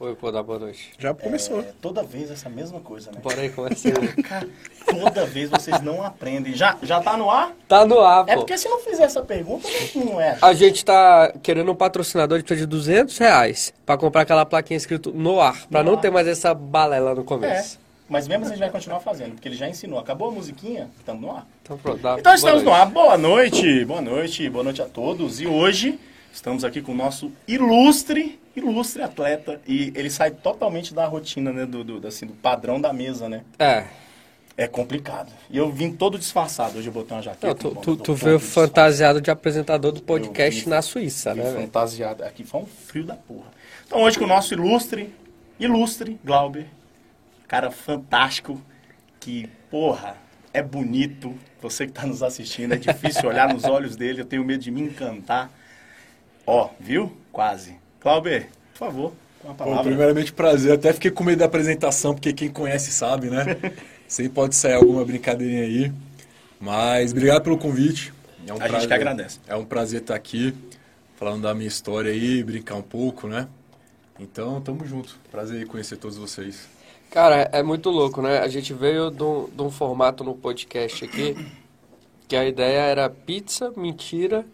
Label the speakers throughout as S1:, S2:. S1: Oi, vou dar boa noite.
S2: Já começou.
S3: É, toda vez essa mesma coisa, né?
S1: Bora aí, começa aí.
S3: Cara, toda vez vocês não aprendem. Já, já tá no ar?
S1: Tá no ar,
S3: É
S1: pô.
S3: porque se não fizer essa pergunta, não- não é.
S1: A gente tá querendo um patrocinador, a gente precisa de 200 reais pra comprar aquela plaquinha escrito no ar, pra não ter mais essa balela no
S3: É.
S1: começo.
S3: Mas mesmo assim a gente vai continuar fazendo, porque ele já ensinou. Acabou a musiquinha, estamos no ar.
S1: Então pronto, dá.
S3: Então estamos no
S1: boa noite.
S3: ar. Boa noite, boa noite, boa noite a todos. E hoje estamos aqui com o nosso ilustre, ilustre atleta. E ele sai totalmente da rotina, né? Do, do, assim, do padrão da mesa, né?
S1: É.
S3: É complicado. E eu vim todo disfarçado. Hoje eu botei uma jaqueta. um
S1: Não, tu,
S3: tá bom,
S1: tu,
S3: eu tô
S1: tu
S3: todo
S1: veio
S3: disfarçado.
S1: fantasiado de apresentador do podcast
S3: vi-
S1: na Suíça, né,
S3: Fui
S1: velho?
S3: fantasiado. Aqui foi um frio da porra. Então hoje com o nosso ilustre, ilustre Glauber, cara fantástico, que, porra, é bonito. Você que tá nos assistindo, é difícil olhar nos olhos dele, eu tenho medo de me encantar. Ó, viu? Quase. Glauber, por favor, com a
S2: Pô,
S3: palavra.
S2: primeiramente, prazer. Até fiquei com medo da apresentação, porque quem conhece sabe, né? Sempre pode sair alguma brincadeirinha aí. Mas obrigado pelo convite. É um
S3: A gente que agradece.
S2: É um prazer estar aqui, falando da minha história aí, brincar um pouco, né? Então, tamo junto. Prazer em conhecer todos vocês.
S1: Cara, é muito louco, né? A gente veio de um, de um formato no podcast aqui que a ideia era pizza, mentira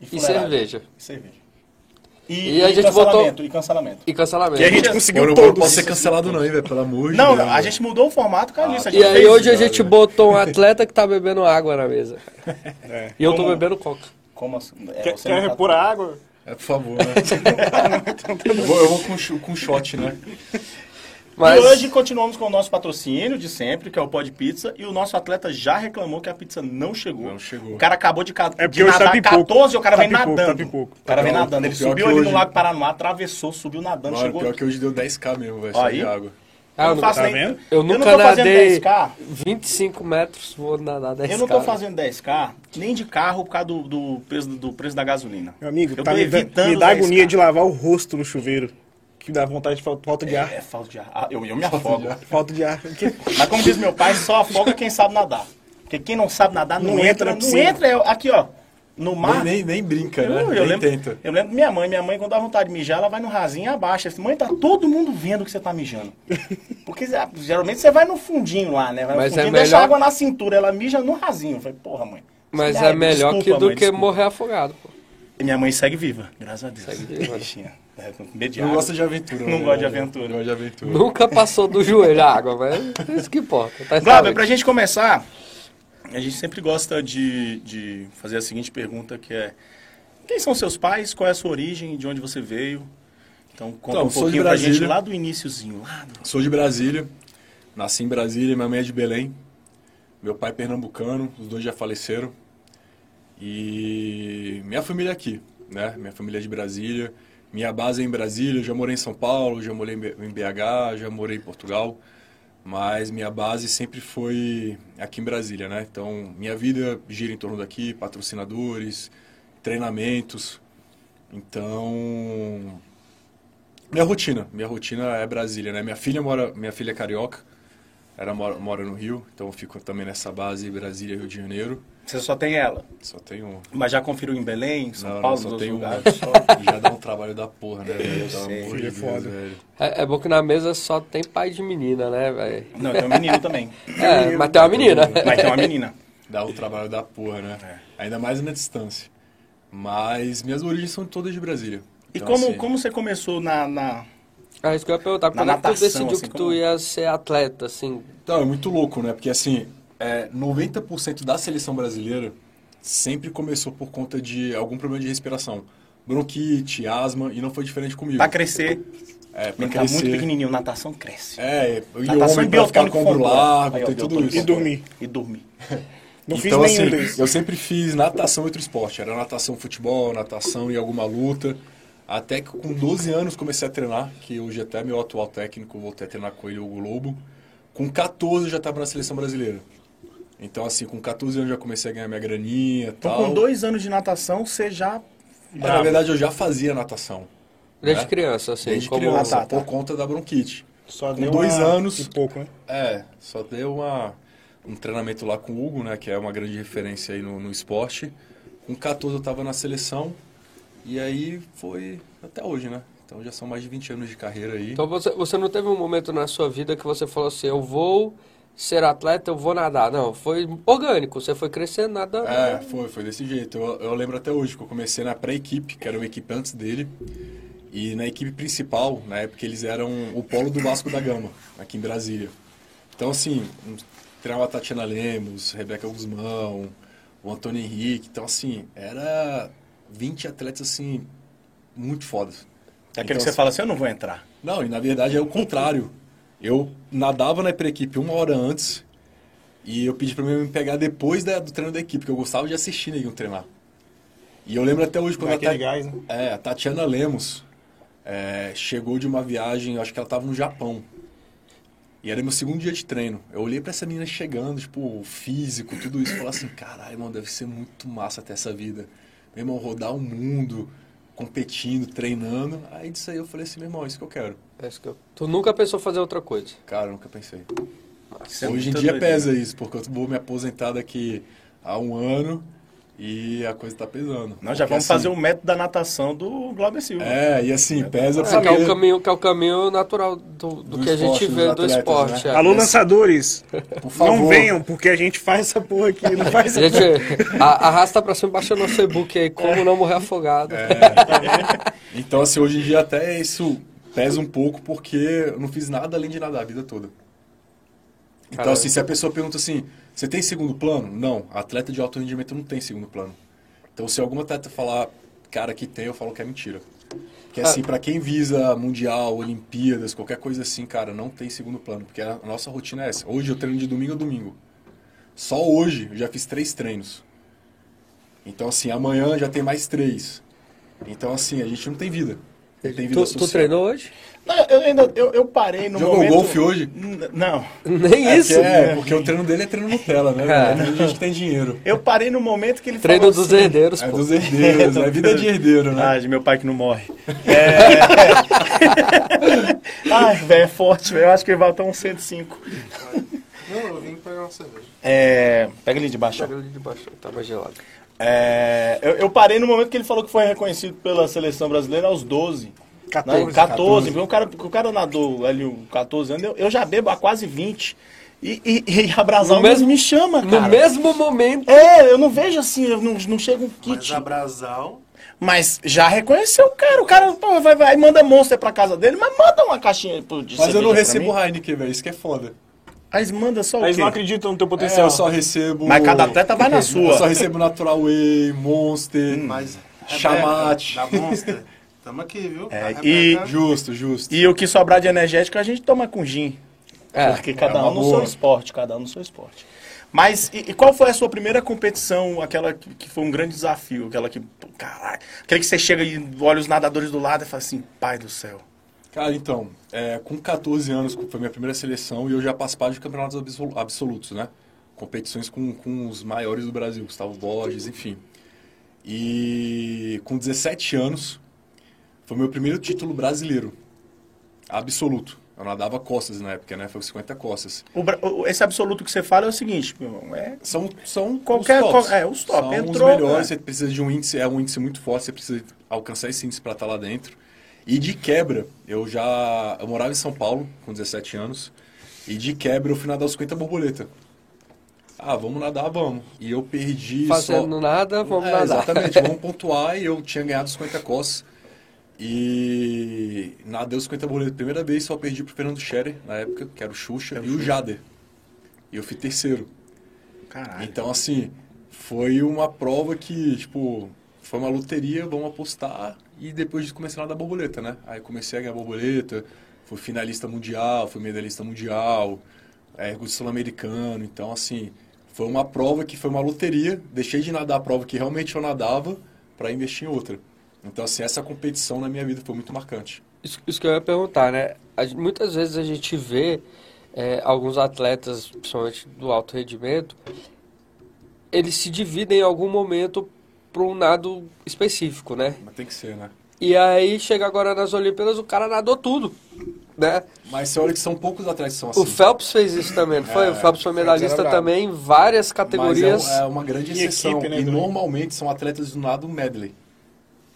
S1: e
S3: fuleiragem.
S1: cerveja.
S3: E cerveja.
S1: E a gente botou-
S3: cancelamento, E cancelamento.
S1: E cancelamento.
S3: Que a gente
S2: Eu
S3: conseguiu
S2: não vou-
S3: todos.
S2: posso ser cancelado não, hein, velho? Pelo amor de
S3: Não,
S2: Deus.
S3: não, a gente mudou o formato, cara, disso. A gente
S1: E aí
S3: fez-
S1: hoje a
S2: cara,
S1: gente
S2: né?
S1: botou um atleta que tá bebendo água na mesa.
S3: É.
S1: E eu tô
S3: Como-
S1: bebendo coca.
S3: Como assim? É,
S4: Quer,
S3: você
S4: quer
S3: não tá-
S4: repor a água?
S2: É, por favor, né? eu vou, eu vou com, chu- com shot, né?
S1: Mas
S3: E hoje continuamos com o nosso patrocínio de sempre, que é o Pod Pizza, e o nosso atleta já reclamou que a pizza não chegou.
S2: Não chegou.
S3: O cara acabou de, ca...
S4: É
S3: de
S4: porque hoje tá
S3: nadar
S4: pipoco.
S3: 14 e o cara
S4: Tá
S3: vem
S4: pipoco, tá
S3: nadando.
S4: pipoco.
S3: o cara vem
S2: Pior-
S3: nadando. Ele
S2: pior
S3: subiu
S2: que
S3: ali
S2: hoje-
S3: no Lago Paraná, atravessou, subiu nadando,
S2: Mano,
S3: chegou.
S2: pior
S3: aqui.
S2: que hoje deu 10k mesmo, velho. só
S3: Aí.
S2: de água.
S1: Ah, eu,
S3: Eu não faço
S4: Tá
S3: nem...
S4: vendo?
S1: eu
S3: eu não
S1: nunca
S3: tô fazendo
S1: nadei
S3: 10K.
S1: 25 metros, vou nadar 10
S3: Eu não tô fazendo 10K nem de carro por causa do, do preço, do preço da gasolina.
S4: Meu amigo,
S3: eu
S4: tá
S3: tô
S4: me, dá-
S3: evitando
S4: me dá
S3: 10K.
S4: agonia de lavar o rosto no chuveiro. Que dá vontade de falta, falta de ar.
S3: É falta de ar. Ah, eu, eu me afogo.
S4: Falta de ar. Porque-
S3: Mas como diz meu pai, só afoga quem sabe nadar. Porque quem não sabe nadar não,
S4: Não entra
S3: entra,
S4: na
S3: não
S4: piscina.
S3: entra. é aqui, ó, no mar.
S2: Nem, nem, nem brinca,
S3: Ah! eu,
S2: né?
S3: eu
S2: nem
S3: lembro,
S2: tenta.
S3: eu lembro minha mãe, minha mãe quando dá vontade de mijar, ela vai no rasinho e abaixa. Eu falo, Mãe, tá todo mundo vendo que você tá mijando. Porque ah, geralmente você vai no fundinho lá, né? Vai no
S1: Mas é
S3: fundinho, deixa
S1: melhor-
S3: a água na cintura, ela mija no rasinho. Eu falei, porra, mãe.
S1: Mas
S3: Ah,
S1: é melhor
S3: desculpa,
S1: que do
S3: mãe,
S1: que
S3: desculpa.
S1: morrer afogado, pô.
S3: E minha mãe segue viva, graças a Deus. é, Segue
S1: viva.
S2: Eu não gosto de aventura.
S3: Não
S2: né?
S3: gosto de aventura.
S2: Não gosto de aventura.
S1: Nunca passou do joelho a água, mas isso que importa. Tá
S3: Glauber,
S1: estável.
S3: pra gente começar, a gente sempre gosta de, de fazer a seguinte pergunta, que é... Quem são seus pais? Qual é a sua origem? De onde você veio? Então, conta
S2: Então,
S3: um
S2: sou de
S3: pouquinho pra gente
S2: Brasília.
S3: lá do iniciozinho. Lá do...
S2: Sou de Brasília. Nasci em Brasília, minha mãe é de Belém. Meu pai é pernambucano, os dois já faleceram. E minha família é aqui, né? Minha família é de Brasília. Minha base é em Brasília, eu já morei em São Paulo, já morei em B- em BH, já morei em Portugal. Mas minha base sempre foi aqui em Brasília, né? Então, minha vida gira em torno daqui, patrocinadores, treinamentos. Então, minha rotina, minha rotina é Brasília, né? Minha filha mora, minha filha é carioca, ela mora, mora no Rio, então eu fico também nessa base Brasília, Rio de Janeiro.
S3: Você só tem ela.
S2: Só tem um.
S3: Mas já conferiu em Belém, em São
S2: não,
S3: Paulo,
S2: não, só
S3: nos
S2: tem um.
S3: lugares?
S2: né? Só- Já dá um trabalho da porra, né? velho? Pelo
S3: sei,
S2: amor de
S4: é
S2: Deus,
S4: foda.
S2: velho.
S1: É, é bom que na mesa só tem pai de menina, né, velho?
S3: Não, tem um menino também.
S1: É, mas tem uma menina.
S3: Mas tem uma menina.
S2: Dá um trabalho da porra, né?
S3: É.
S2: Ainda mais na distância. Mas minhas origens são todas de Brasília.
S3: E
S2: Então,
S3: como,
S2: assim,
S3: como você começou na... na-
S1: É isso que eu ia perguntar.
S3: Na
S1: Quando é que tu
S3: natação,
S1: decidiu
S3: assim,
S1: que tu
S3: como-
S1: ia ser atleta, assim?
S2: Então, é muito louco, né? Porque assim, é, 90% da seleção brasileira sempre começou por conta de algum problema de respiração. Bronquite, asma, e não foi diferente comigo.
S3: Pra crescer.
S2: É, pra
S3: Ele tá muito
S2: crescer.
S3: pequenininho, Tá, natação cresce.
S2: É, e o
S3: Natação
S2: homem
S3: e
S2: pra ficar
S3: biotônico
S2: com o ombro
S3: fontura.
S2: largo,
S3: Aí, ó,
S2: tem tudo
S3: biotônico
S2: isso.
S4: e dormir.
S3: E dormir.
S4: Não fiz
S2: Então,
S4: nenhum
S2: assim,
S4: deles.
S2: eu sempre fiz natação e outro esporte. Era natação, futebol, natação e alguma luta. Até que com 12 anos comecei a treinar, que hoje até é meu atual técnico, voltei a treinar com ele, o Hugo Lobo. Com 14 eu já estava na seleção brasileira. Então, assim, com 14 anos eu já comecei a ganhar minha graninha e
S3: Então,
S2: tal.
S3: com dois anos de natação, você já...
S2: É, Na verdade, eu já fazia natação.
S1: Desde
S2: É.
S1: criança, assim,
S2: Desde
S1: como...
S2: criança,
S3: Ah, tá, tá.
S2: por conta da bronquite.
S4: Só
S2: com
S4: deu
S2: dois
S4: uma-
S2: anos-
S4: E pouco, né?
S2: É, só deu uma. um treinamento lá com o Hugo, né, que é uma grande referência aí no, no esporte. Com 14 eu estava na seleção e aí foi até hoje, né? Então já são mais de 20 anos de carreira aí.
S1: Então você, você não teve um momento na sua vida que você falou assim, eu vou ser atleta, eu vou nadar. Não, foi orgânico, você foi crescendo, nada.
S2: É, foi, foi desse jeito. Eu, eu lembro até hoje que eu comecei na pré-equipe, que era uma equipe antes dele. E na equipe principal, na época, eles eram o polo do Vasco da Gama, aqui em Brasília. Então, assim, um- treinava a Tatiana Lemos, Rebeca Guzmão, o Antônio Henrique. Então, assim, era 20 atletas, assim, muito fodas.
S3: É aquele
S2: Então,
S3: que você fala assim, eu não vou entrar.
S2: Não, e na verdade é o contrário. Eu nadava na pré-equipe uma hora antes e eu pedi pra mim me pegar depois da- do treino da equipe, porque eu gostava de assistir ninguém treinar. E eu lembro até hoje quando
S4: Dá
S2: a,
S4: aquele
S2: Ta-
S4: gás, né?
S2: é, a Tatiana Lemos é, chegou de uma viagem, eu acho que ela tava no Japão. E era meu segundo dia de treino. Eu olhei pra essa menina chegando, tipo, o físico, tudo isso, e falei assim, caralho, mano, deve ser muito massa até essa vida. Meu irmão, rodar o mundo, competindo, treinando. Aí disso aí eu falei assim, meu irmão, é isso que eu quero.
S1: É isso que eu- Tu nunca pensou fazer outra coisa.
S2: Cara, eu nunca pensei.
S3: Isso é
S2: Hoje em
S3: muito
S2: dia
S3: doideira.
S2: pesa isso, porque eu vou me aposentar daqui a um ano e a coisa tá pesando.
S3: Nós já
S2: Porque,
S3: vamos
S2: assim,
S3: fazer um o método da natação do Glauber Silva.
S2: É, e assim, pesa
S1: É, que,
S3: um
S1: é o
S2: porque,
S1: caminho, que é o caminho natural do, do,
S2: Do
S1: que a gente
S2: esporte, dos
S1: vê do
S2: atletas,
S1: esporte.
S2: né?
S1: é.
S4: Alô, lançadores,
S2: por favor,
S4: não venham, porque a gente faz essa porra aqui, não faz essa porra.
S1: Gente, a- arrasta pra cima, baixa nosso e-book
S2: É.
S1: aí, como não morrer afogado.
S2: Então, assim, hoje em dia até isso pesa um pouco, porque eu não fiz nada além de nadar a vida toda. Então,
S1: Caralho.
S2: assim, se a pessoa pergunta assim, você tem segundo plano? Não, atleta de alto rendimento não tem segundo plano. Então, se algum atleta falar, cara, que tem, eu falo que é mentira. Porque, assim, pra quem visa mundial, Olimpíadas, qualquer coisa assim, cara, não tem segundo plano. Porque a nossa rotina é essa. Hoje eu treino de domingo a domingo. Só hoje eu já fiz três treinos. Então, assim, amanhã já tem mais três. Então, assim, a gente não tem vida. Não tem vida
S1: Tu,
S2: social.
S1: tu treinou hoje?
S3: Não, eu ainda eu, eu parei no
S2: Jogou
S3: momento...
S2: golfe hoje?
S3: N- Não.
S1: Nem
S2: É,
S1: isso.
S2: que é, porque o treino dele é treino Nutella, né?
S1: É.
S2: velho? A gente tem dinheiro.
S3: Eu parei no momento que ele
S1: Treino
S3: falou
S1: dos
S3: assim,
S1: herdeiros,
S2: É
S1: pô.
S2: dos herdeiros, é vida de herdeiro, né?
S3: Ah, de meu pai que não morre. É... Ai, velho, é forte, velho. Eu acho que ele vai até um 105.
S5: Não, eu vim pegar uma cerveja.
S3: É... Pega ali de baixo. ó.
S1: Pega ele de baixo, tava gelado.
S3: É, eu, eu parei no momento que ele falou que foi reconhecido pela seleção brasileira aos 12. 14,
S4: 14,
S3: 14. porque O, cara, porque o cara nadou ali o 14 anos, eu, eu já bebo há quase 20. E, e, e Abrasal
S1: No mesmo-
S3: mesmo me chama,
S1: No
S3: cara.
S1: mesmo momento.
S3: É, eu não vejo assim, eu não, não chega um
S5: Mas
S3: kit.
S5: a
S3: Mas,
S5: Brasal,
S3: já reconheceu o cara. O cara pô, vai, vai, manda monstro pra casa dele, mas manda uma caixinha pô, de
S2: Mas eu
S3: cerveja
S2: não
S3: pra
S2: recebo
S3: mim.
S2: Heineken, velho. Isso que é foda.
S3: Mas manda só o
S4: Aí eles
S3: quê?
S4: não acreditam no teu
S2: É,
S4: potencial.
S2: eu só recebo.
S3: Mas cada atleta vai na
S2: Eu só
S3: sua. Hum.
S2: recebo Natural Whey, Monster.
S5: mas.
S2: Chamate.
S5: Rebeca, Da Monster. Tamo aqui, viu?
S3: É,
S5: A
S3: e-
S5: Rebeca-
S2: Justo, justo.
S3: E o que sobrar de energético a gente toma com gin.
S1: É.
S3: Porque cada
S2: uma
S3: um no
S2: boa.
S3: seu esporte, cada um no seu esporte. Mas e, e qual foi a sua primeira competição, aquela que, que foi um grande desafio, aquela que, pô, caraca, aquela que você chega e olha os nadadores do lado e fala assim, pai do céu.
S2: Cara, então, é, com 14 anos foi minha primeira seleção e eu já participava de campeonatos absolu- absolutos, né? Competições com, com os maiores do Brasil, Gustavo Borges, enfim. E com 17 anos foi meu primeiro título brasileiro, absoluto. Eu nadava costas na época, né? Foi 50 costas.
S3: O Bra- o- esse absoluto que você fala é o seguinte, meu irmão, é
S2: São, são
S3: Qualquer
S2: os tops.
S3: co- é, os top.
S2: São
S3: Entrou,
S2: os melhores,
S3: é.
S2: você precisa de um índice, é um índice muito forte, você precisa alcançar esse índice para estar lá dentro. E de quebra, eu já... Eu morava em São Paulo, com 17 anos, e de quebra eu fui nadar os 50 borboleta. Ah, vamos nadar, vamos. E eu perdi só...
S1: Fazendo nada, vamos
S2: É,
S1: nadar.
S2: Exatamente, vamos pontuar e eu tinha ganhado os 50 costas. E nadei os 50 boletos. Primeira vez só perdi pro Fernando Scherer, na época, que era o Xuxa, e o Jader. E eu fui terceiro.
S3: caralho.
S2: Então, assim, foi uma prova que, tipo, foi uma loteria, vamos apostar. E depois disso comecei a nadar borboleta, né? Aí comecei a ganhar borboleta, fui finalista mundial, fui medalhista mundial, é, recorde sul-americano. Então, assim, foi uma prova que foi uma loteria. Deixei de nadar a prova que realmente eu nadava para investir em outra. Então, assim, essa competição na minha vida foi muito marcante.
S1: Isso, isso que eu ia perguntar, né? A gen- muitas vezes a gente vê é, alguns atletas, principalmente do alto rendimento, eles se dividem em algum momento para um nado específico, né?
S2: Mas tem que ser, né?
S1: E aí chega agora nas Olimpíadas, o cara nadou tudo. né?
S2: Mas você olha que são poucos atletas que são assim.
S1: O Phelps fez isso também, não foi?
S2: É,
S1: o Phelps foi
S2: o Phelps era
S1: medalhista
S2: brabo.
S1: também em várias categorias.
S2: Mas é um- é, uma grande
S4: E
S2: exceção.
S4: equipe, né,
S2: e
S4: também.
S2: normalmente são atletas do nada um medley.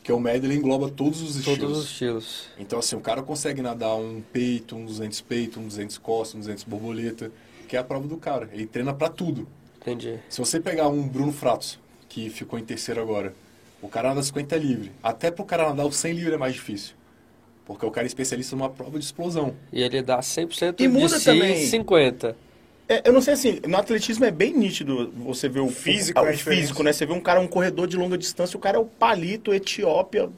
S2: Que é o medley engloba todos os
S1: Todos
S2: estilos.
S1: os estilos.
S2: Então, assim, o cara consegue nadar um peito, um 200 peito, um 200 costas, um 200 borboleta, que é a prova do cara. Ele treina pra tudo.
S1: Entendi.
S2: Se você pegar um Bruno Fratos, que ficou em terceiro agora, o cara nada 50 livre. Até pro cara nadar o 100 livre é mais difícil. Porque o cara é especialista numa prova de explosão.
S1: E ele dá 100%
S3: E
S1: de
S3: muda
S1: si em
S3: também.
S1: 50.
S3: É, eu não sei assim, no atletismo é bem nítido você ver o
S4: Físico
S3: o,
S4: é
S3: o
S4: diferente.
S3: físico, né? Você vê um cara, um corredor de longa distância, o cara é o palito, Etiópia,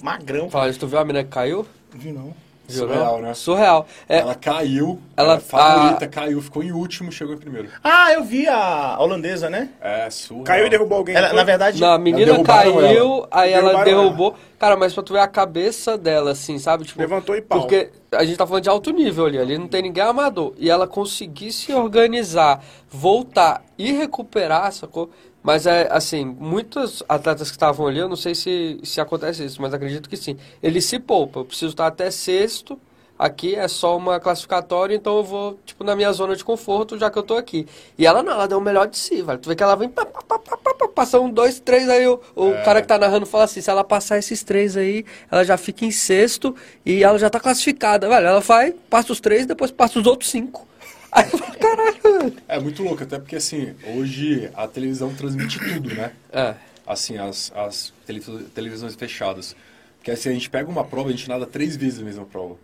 S3: magrão.
S1: Fala isso, tu viu a mina que caiu?
S3: Viu não?
S1: Viu,
S2: Surreal,
S1: não?
S2: né?
S1: Surreal. É,
S2: Ela caiu,
S1: Ela-
S2: ela era favorita, caiu, ficou em último, chegou em primeiro.
S3: Ah, eu vi a holandesa, né?
S2: É, surreal.
S4: Caiu e derrubou alguém.
S3: Ela,
S4: foi?
S3: na verdade,
S1: Não, a menina
S2: derrubaram
S1: caiu, aí ela
S4: Derrubaram
S1: derrubou. Cara, mas pra tu ver a cabeça dela, assim, sabe? Tipo,
S4: Levantou e pau.
S1: Porque a gente tá falando de alto nível ali, ali não tem ninguém amador. E ela conseguir se organizar, voltar e recuperar, sacou? Mas é assim, muitos atletas que estavam ali, eu não sei se, se acontece isso, mas acredito que sim. Ele se poupa, eu preciso estar até sexto. Aqui é só uma classificatória, então eu vou, tipo, na minha zona de conforto, já que eu tô aqui. E ela não, ela deu o melhor de si, velho. Tu vê que ela vem, pá, pá, pá, pá, pá, pá, passa um, dois, três, aí o, o cara que tá narrando fala assim, se ela passar esses três aí, ela já fica em sexto e ela já tá classificada, velho. Ela vai, passa os três, depois passa os outros cinco. Aí eu falo, caralho, velho.
S2: É muito louco, até porque assim, hoje a televisão transmite tudo, né?
S1: É,
S2: Assim, as, as tele- televisões fechadas. Porque assim, a gente pega uma prova, a gente nada três vezes a mesma prova.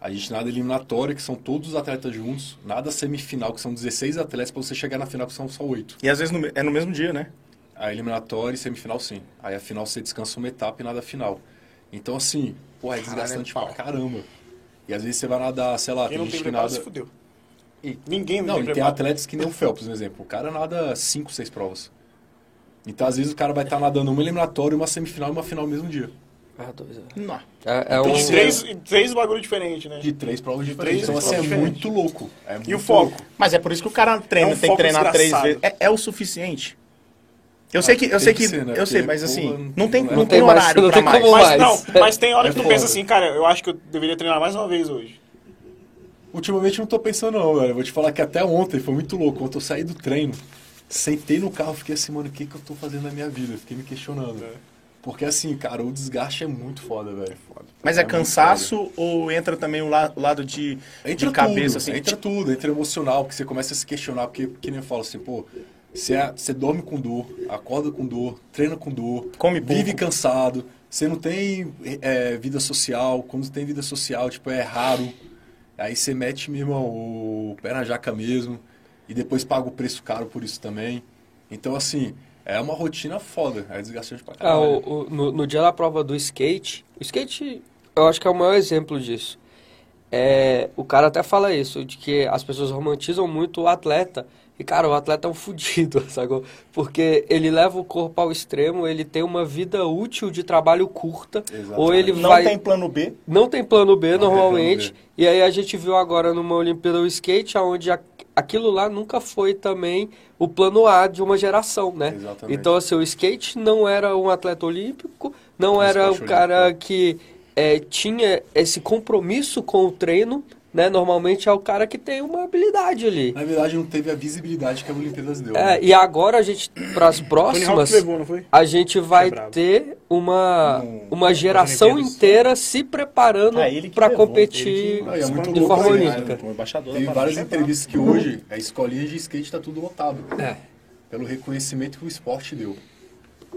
S2: A gente nada eliminatória, que são todos os atletas juntos, nada semifinal, que são 16 atletas, pra você chegar na final, que são só oito.
S3: e às vezes no- é no mesmo dia, né?
S2: A eliminatória e semifinal, sim. Aí a final você descansa uma etapa e nada a final. Então, assim, porra, é desgastante
S4: Caralho, é
S2: pra caramba. E às vezes você vai nadar, sei lá,
S4: Quem
S2: tem
S4: não
S2: gente
S4: tem
S2: que
S4: preparo se
S2: nada.
S4: fudeu. Ninguém
S2: Não,
S4: não,
S2: e
S4: tem
S2: tem
S4: preparo.
S2: atletas que nem o Phelps, um exemplo. O cara nada 5, 6 provas. Então, às vezes, o cara vai estar nadando uma eliminatória, uma semifinal e uma final no mesmo dia.
S1: é dois, velho.
S3: Não.
S1: É, é um...
S4: E três, e três bagulho diferente, né?
S2: De três provas
S4: De
S2: diferentes.
S4: três
S2: então, assim, é
S4: provas diferentes.
S2: muito louco. É
S4: E o
S2: muito
S4: foco?
S2: louco.
S3: Mas é por isso que o cara treina,
S4: É um
S3: tem que
S4: foco
S3: treinar três
S4: desgraçado.
S3: vezes. É, é o suficiente. Eu sei que, eu
S2: tem
S3: sei
S2: que
S3: que,
S2: ser, né?
S3: eu sei,
S2: Porque,
S3: mas
S2: porra,
S3: assim,
S2: não
S3: não
S2: tem-
S3: tem, não
S2: não
S1: tem
S3: tem
S1: mais-
S3: horário
S1: não
S3: pra
S1: tem
S3: mais.
S1: como
S4: Mas
S1: mais.
S4: não, mas tem hora
S2: É
S4: que tu
S2: foda.
S4: pensa assim, cara, eu acho que eu deveria treinar mais uma vez hoje.
S2: Ultimamente, eu não tô pensando, não, velho. Eu Vou te falar que até ontem foi muito louco. Quando eu saí do treino, sentei no carro, fiquei assim, mano, o que, que eu tô fazendo na minha vida? Fiquei me questionando.
S4: É.
S2: Porque, assim, cara, o desgaste é muito foda, velho.
S3: Mas é
S2: muito
S3: cansaço ou entra também o, la- o lado de,
S2: Entra
S3: de cabeça,
S2: tudo,
S3: assim?
S2: entra tudo, entra emocional, porque você começa a se questionar, porque que nem eu falo assim, pô, você, é- você dorme com dor, acorda com dor, treina com dor,
S3: Come pouco.
S2: vive cansado, você não tem é, vida social, quando tem vida social, tipo, é raro, aí você mete mesmo o pé na jaca mesmo, e depois paga o preço caro por isso também. Então, assim, é uma rotina foda, é desgastante pra
S1: Ah,
S2: caralho.
S1: o- o- no, no dia da prova do skate, o skate eu acho que é o maior exemplo disso. É, o cara até fala isso, de que as pessoas romantizam muito o atleta. E, cara, o atleta é um fudido, sacou? Porque ele leva o corpo ao extremo, ele tem uma vida útil de trabalho curta, ou ele
S3: Não
S1: vai.
S3: tem plano B.
S1: Não tem plano B
S2: plano
S1: normalmente.
S2: B.
S1: E aí a gente viu agora numa Olimpíada o skate, onde aquilo lá nunca foi também o plano A de uma geração, né?
S2: Exatamente.
S1: Então, assim, o skate não era um atleta olímpico, não
S2: Um
S1: era o
S2: esporte
S1: cara que é, tinha esse compromisso com o treino, né? Normalmente é o cara que tem uma habilidade ali.
S2: Na verdade, não teve a visibilidade que a Olimpíadas deu. né?
S1: É, e agora a gente, para as
S4: Tony Hawk
S1: próximas,
S4: levou, né? não foi?
S1: a gente vai
S3: é
S4: Que brabo.
S1: ter uma, uma geração
S4: Olimpíadas.
S1: inteira se preparando
S3: Ah, ele que
S1: para
S3: levou,
S1: competir
S2: Não, e é muito
S1: de
S2: louco,
S1: forma
S2: assim, né?
S1: olímpica.
S3: O embaixador tá
S2: Tem
S3: da
S2: várias
S3: parada.
S2: entrevistas que hoje a escolinha de skate tá tudo lotado.
S1: É.
S2: Pelo reconhecimento que o esporte deu.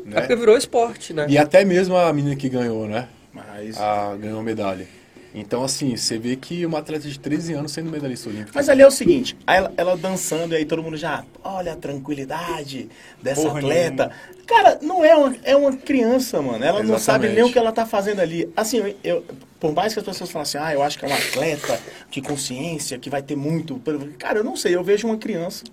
S2: né?
S1: É porque virou esporte, né?
S2: E até mesmo a menina que ganhou, né?
S3: Mas,
S2: A, ganhou a medalha. Então, assim, você vê que uma atleta de 13 anos sendo medalhista olímpica.
S3: mas ali é o seguinte, aí ela, ela dançando e aí todo mundo já, olha a tranquilidade dessa
S4: Porra
S3: atleta. Cara, não é uma, é uma criança, mano. Ela não
S2: Exatamente.
S3: sabe nem o que ela tá fazendo ali. Assim, eu, eu- por mais que as pessoas falem assim, ah, eu acho que é um atleta de consciência, que vai ter muito. Cara, eu não sei, eu vejo uma criança.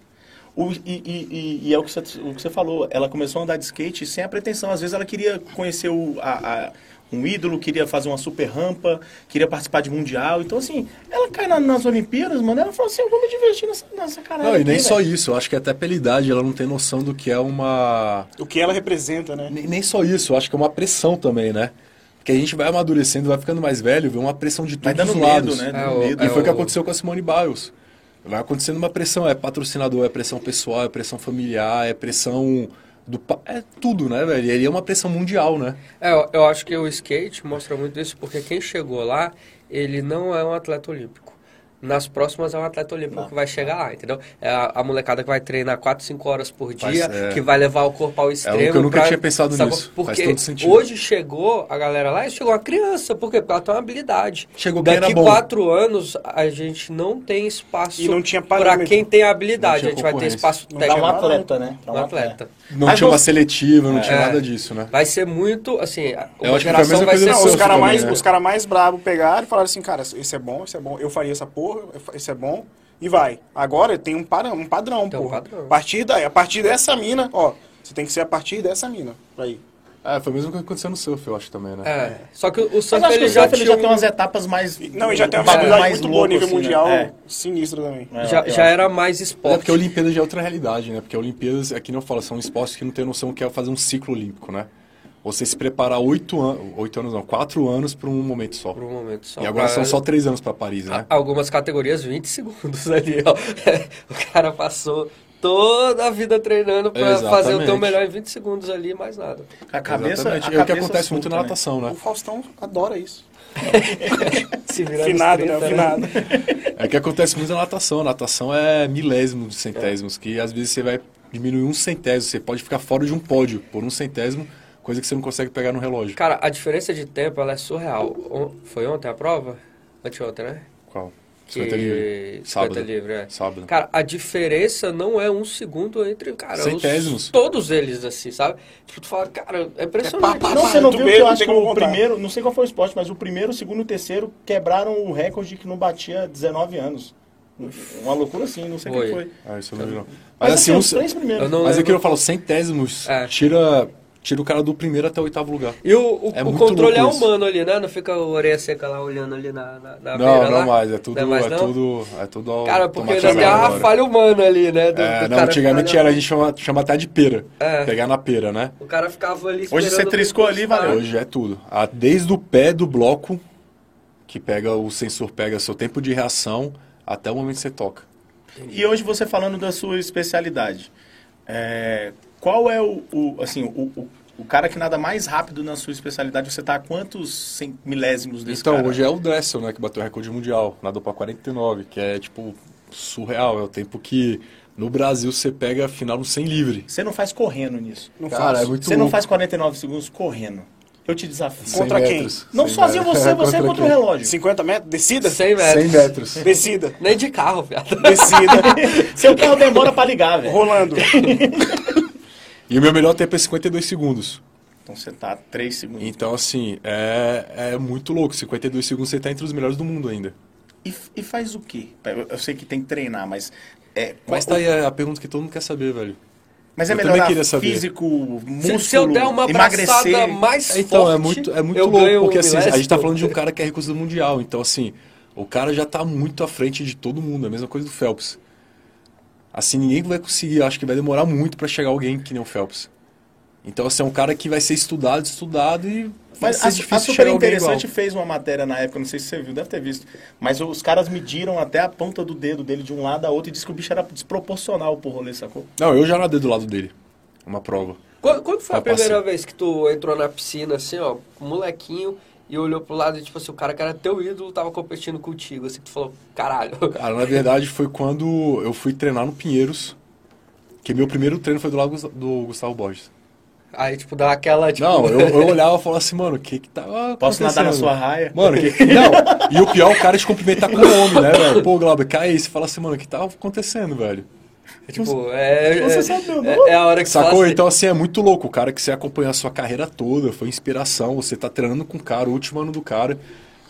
S3: O- e, e- e- e é o que, você, o que você falou, ela começou a andar de skate sem a pretensão. Às vezes ela queria conhecer o- a- a- um ídolo, queria fazer uma super rampa, queria participar de mundial. Então, assim, ela cai na- nas Olimpíadas, mano, ela falou assim, eu vou me divertir nessa, nessa caralho
S2: Não, e nem
S3: aqui,
S2: só
S3: velho."
S2: isso. Eu acho que até pela idade ela não tem noção do que é uma...
S4: O que ela representa, né?
S2: Nem, nem só isso. Eu acho que é uma pressão também, né? Porque a gente vai amadurecendo, vai ficando mais velho, vê uma pressão de
S3: Vai
S2: todos
S3: dando
S2: os
S3: medo,
S2: lados.
S3: né?
S1: É,
S3: Dando
S1: o-
S2: E
S3: medo.
S1: é
S2: foi o que aconteceu com a Simone Biles. Vai acontecendo uma pressão, é patrocinador, é pressão pessoal, é pressão familiar, é pressão do pa... é tudo, né, velho? E ele é uma pressão mundial, né?
S1: É, eu, eu acho que o skate mostra muito isso, porque quem chegou lá, ele não é um atleta olímpico. Nas próximas é um atleta olímpico que vai chegar lá, entendeu? É a, a molecada que vai treinar 4, 5 horas por
S2: Faz-
S1: dia,
S2: é.
S1: que vai levar o corpo ao extremo.
S2: eu nunca
S1: pra-
S2: tinha pensado
S1: sacou?
S2: nisso. Faz
S1: Porque
S2: todo sentido.
S1: hoje chegou a galera lá e chegou a criança, por quê? Porque ela tem uma habilidade.
S2: Chegou quem
S1: Daqui
S2: era bom.
S1: 4 anos, a gente não tem espaço
S4: E não tinha
S1: para
S4: parâmetro.
S1: quem tem
S2: Não
S1: habilidade. A
S2: tinha
S1: gente vai ter
S2: concorrência.
S1: espaço
S3: Não dá
S1: técnico.
S3: um atleta, né? Dá
S1: Um atleta.
S2: Não
S3: Mas
S2: tinha uma
S3: você-
S2: seletiva, não tinha
S1: É.
S2: nada disso, né?
S1: Vai ser muito, assim, a-
S2: Eu
S1: uma
S2: acho que foi a
S1: geração
S2: mesma
S1: vai
S2: coisa
S1: ser
S2: do
S1: só-
S2: Celso
S4: os caras
S2: também,
S4: mais,
S2: né?
S4: os cara mais bravos pegaram e falaram assim, cara, esse é bom, esse é bom, eu faria essa porra, eu fa- esse é bom, e vai. Agora tem um, para, um padrão,
S1: Tem um
S4: porra.
S1: padrão.
S4: A partir daí, a partir dessa mina, ó, você tem que ser a partir dessa mina, pra ir.
S2: É, foi o mesmo que aconteceu no surf, eu acho também, né?
S1: É, só que o
S3: Mas
S1: Santos
S3: acho que
S1: ele
S3: o
S1: já
S3: Santos ele
S1: tinha
S3: já
S1: um-
S3: tem umas etapas mais.
S4: Não, e já tem uma
S3: um bagulho
S4: habilidade
S3: mais
S4: muito boa,
S3: louco,
S4: nível
S3: assim, né?
S4: mundial,
S3: É.
S4: sinistro também.
S3: É,
S1: já, já
S3: eu acho.
S1: era mais
S2: É
S1: esporte.
S2: porque a Olimpíada já é outra realidade, né? Porque a Olimpíadas, aqui não fala, são esportes que não tem noção que é fazer um ciclo olímpico, né? Você se preparar oito anos, oito anos não, quatro anos para um momento só.
S1: Por um momento só.
S2: E agora
S1: Pra-
S2: são só três anos para Paris, né?
S1: Algumas categorias, 20 segundos ali, ó. O cara passou toda a vida treinando pra fazer o teu
S2: Exatamente.
S1: melhor em 20 segundos ali e mais nada.
S3: A cabeça.
S2: Exatamente. é
S3: a
S2: o que
S3: cabeça
S2: acontece muito
S3: surta,
S2: na
S3: né?
S2: natação,
S4: O
S2: né?
S4: Faustão adora isso.
S1: Se virar nos
S4: Finado, né?
S1: 30,
S4: Finado.
S2: É o que acontece muito na natação. A natação é milésimos de centésimos, que às vezes você vai diminuir um centésimo, você pode ficar fora de um pódio por um centésimo, coisa que você não consegue pegar no relógio.
S1: Cara, a diferença de tempo, ela é surreal. On- Foi ontem a prova? Anteontem, né?
S2: Qual?
S1: Que-
S2: 50 livre.
S1: 50
S2: Sábado.
S1: livre, é.
S2: Sábado.
S1: Cara, a diferença não é um segundo entre, cara, os-
S2: Centésimos.
S1: todos eles, assim, sabe? Tipo, tu fala, cara, é impressionante.
S4: pá,
S1: isso.
S4: pá,
S3: Não, você não
S4: Tu
S3: viu
S4: vê,
S3: que eu
S4: não
S3: acho
S4: tem
S3: que
S4: como
S3: o
S4: contar.
S3: primeiro, não sei qual foi o esporte, mas o primeiro, o segundo e o terceiro quebraram o recorde que não batia há 19 anos. Uma loucura assim, não sei
S1: Foi.
S3: quem foi.
S2: Ah, isso eu não vi, não. Mas,
S3: Mas
S2: assim,
S3: assim,
S2: um-
S3: os três primeiros.
S1: Eu não-
S2: mas é que
S1: lembro.
S2: eu falo, centésimos
S1: É.
S2: tira, tira o cara do primeiro até o oitavo lugar.
S1: E o, o,
S2: É
S1: o
S2: muito
S1: controle é
S2: louco isso.
S1: humano ali, né? Não fica a orelha seca lá olhando ali na, na, na
S2: Não,
S1: beira
S2: não
S1: lá?
S2: mais, é tudo,
S1: Não é mais,
S2: é
S1: não?
S2: tudo, é tudo
S1: Cara, porque ainda
S2: automatizado
S1: tem a
S2: agora.
S1: falha humana ali, né? Do-
S2: É,
S1: do
S2: não,
S1: cara
S2: antigamente
S1: ficar-
S2: era, a gente chama, chama até de pera.
S1: É.
S2: Pegar na pera, né?
S1: O cara ficava ali
S3: você
S1: esperando
S3: triscou
S1: pra
S3: ali,
S1: encostar.
S3: valeu.
S2: Hoje é tudo. Ah, Desde o pé do bloco, que pega o sensor pega seu tempo de reação, até o momento que você toca.
S3: E hoje você falando da sua especialidade, é, qual é o, o- assim, o, o, o cara que nada mais rápido na sua especialidade? Você está a quantos cem- milésimos desse
S2: então,
S3: cara?
S2: hoje é o Dressel, né, que bateu o recorde mundial, nadou pra 49, que é, tipo, surreal. É o tempo que, no Brasil, você pega a final no 100 livre.
S3: Você não faz correndo nisso.
S4: Não
S2: Cara,
S4: faço.
S2: é muito
S3: Você não
S2: louco.
S3: faz 49 segundos correndo. Eu te desafio.
S2: 100
S4: Contra quem?
S2: metros.
S3: Não
S2: 100
S3: sozinho
S2: metros.
S3: você, você é contra o
S2: quem?
S3: relógio.
S4: 50 metros? Descida?
S1: 100 metros.
S2: 100 metros.
S4: Descida.
S1: Nem de carro, viado.
S4: Descida.
S3: Seu carro demora pra ligar, velho.
S4: Rolando.
S2: E o meu melhor tempo é 52 segundos.
S3: Então você tá a 3 segundos.
S2: Então, assim, é, é muito louco. 52 segundos você tá entre os melhores do mundo ainda.
S3: E, e faz o quê? Eu, eu sei que tem que treinar, mas. É,
S2: Mas tá aí a, a pergunta que todo mundo quer saber, velho.
S3: mas é
S2: eu
S3: melhor
S2: também queria saber.
S3: físico, músculo,
S1: Se, se eu der uma
S3: emagrecer.
S1: abraçada mais
S2: Então,
S1: forte,
S2: é muito, é muito
S1: eu
S2: louco,
S1: ganho
S2: porque
S1: um
S2: assim, a gente tá
S1: milésimo.
S2: falando de um cara que é recurso do mundial. Então, assim, o cara já tá muito à frente de todo mundo. É a mesma coisa do Phelps. Assim, ninguém vai conseguir. Acho que vai demorar muito pra chegar alguém que nem o Phelps. Então, assim, é um cara que vai ser estudado, estudado e vai
S3: Mas
S2: ser
S3: a, a
S2: difícil
S3: super
S2: chegar alguém igual.
S3: interessante fez uma matéria na época, não sei se você viu, deve ter visto. Mas os caras mediram até a ponta do dedo dele de um lado a outro e disse que o bicho era desproporcional pro rolê, sacou?
S2: Não, eu já nadei do lado dele. Uma prova.
S1: Quando, quando foi a
S2: Tá passando.
S1: primeira vez que tu entrou na piscina, assim, ó, com um molequinho, e olhou pro lado e, tipo assim, o cara que era teu ídolo tava competindo contigo, assim, tu falou, caralho.
S2: Cara, na verdade foi quando eu fui treinar no Pinheiros, que meu primeiro treino foi do lado do Gustavo Borges.
S1: Aí, tipo, dá aquela, tipo...
S2: Não, eu, eu olhava e falava assim, mano, o que que tá
S3: Posso nadar na sua raia?
S2: né? Mano, que, que- não. E o pior, é o cara te cumprimentar com o nome, né, velho? Pô, Glauber, cai aí. Você fala assim, mano, o que tá acontecendo, velho?
S1: Tipo, é...
S3: Você
S1: é,
S3: sabe meu
S1: é-
S3: nome?
S1: é a hora que
S2: Sacou?
S1: fala assim,
S2: Então, assim, é muito louco. O cara que você acompanha a sua carreira toda, foi inspiração. Você tá treinando com o cara, o último ano do cara.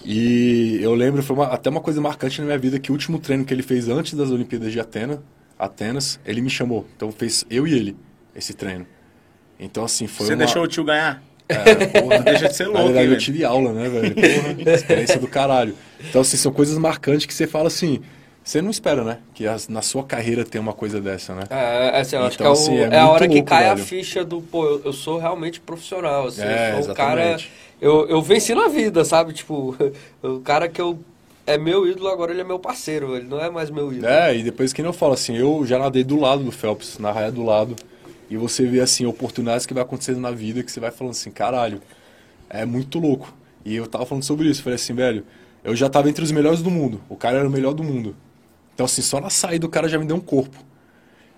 S2: E eu lembro, foi uma- até uma coisa marcante na minha vida, que o último treino que ele fez antes das Olimpíadas de Atena, Atenas, ele me chamou. Então, fez eu e ele esse treino. Então, assim, foi
S3: você
S2: uma...
S3: deixou o tio ganhar?
S2: É, porra.
S3: Deixa de ser louco,
S2: Na verdade,
S3: hein,
S2: eu
S3: velho?
S2: tive aula, né, velho? Porra, experiência do caralho. Então, assim, são coisas marcantes que você fala assim. Você não espera, né? Que as- na sua carreira tenha uma coisa dessa, né?
S1: É, assim, eu acho
S2: Então,
S1: que é, o-
S2: assim, é
S1: é a
S2: muito
S1: hora que
S2: louco,
S1: cai a
S2: velho.
S1: ficha do, pô, eu, eu sou realmente profissional, assim,
S2: É,
S1: eu sou um
S2: exatamente.
S1: cara, eu, eu venci na vida, sabe? Tipo, o cara que eu, é meu ídolo, agora ele é meu parceiro, ele não é mais meu ídolo.
S2: É, e depois que não fala assim, eu já nadei do lado do Phelps, na raia do lado, e você vê assim oportunidades que vai acontecendo na vida que você vai falando assim, caralho, é muito louco. E eu tava falando sobre isso, falei assim, velho, eu já tava entre os melhores do mundo, o cara era o melhor do mundo. Então assim, só na saída o cara já me deu um corpo.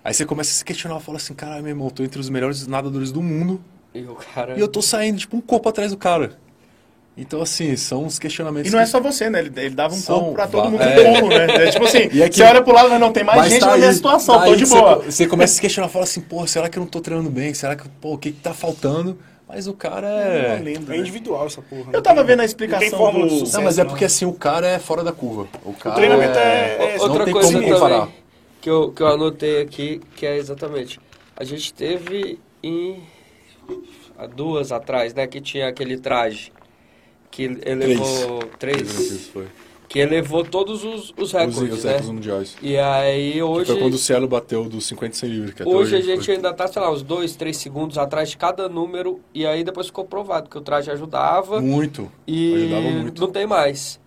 S2: Aí você começa a se questionar, fala assim, caralho, meu irmão, eu tô entre os melhores nadadores do mundo
S1: E o cara...
S2: e eu tô saindo tipo um corpo atrás do cara. Então assim, são os questionamentos
S3: E não é
S2: que-
S3: só você, né? Ele, ele dava um
S2: São
S3: corpo pra todo mundo
S2: va-
S3: que pulo, né? É tipo assim,
S2: E aqui-
S3: você olha pro lado, mas não tem mais gente
S2: tá
S3: na minha
S2: aí-
S3: situação,
S2: tá
S3: tô
S2: aí
S3: de
S2: que você
S3: boa.
S2: co- Você, começa a se questionar, fala assim, pô, será que eu não tô treinando bem? Será que, pô, o que que tá faltando? Mas o cara
S3: Uma
S2: é...
S3: lenda,
S4: É
S3: né?
S4: individual essa porra.
S3: Eu tava vendo a
S4: Não tem
S3: explicação
S4: fórmula de
S3: do...
S4: sucesso.
S2: Não, mas é
S4: não.
S2: porque assim, o cara é fora da curva. O cara
S4: treinamento
S1: O-
S4: é- é-
S2: Não
S1: outra
S2: tem
S1: coisa
S2: como comparar.
S1: também que eu, que eu anotei aqui, que é exatamente, a gente teve em há duas atrás, né, que tinha aquele traje que elevou três,
S2: Foi.
S1: que elevou todos os, os
S2: Os,
S1: recordes,
S2: os
S1: né?
S2: recordes mundiais.
S1: E aí
S2: Que
S1: hoje
S2: Foi quando o Cielo bateu dos 50 e 100 livres. que até
S1: hoje a gente
S2: foi.
S1: ainda tá, sei lá, uns dois, três segundos atrás de cada número e aí depois ficou provado que o traje ajudava.
S2: Muito.
S1: E
S2: Ajudava muito.
S1: não tem mais.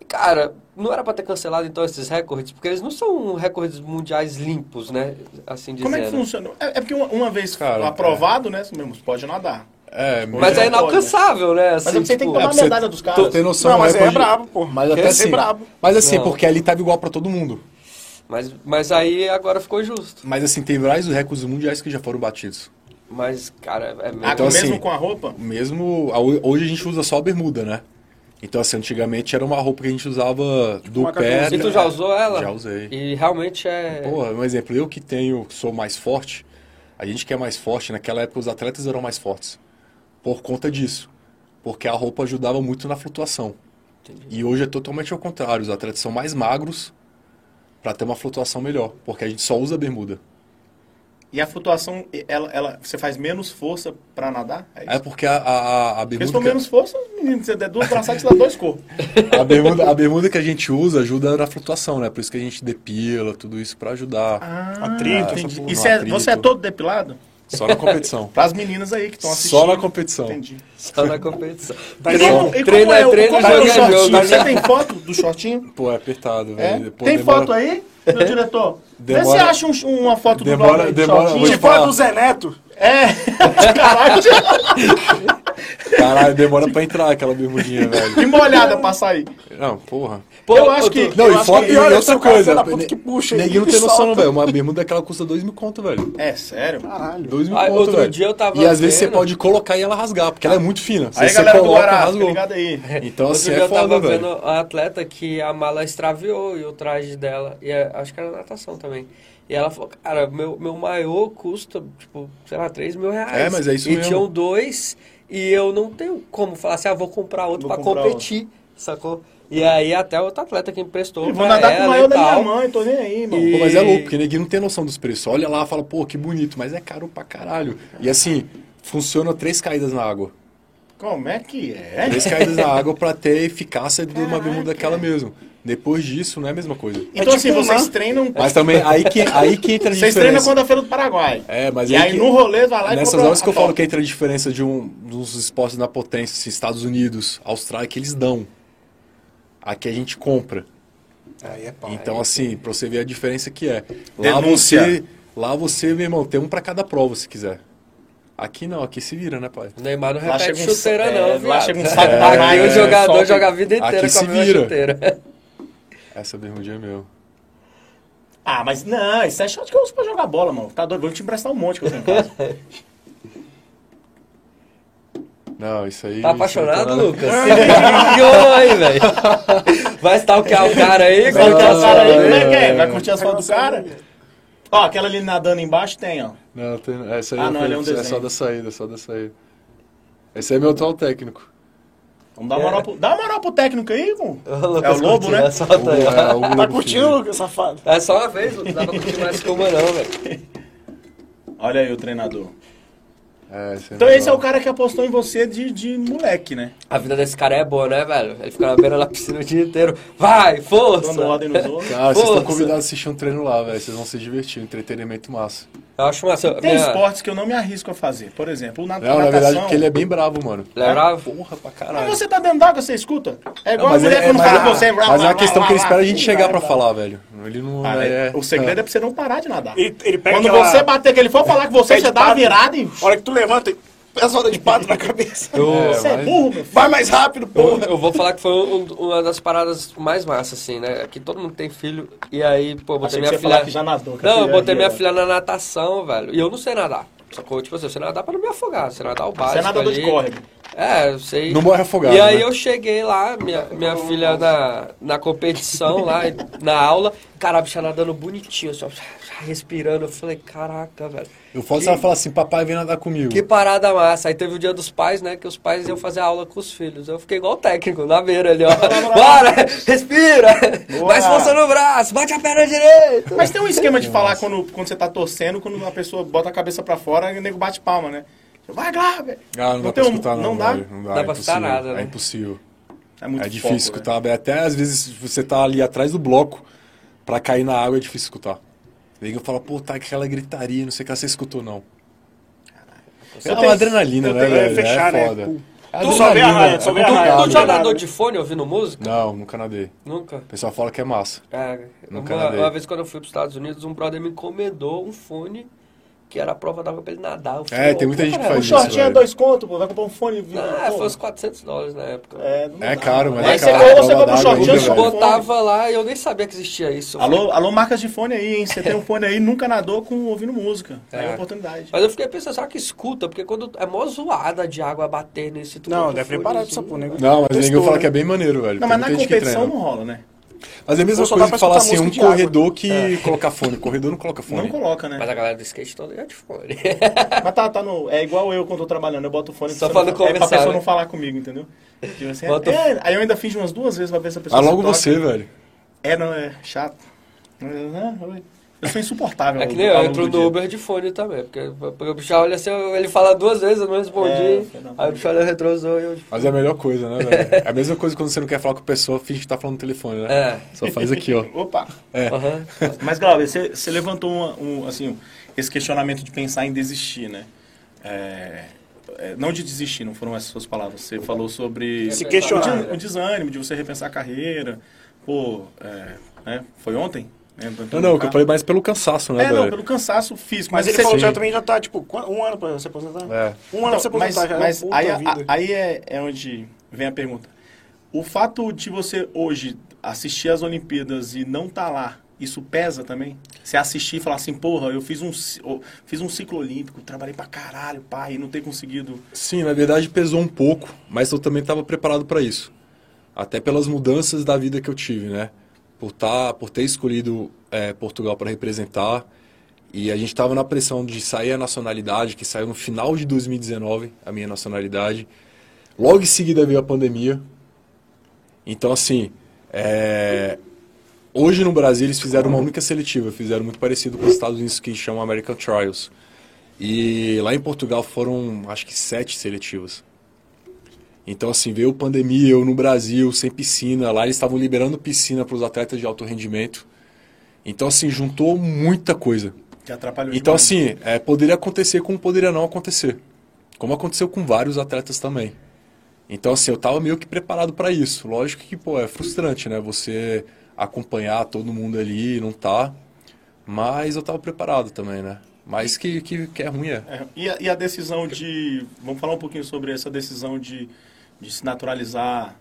S1: E, Cara, não era pra ter cancelado então esses recordes, porque eles não são recordes mundiais limpos, né? Assim dizendo.
S3: Como é que funcionou? É, é porque uma, uma vez
S2: Cara,
S3: aprovado, né? Mesmo, pode nadar.
S2: É,
S1: Mas
S3: Hoje
S1: é
S3: não pode,
S1: inalcançável, né?
S3: Mas você tem que tomar
S2: é
S3: a
S2: pra você
S3: medalha dos caras.
S2: tem noção,
S4: Não, mas
S2: recorde-
S4: é brabo, pô.
S2: Mas até
S4: Quer ser
S2: assim,
S4: brabo.
S2: mas assim,
S1: Não.
S2: porque ali tava igual pra todo mundo.
S1: mas, mas aí agora ficou justo.
S2: Mas assim, tem vários recordes mundiais que já foram batidos.
S1: Mas, cara, é
S3: Ah,
S1: meio...
S2: Então,
S3: mesmo
S2: assim,
S3: com a roupa?
S2: Mesmo. a- Hoje a gente usa só a bermuda, né? Então, assim, antigamente era uma roupa que a gente usava do
S4: Tipo uma
S2: pé.
S4: camiseta.
S1: E tu já usou ela?
S2: Já usei.
S1: E realmente é...
S2: Porra, um exemplo, eu que tenho, sou mais forte, a gente que é mais forte, naquela época os atletas eram mais fortes. Por conta disso. Porque a roupa ajudava muito na flutuação.
S1: Entendi.
S2: E hoje é totalmente ao contrário, os atletas são mais magros para ter uma flutuação melhor, porque a gente só usa bermuda.
S3: E a flutuação, ela, ela, você faz menos força pra nadar? É isso?
S2: É porque a, a, a- a
S3: Porque
S2: bermuda.
S3: se for
S2: que-
S3: menos força, menino, você der duas braçadas, você dá dois corpos.
S2: A bermuda, a bermuda que a gente usa ajuda na flutuação, né? Por isso que a gente depila, tudo isso pra ajudar.
S3: Ah,
S4: Atrito,
S3: entendi.
S4: essa
S2: porra.
S3: E você é,
S2: Atrito.
S3: você é todo depilado?
S2: Só na competição.
S3: Para as meninas aí que estão assistindo.
S2: Só na competição.
S3: entendi.
S1: Só na competição.
S4: Tá
S3: E como,
S4: igual,
S3: e
S1: Treino
S3: como
S1: é
S3: é, o-
S1: treino,
S3: como é
S1: jogo
S3: o
S1: é
S3: shortinho?
S1: jogo, né?
S3: Você tem foto do shortinho?
S2: Pô, é apertado,
S3: É?
S2: velho. Pô,
S3: Tem
S2: demora- É?
S3: foto aí, meu diretor? Vê se
S2: Demora-
S3: acha um- uma foto do
S2: Demora-
S3: Glauber aí de
S2: demora- um
S3: shortinho.
S2: vou te
S4: Tipo a do Zé Neto.
S3: É, caralho.
S2: Caralho, demora pra entrar aquela bermudinha, velho.
S3: E molhada pra sair.
S2: Não, porra.
S1: Pô,
S3: Eu acho que- é
S2: Não,
S4: Eu
S2: e
S4: acho
S2: fora
S4: que-
S2: e
S4: olha,
S2: outra
S4: seu cara,
S2: coisa.
S4: filho da puta que puxa aí,
S2: Ninguém não
S4: que
S2: tem noção, não,
S4: solta.
S2: velho. Uma bermuda daquela custa dois mil conto, velho.
S3: É, sério?
S4: Caralho.
S2: Dois mil
S1: Ah,
S2: conto,
S1: outro
S2: velho.
S1: dia eu tava
S2: E às vezes você
S1: vendo-
S2: pode colocar e ela rasgar, porque ela é muito fina. Se
S3: Aí,
S2: você
S3: galera do
S2: coloca,
S3: Guará, fica
S2: rasgou.
S3: ligado aí.
S2: Então
S1: Outro
S2: assim
S1: dia
S2: é
S1: eu tava
S2: foda,
S1: vendo
S2: velho.
S1: a atleta que a mala extraviou e o traje dela, e é- acho que era natação também. E ela falou, cara, meu, meu maiô custa, tipo, sei lá, 3 mil reais.
S2: É, mas é isso
S1: e
S2: mesmo.
S1: tinham dois, e eu não tenho como falar assim, ah, vou comprar outro
S3: Vou
S1: pra
S3: comprar
S1: competir, sacou? E aí até outro atleta que emprestou
S3: Eu
S1: pra
S3: vou nadar
S2: É,
S3: com o
S1: ela
S3: maior
S1: e
S3: da minha
S1: tal.
S3: mãe, tô nem aí, mano.
S1: E-
S2: Pô, mas é louco, porque ninguém não tem noção dos preços. Olha lá, fala, pô, que bonito, mas é caro pra caralho. E assim, funciona três caídas na água.
S3: Como é que é?
S2: Três caídas na água pra ter eficácia de uma bermuda daquela mesmo. Depois disso, não é a mesma coisa.
S3: Então,
S4: É
S3: assim,
S4: tipo
S3: vocês
S4: uma-
S3: treinam.
S2: Mas também, aí que, aí que entra a
S3: Vocês
S2: diferença.
S3: treinam quando a Feira do Paraguai.
S2: É, mas
S3: E aí
S2: que-
S3: no rolê vai lá e
S2: Nessas
S3: compra
S2: horas que
S3: a
S2: eu falo
S3: top.
S2: que entra a diferença de um dos esportes na potência, assim, Estados Unidos, Austrália, que eles dão. Aqui a gente compra.
S4: Aí é pau.
S2: Então, assim, pra você ver a diferença que é. Lá
S3: Denúncia.
S2: você, lá você, meu irmão, tem um pra cada prova, se quiser. Aqui não, aqui se vira, né, pai?
S1: O Neymar não
S3: Lá
S1: repete
S3: chega um-
S1: chuteira
S3: é,
S1: não,
S3: lá
S1: viado.
S3: chega um saco da
S1: Aqui
S3: Nike,
S1: o
S3: é,
S1: jogador
S3: solta.
S1: joga a vida inteira
S2: né? Aqui
S1: com a
S2: se
S1: mesma
S2: vira.
S1: chuteira.
S2: Essa bermudinha é meu.
S3: Ah, mas não, isso é short que eu uso pra jogar bola, mano. Tá doido, vou te emprestar um monte que eu tenho em casa.
S2: Não, isso aí.
S1: Tá
S2: isso
S1: apaixonado,
S2: aí não tá
S1: Lucas? Se ligou aí, velho. Vai stalkear o cara aí,
S3: Vai curtir as
S1: qualquer
S3: caras aí,
S2: não,
S3: como é que é?
S2: não,
S3: Vai
S2: não.
S3: curtir as fotos do cara? Ó, aquela ali nadando embaixo tem, ó.
S2: nada- Não, tem- essa aí
S3: Ah,
S2: eu
S3: não,
S2: fiz-
S3: ele é um
S2: é só
S3: desenho.
S2: da saída, é só da saída. Esse aí é meu atual técnico.
S3: Vamos
S4: É.
S3: dar moral pro, dá moral pro técnico aí, pô.
S1: Lucas
S3: É o Lobo,
S1: curtiu,
S3: né?
S1: é só tá aí, ó.
S2: É, o
S4: Tá
S2: Globo
S4: curtindo, Lucas, safado?
S1: É só uma vez, não dá pra curtir mais que uma não, velho.
S3: Olha aí o treinador.
S2: É, isso é
S3: Então esse é o
S2: legal.
S3: cara que apostou em você de, de moleque, né?
S1: A vida desse cara é boa, né, velho? Ele fica na beira da piscina o dia inteiro. Vai, força!
S3: Dando ordem nos outros.
S2: Cara, Ah, vocês estão
S1: Força.
S2: convidados a assistir um treino lá, velho. Vocês vão se divertir, um entretenimento massa.
S1: Eu acho massa.
S3: Tem
S1: minha-
S3: esportes que eu não me arrisco a fazer. Por exemplo,
S2: Não,
S3: na natação.
S2: na verdade, porque ele é bem bravo, mano.
S1: Ele é bravo?
S2: Porra pra
S3: Mas
S2: caralho.
S3: você tá dentro d'água, você escuta? É igual a
S2: mas
S3: mulher
S2: é-
S3: quando
S2: mas
S3: fala
S2: é-
S3: com você. blá,
S2: Mas é
S3: blá,
S2: uma
S3: blá,
S2: questão
S3: blá,
S2: que ele
S3: blá,
S2: espera a gente
S3: blá,
S2: chegar
S3: blá,
S2: pra
S3: blá.
S2: falar, velho. Ele não.
S3: Ah,
S2: é-
S3: velho, O segredo é pra você não parar de nadar.
S4: Ele, ele pega
S3: Quando
S4: aquela-
S3: você bater que ele for falar com você,
S2: É
S4: Pede
S3: você dá uma
S4: para.
S3: virada e...
S4: A hora que tu levanta, essa hora de pato na cabeça.
S1: Eu,
S2: É.
S3: Você é
S2: mas-
S3: burro, meu filho.
S4: Vai mais rápido,
S1: eu,
S4: porra.
S1: eu vou falar que foi um- uma das paradas mais massas, assim, né? Aqui todo mundo tem filho. E aí, pô, eu botei
S3: Achei que
S1: minha
S3: você ia
S1: filha.
S3: falar que já nadou. que
S1: Não, eu
S3: ia
S1: botei
S3: rir né?
S1: minha
S3: agora.
S1: filha na natação, velho. E eu não sei nadar. Sacou? Tipo assim, eu sei nadar pra não me afogar. Sei nadar o básico.
S3: Você é nadador de
S1: ali.
S3: córrego.
S1: É, eu sei.
S2: Não morre afogado,
S1: E aí
S2: né?
S1: eu cheguei lá, minha, minha filha na, na competição, lá na aula. Cara, a bicha nadando bonitinho, só respirando. Eu falei, caraca, velho.
S3: é
S2: Eu posso ela falar assim, papai vem nadar comigo.
S1: Que parada massa. Aí teve o dia dos pais, né? Que os pais iam fazer aula com os filhos. Eu fiquei igual o técnico, na beira ali, ó. Bora! Respira! Vai forçando o braço, bate a perna direita.
S3: Mas tem um esquema de falar quando, quando você tá torcendo, quando uma pessoa bota a cabeça pra fora e o nego bate palma, né? Vai, Glauber!
S2: Ah, não, dá pra
S3: tem um-
S2: escutar, não.
S3: não dá?
S2: velho. Não dá,
S1: Dá
S2: é
S1: pra escutar
S2: impossível.
S1: nada, né?
S2: É impossível.
S3: É muito
S2: é
S3: foco,
S2: difícil
S3: né?
S2: escutar. velho. Até às vezes você tá ali atrás do bloco, pra cair na água é difícil escutar. Daí eu falo, pô, tá aquela gritaria, não sei o que, lá, você escutou não.
S3: Eu
S2: é
S3: tenho-
S2: uma adrenalina,
S4: eu
S2: né,
S4: tenho- é
S2: velho?
S4: fechar,
S2: é
S4: né?
S2: foda.
S4: Tu-
S2: É
S4: tu só vê a
S2: adrenalina,
S4: raia, só
S2: é
S4: vê a
S1: Tu,
S4: raia.
S2: complicado,
S1: tu já
S2: velho.
S1: nadou de fone ouvindo música?
S2: Não, nunca nadei.
S1: Nunca.
S2: O pessoal fala que é massa.
S1: É,
S2: Nunca
S1: uma,
S2: nadei.
S1: uma vez quando eu fui pros Estados Unidos, um brother me encomendou um fone que era a prova d'água pra ele nadar. Eu falei,
S2: É,
S1: "Ô,
S2: tem muita gente que
S1: cara,
S3: O
S2: faz isso.
S3: shortinho é
S2: velho.
S3: dois conto, pô. Vai comprar um fone. viu?
S1: Ah,
S3: Pô,
S1: foi uns 400 dólares na época.
S3: é, não
S2: É
S3: dá.
S2: caro, mas
S3: Aí
S2: é
S3: você
S2: caro.
S3: ou
S2: A
S3: você
S2: prova
S3: compra um
S2: d'água
S3: shortinho
S2: ajuda,
S3: ou
S2: velho.
S3: um fone.
S1: Botava lá e eu nem sabia que existia isso.
S3: Alô, alô, marcas de fone aí, hein? Você tem um fone aí, nunca nadou com ouvindo música. É,
S1: É.
S3: uma oportunidade.
S1: Mas eu fiquei pensando, será que escuta? Porque quando é mó zoada de água bater nesse tubo.
S4: Não, deve preparar pra essa
S1: assim.
S4: porra, nego.
S2: Não, mas ninguém
S4: Testou,
S2: fala
S4: né?
S2: que é bem maneiro, velho.
S3: Não,
S2: Tem
S3: mas na
S2: muita gente que
S3: competição
S2: treina.
S3: não rola, né?
S2: Mas é a mesma
S4: Ou só
S2: coisa
S4: dá pra
S2: que falar
S4: escutar
S2: assim, um
S4: música de água.
S2: corredor que colocar fone. Corredor não coloca fone.
S3: É. Não coloca, né?
S1: Mas a galera do skate toda é de fone.
S3: Mas tá, tá no. É igual eu quando tô trabalhando, eu boto o fone
S1: Só
S3: pra, você
S1: pra
S3: não,
S1: não
S3: é, pra
S1: conversar,
S3: pessoa
S1: né?
S3: não falar comigo, entendeu? Tipo assim,
S1: Bota-
S3: é, aí eu ainda finjo umas duas vezes pra ver se a pessoa.
S2: Ah,
S3: se
S2: logo
S3: toca.
S2: você, velho.
S3: É, não, é chato. É, Eu sou insuportável.
S1: É que nem
S3: ao
S1: eu, eu
S3: longo
S1: entro
S3: do
S1: no
S3: dia.
S1: Uber de fone também. Porque, porque o bicho olha assim, eu- ele fala duas vezes, eu não respondi.
S3: É, filho da
S1: aí o bicho olha retrosou e eu. tipo,
S2: Mas é a melhor coisa, né, velho? É a mesma coisa quando você não quer falar com a pessoa, finge que tá falando no telefone, né?
S1: É.
S2: Só faz aqui, ó.
S3: Opa!
S1: Aham.
S3: Mas, Glauber, você, você levantou uma- um, assim, um- esse questionamento de pensar em desistir, né? É, é, não de desistir, não foram essas suas palavras. Você falou
S1: É
S3: sobre
S4: Se
S3: o,
S4: questionar.
S3: des- o desânimo, de você repensar a carreira. Pô, é, né? foi ontem? né?
S2: Não, não, o que eu falei mais pelo cansaço, né,
S3: É, não,
S2: velho?
S3: pelo cansaço físico.
S4: Mas,
S3: Mas,
S4: ele
S3: você-
S4: falou que já
S2: Sim.
S4: também já tá, tipo, qu- um ano pra se aposentar?
S2: É.
S4: Um ano pra se
S3: Então, mas
S4: aposentar, já
S3: mas
S4: é uma
S3: aí,
S4: puta
S3: a-
S4: vida.
S3: aí é, é onde vem a pergunta. O fato de você hoje assistir às Olimpíadas e não estar lá, isso pesa também? Você assistir e falar assim, porra, eu fiz um, ci- eu fiz um ciclo olímpico, trabalhei pra caralho, pai, e não ter conseguido.
S2: Sim, na verdade pesou um pouco, mas eu também estava preparado para isso. Até pelas mudanças da vida que eu tive, né? Por, tá, por ter escolhido é, Portugal para representar. E a gente estava na pressão de sair a nacionalidade, que saiu no final de 2019, a minha nacionalidade. Logo em seguida veio a pandemia. Então, assim, é, hoje no Brasil eles fizeram uma única seletiva, fizeram muito parecido com os Estados Unidos, que chamam American Trials. E lá em Portugal foram, acho que sete seletivas. Então, assim, veio pandemia, eu no Brasil, sem piscina. Lá eles estavam liberando piscina para os atletas de alto rendimento. Então, assim, juntou muita coisa.
S3: Te atrapalhou
S2: Então,
S3: demais.
S2: assim, é, poderia acontecer como poderia não acontecer. Como aconteceu com vários atletas também. Então, assim, eu tava meio que preparado para isso. Lógico que, pô, é frustrante, né? Você acompanhar todo mundo ali e não tá. Mas eu tava preparado também, né? Mas que, que, que é ruim, é.
S3: É, e, a, e a decisão de. Vamos falar um pouquinho sobre essa decisão de, de se naturalizar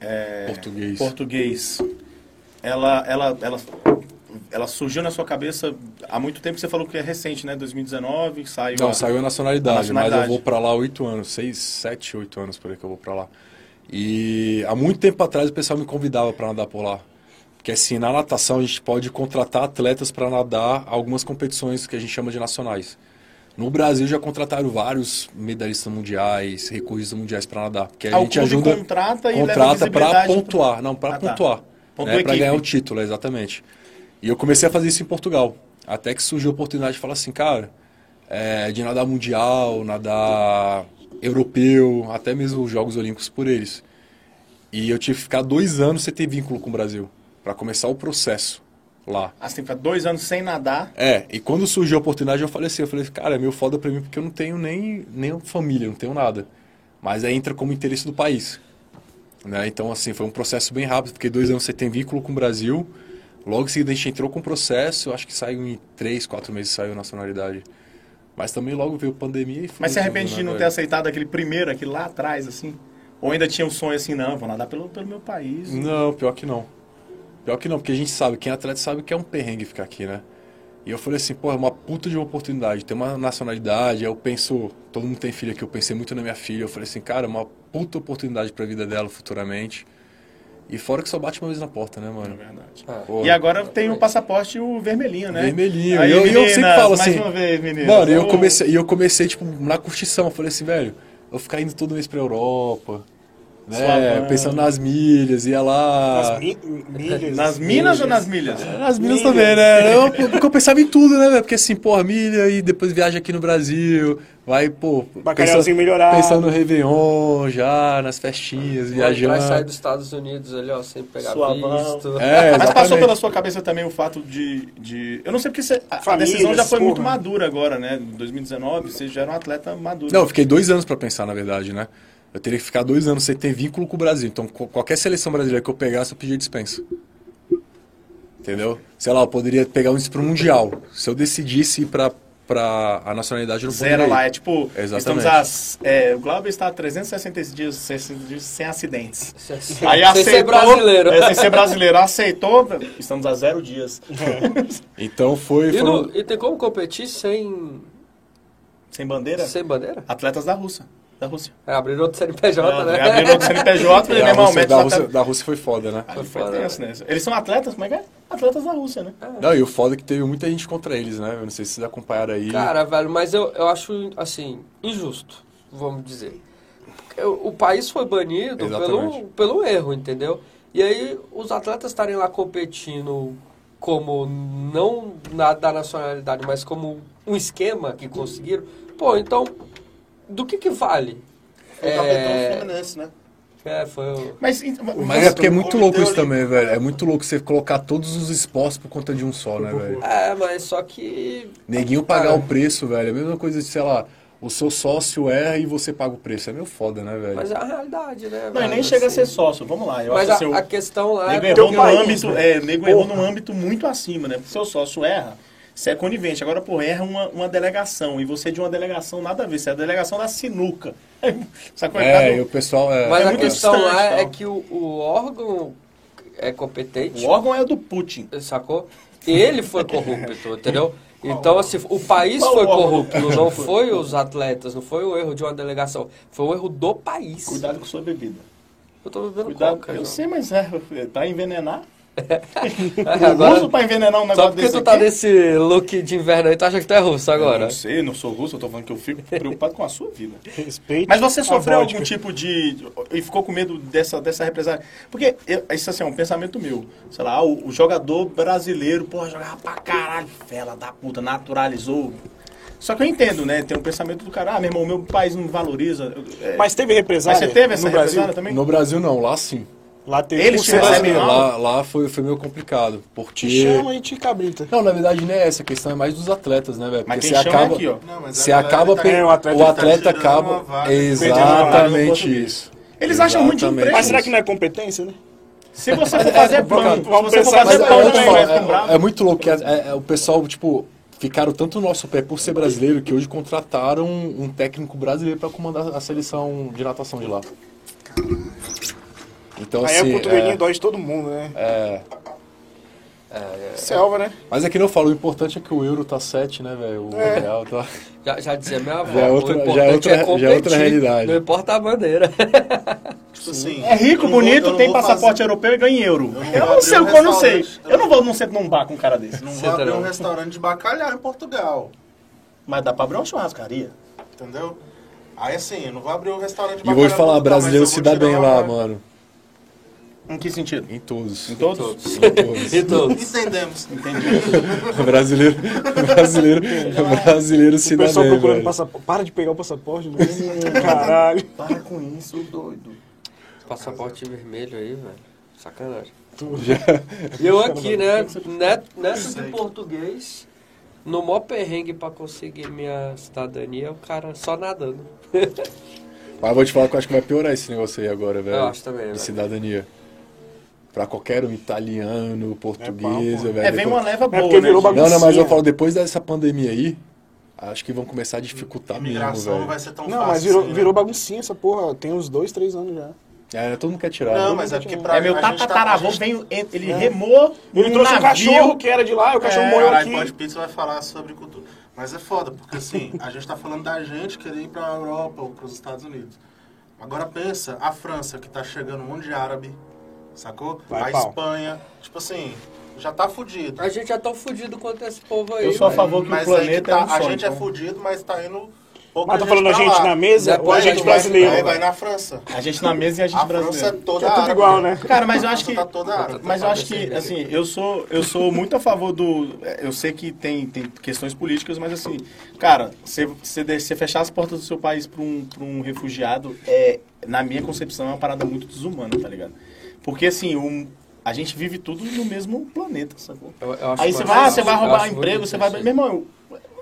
S3: é,
S2: Português.
S3: português. Ela, ela, ela, ela surgiu na sua cabeça há muito tempo. Você falou que é recente, né? 2019, saiu.
S2: Não,
S3: a-
S2: saiu a nacionalidade,
S3: a nacionalidade.
S2: mas eu vou pra lá oito anos, seis, sete, oito anos por aí que eu vou pra lá. E há muito tempo atrás o pessoal me convidava pra nadar por lá. Porque assim, na natação a gente pode contratar atletas pra nadar algumas competições que a gente chama de nacionais. No Brasil já contrataram vários medalhistas mundiais, recordistas mundiais pra nadar, porque a
S3: Ah, o
S2: gente
S3: clube
S2: ajuda
S3: contrata e
S2: contrata
S3: leva
S2: para
S3: visibilidade
S2: pontuar, não
S3: Ah,
S2: para
S3: tá.
S2: pontuar,
S3: Pontua
S2: né, para
S3: equipe.
S2: ganhar o título, exatamente. E eu comecei a fazer isso em Portugal, até que surgiu a oportunidade de falar assim, cara, é, de nadar mundial, nadar europeu, até mesmo os Jogos Olímpicos por eles. E eu tive que ficar dois anos sem ter vínculo com o Brasil, para começar o processo lá.
S3: Ah, você tem que ficar dois anos sem nadar.
S2: É, e quando surgiu a oportunidade eu falei assim, eu falei, cara, é meio foda pra mim porque eu não tenho nem, nem família, não tenho nada. Mas aí entra como interesse do país. Né? Então, assim, foi um processo bem rápido, fiquei dois anos sem ter vínculo com o Brasil. Logo em seguida a gente entrou com o processo, eu acho que saiu em três, quatro meses saiu a nacionalidade. Mas também logo veio a pandemia e foi
S3: Mas se
S2: tudo,
S3: arrepende
S2: né,
S3: de não ter
S2: velho?
S3: aceitado aquele primeiro, aquele lá atrás, assim? Ou ainda tinha um sonho assim, não, vou nadar pelo, pelo meu país.
S2: Não, pior que não. Pior que não, porque a gente sabe, quem é atleta sabe que é um perrengue ficar aqui, né? E eu falei assim, pô, é uma puta de uma oportunidade, tem uma nacionalidade, aí eu penso, todo mundo tem filha aqui, eu pensei muito na minha filha, eu falei assim, cara, é uma puta oportunidade pra vida dela futuramente. E fora que só bate uma vez na porta, né,
S3: Na
S2: mano?
S3: verdade.
S1: Ah,
S2: Pô, é.
S3: E agora tem o passaporte o vermelhinho, né?
S2: Vermelhinho.
S3: Aí,
S2: E eu- e eu
S3: meninas,
S2: sempre falo
S3: mais
S2: assim,
S3: uma vez, meninas.
S2: Mano, e eu
S3: Ô,
S2: comecei, e eu comecei, tipo, na curtição. Eu falei assim, velho, eu vou ficar indo todo mês pra Europa, né?
S3: Suavão.
S2: Pensando nas milhas, ia lá.
S4: Nas mi- milhas.
S3: Ah. Nas minas ou nas milhas?
S2: Nas milhas também, né? Eu, porque eu pensava em tudo, né, velho? Porque assim, porra, milha e depois viaja aqui no Brasil, vai, pô.
S4: Bacalhauzinho
S2: pensa-
S4: melhorado.
S2: Pensando no Réveillon já, nas festinhas,
S1: Vai sair
S2: viajando. né?"
S1: dos Estados Unidos ali, ó, sem pegar
S3: Suavão.
S1: visto.
S2: É,
S3: Mas passou
S2: exatamente.
S3: pela sua cabeça também o fato de. de... Eu não sei porque você- a, a
S4: Família,
S3: decisão já foi
S4: porra.
S3: muito madura agora, né? Em 2019, você já era um atleta maduro.
S2: Não, eu fiquei dois anos pra pensar, na verdade, né? Eu teria que ficar dois anos sem ter vínculo com o Brasil. Então, qu- qualquer seleção brasileira que eu pegasse, eu pedia dispensa. Entendeu? Sei lá, eu poderia pegar um pro Mundial. Se eu decidisse ir pra, pra a nacionalidade, eu não
S3: Zero
S2: poderia ir.
S3: lá, é tipo,
S2: Exatamente.
S3: estamos as, é, o Glauber está há 360 dias, 60 dias sem acidentes.
S1: Sem
S3: Aí
S1: sem
S3: aceitou,
S1: ser brasileiro.
S3: É, sem ser brasileiro, aceitou, estamos a zero dias.
S2: Então foi.
S1: E,
S2: foi um-
S1: não- e tem como competir sem,
S3: Sem bandeira,
S1: sem bandeira?
S3: atletas da Rússia. Da Rússia.
S1: É, abriram outro CNPJ, né?
S3: Abriram outro CNPJ,
S2: É,
S3: falei, meu
S2: a
S3: irmão,
S2: Rússia-
S3: mete
S2: da,
S3: sua
S2: Rússia,
S3: tab-
S2: da Rússia foi foda, né?
S3: Aí foi tenso, né? Eles são atletas, como é que é? Atletas da Rússia, né?
S2: Não, e o foda é que teve muita gente contra eles, né? Eu não sei se vocês acompanharam aí.
S1: Cara, velho, mas eu, eu acho, assim, injusto, vamos dizer. Porque O o país foi banido pelo,
S2: Exatamente.
S1: pelo erro, entendeu? E aí os atletas estarem lá competindo como não na, da nacionalidade, mas como um esquema que conseguiram. Pô, então, do que que vale?
S5: Foi o capitão
S1: É,
S5: Fluminense, né?
S1: é, foi o...
S3: Mas, então,
S2: Mas
S3: você-
S2: é porque é muito
S5: Comitê
S2: louco isso
S1: um-
S5: Olímpico.
S2: também, velho. É muito louco você colocar todos os esportes por conta de um só, né, velho?
S1: É, mas só que...
S2: Neguinho pagar
S1: Cara.
S2: o preço, velho. É a mesma coisa de, sei lá, o seu sócio erra e você paga o preço. É meio foda, né, velho?
S1: Mas é a realidade, né?
S3: Não, e
S1: velho?
S3: nem chega a
S1: Assim,
S3: ser sócio, vamos lá. Eu
S1: Mas
S3: acho que
S1: a,
S3: seu-
S1: a questão lá
S3: Nego
S1: é
S3: errou
S1: porque
S3: num
S1: o país,
S3: âmbito,
S1: né?
S3: é, nego errou num âmbito muito acima, né? Porque seu sócio erra, você é conivente. Agora, pô, erra uma, uma delegação. E você é de uma delegação nada a ver. Você é a delegação da sinuca. Sacou? Tá
S2: É,
S3: no-
S2: e o pessoal. É,
S1: Mas
S3: é
S1: a
S3: muito
S1: questão
S3: distante,
S1: lá é
S3: tal.
S1: que o, o órgão é competente,
S3: O órgão é o do Putin.
S1: sacou? Ele foi corrupto, entendeu? Então, assim, o país
S3: Qual
S1: foi
S3: órgão?
S1: corrupto, não foi os atletas, não foi o erro de uma delegação, foi o erro do país.
S3: Cuidado com sua bebida.
S1: Eu tô bebendo
S3: Cuidado.
S1: coca,
S3: eu
S1: João.
S3: sei, mas é, pra envenenar.
S1: É, Agora,
S3: Russo é pra envenenar um
S1: só
S3: negócio
S1: porque
S3: desse
S1: tu tá
S3: aqui?
S1: nesse look de inverno aí, tu acha que tu é russo
S3: Eu
S1: agora?
S3: não sei, não sou russo, eu tô falando que eu fico preocupado com a sua vida.
S4: Respeito.
S3: Mas você
S4: a
S3: sofreu
S4: vodka.
S3: algum tipo de. e ficou com medo dessa, dessa represália? Porque eu- isso assim, é um pensamento meu. Sei lá, o, o jogador brasileiro, porra, jogava pra caralho, fela da puta, naturalizou. Só que eu entendo, né? Tem um pensamento do cara, ah, meu irmão, meu país não valoriza. É,
S4: Mas teve
S3: mas
S4: represália?
S3: você teve essa
S4: no Brasil?
S3: represália também?
S2: no Brasil, não. Lá sim.
S4: Lá teve. um
S3: Eles
S4: Por
S3: te
S4: ser
S1: é
S3: recebem
S4: brasileiro.
S3: mal?
S2: Lá, lá foi, foi meio complicado. Porque.
S4: Te chama e te cabrita.
S2: Não, na verdade não é essa. A questão é mais dos atletas, né, velho?
S3: Mas
S2: Porque
S3: quem
S2: você
S3: chama é
S2: acaba.
S3: aqui, ó.
S5: Não, mas a
S2: Você
S5: galera
S2: acaba.
S5: tá-
S2: pe-
S4: É, o
S2: o
S4: atleta
S2: atleta,
S4: tá
S5: tirando uma
S2: acaba.
S5: vaga.
S4: Perdendo uma vaga no
S2: Exatamente
S4: português.
S2: isso.
S3: Eles acham ruim de
S2: Exatamente
S3: emprego.
S4: Mas será que não é competência, né?
S3: Se você for fazer pão,
S4: Vamos- vamos
S3: se você for
S4: pensar
S2: Mas
S3: fazer
S2: é,
S4: nessa
S3: pão,
S4: outra
S2: eu te
S3: também
S2: falo,
S3: vai
S4: forma.
S2: é-
S3: comprar.
S2: é muito louco que é- é- o pessoal, tipo, ficaram tanto no nosso pé por ser brasileiro que hoje contrataram um técnico brasileiro para comandar a seleção de natação de lá. Então,
S4: Aí
S2: assim,
S4: a cotovelinha
S2: é-
S4: dói de todo mundo, né?
S2: é,
S4: Selva, né?
S2: mas é que nem eu falo, o importante é que o euro tá 7, né, velho? O real tá...
S1: Já, já dizia minha avó,
S2: Já é outra-
S1: o
S2: já é
S1: importante
S2: outra-
S1: é
S2: já é outra
S1: competir,
S2: realidade.
S1: não importa a bandeira.
S5: Tipo assim,
S3: É rico,
S5: eu não vou-
S3: bonito,
S5: eu não
S3: tem
S5: vou
S3: passaporte
S5: fazer- um-
S3: europeu e ganha em euro.
S5: Eu não
S3: Eu
S5: vou
S3: não
S5: abrir
S3: sei,
S5: um
S3: eu não sei.
S5: restaurante.
S3: Eu não vou num centro num bar com um cara desse.
S5: Não
S1: Você
S5: vou abrir
S1: tá-
S5: um restaurante de bacalhau em Portugal,
S3: Mas dá pra abrir uma churrascaria.
S5: entendeu? Aí assim, eu não vou abrir um restaurante de
S2: E
S5: bacalhau.
S2: vou te
S5: em
S2: falar,
S5: Portugal, mas
S2: brasileiro
S5: eu
S2: se
S5: vou
S2: dá
S5: tirar
S2: bem
S5: uma-
S2: lá, mano.
S3: Em que sentido?
S2: Em todos.
S3: Em todos?
S2: Em todos.
S1: E todos.
S5: Entendemos.
S2: brasileiro, brasileiro, brasileiro se
S4: O
S2: dá
S4: pessoal
S2: bem,
S4: procurando
S2: velho.
S4: passaporte. Para de pegar o passaporte, não é? Caralho.
S5: Para com isso, doido.
S1: Passaporte vermelho aí, velho. Sacanagem.
S2: Já,
S1: E eu aqui, né? ne- Nessa de
S5: Sei.
S1: português, no maior perrengue pra conseguir minha cidadania, o cara só nadando.
S2: mas eu vou te falar que eu acho que vai piorar esse negócio aí agora, velho.
S1: Eu acho também,
S2: De
S1: velho.
S2: cidadania. Pra qualquer um italiano, português,
S4: pô.
S2: velho.
S3: É, vem uma leva boa,
S4: porque
S3: né?
S4: virou
S3: gente?
S4: bagulho.
S2: Não, não, mas eu
S4: baguncinha.
S2: falo, depois dessa pandemia aí, acho que vão começar a dificultar mesmo,
S5: Imigração não vai
S2: velho.
S5: ser tão
S4: Não,
S5: fácil.
S4: mas virou,
S5: assim, né?
S4: virou baguncinha essa porra. Tem uns dois, três anos já.
S2: É, todo mundo quer tirar.
S5: Não,
S2: né?
S5: mas é porque pra
S3: É meu
S5: a gente tá-
S3: tataravô,
S5: a gente-
S3: veio, ele remou
S4: Ele
S3: num
S4: trouxe um
S3: navio.
S4: cachorro que era de lá, e o cachorro
S3: É,
S4: morreu
S5: Caralho,
S4: aqui.
S5: Pode Pizza vai falar sobre cultura. Mas é foda, porque assim, a gente tá falando da gente querer ir pra Europa ou pros Estados Unidos. Agora pensa, a França, que tá chegando um monte de árabe, sacou?
S4: Vai,
S5: a
S4: pau.
S5: Espanha, tipo assim, já tá fudido.
S1: A gente já tão fudido quanto esse povo aí.
S3: Eu sou a
S1: velho.
S3: favor que o
S5: Mas aí que
S3: planeta
S5: tá,
S3: é um
S5: a
S3: sonho.
S5: gente é
S3: então.
S5: fudido, mas tá indo... pouca
S4: Mas tá falando a
S5: pra
S4: gente
S5: lá.
S4: na mesa
S1: Zé
S4: ou é a
S1: Paulo,
S4: gente
S1: vai-
S5: Aí
S4: brasileiro?
S5: vai na França.
S3: A gente na mesa e a gente
S5: A França é
S3: brasileiro.
S5: toda
S4: Que é tudo
S5: árabe.
S4: igual, né?
S3: Cara, mas eu
S5: A
S3: acho que
S5: França Tá
S1: é
S5: toda árabe.
S3: Mas eu acho que, assim,
S1: né?
S3: eu sou, eu sou muito a favor do. Eu sei que tem, tem questões políticas, mas assim, cara, você, você, de- você fechar as portas do seu país para um, pra um refugiado, é, na minha concepção, é uma parada muito desumana, tá ligado? Porque, assim, um, a gente vive tudo no mesmo planeta, sacou?
S1: Eu- eu acho
S3: Aí você
S1: massa.
S3: vai, ah, você vai
S1: Eu
S3: roubar
S1: acho
S3: emprego,
S1: bonito
S3: você vai.
S1: isso
S3: Meu
S1: aí.
S3: irmão,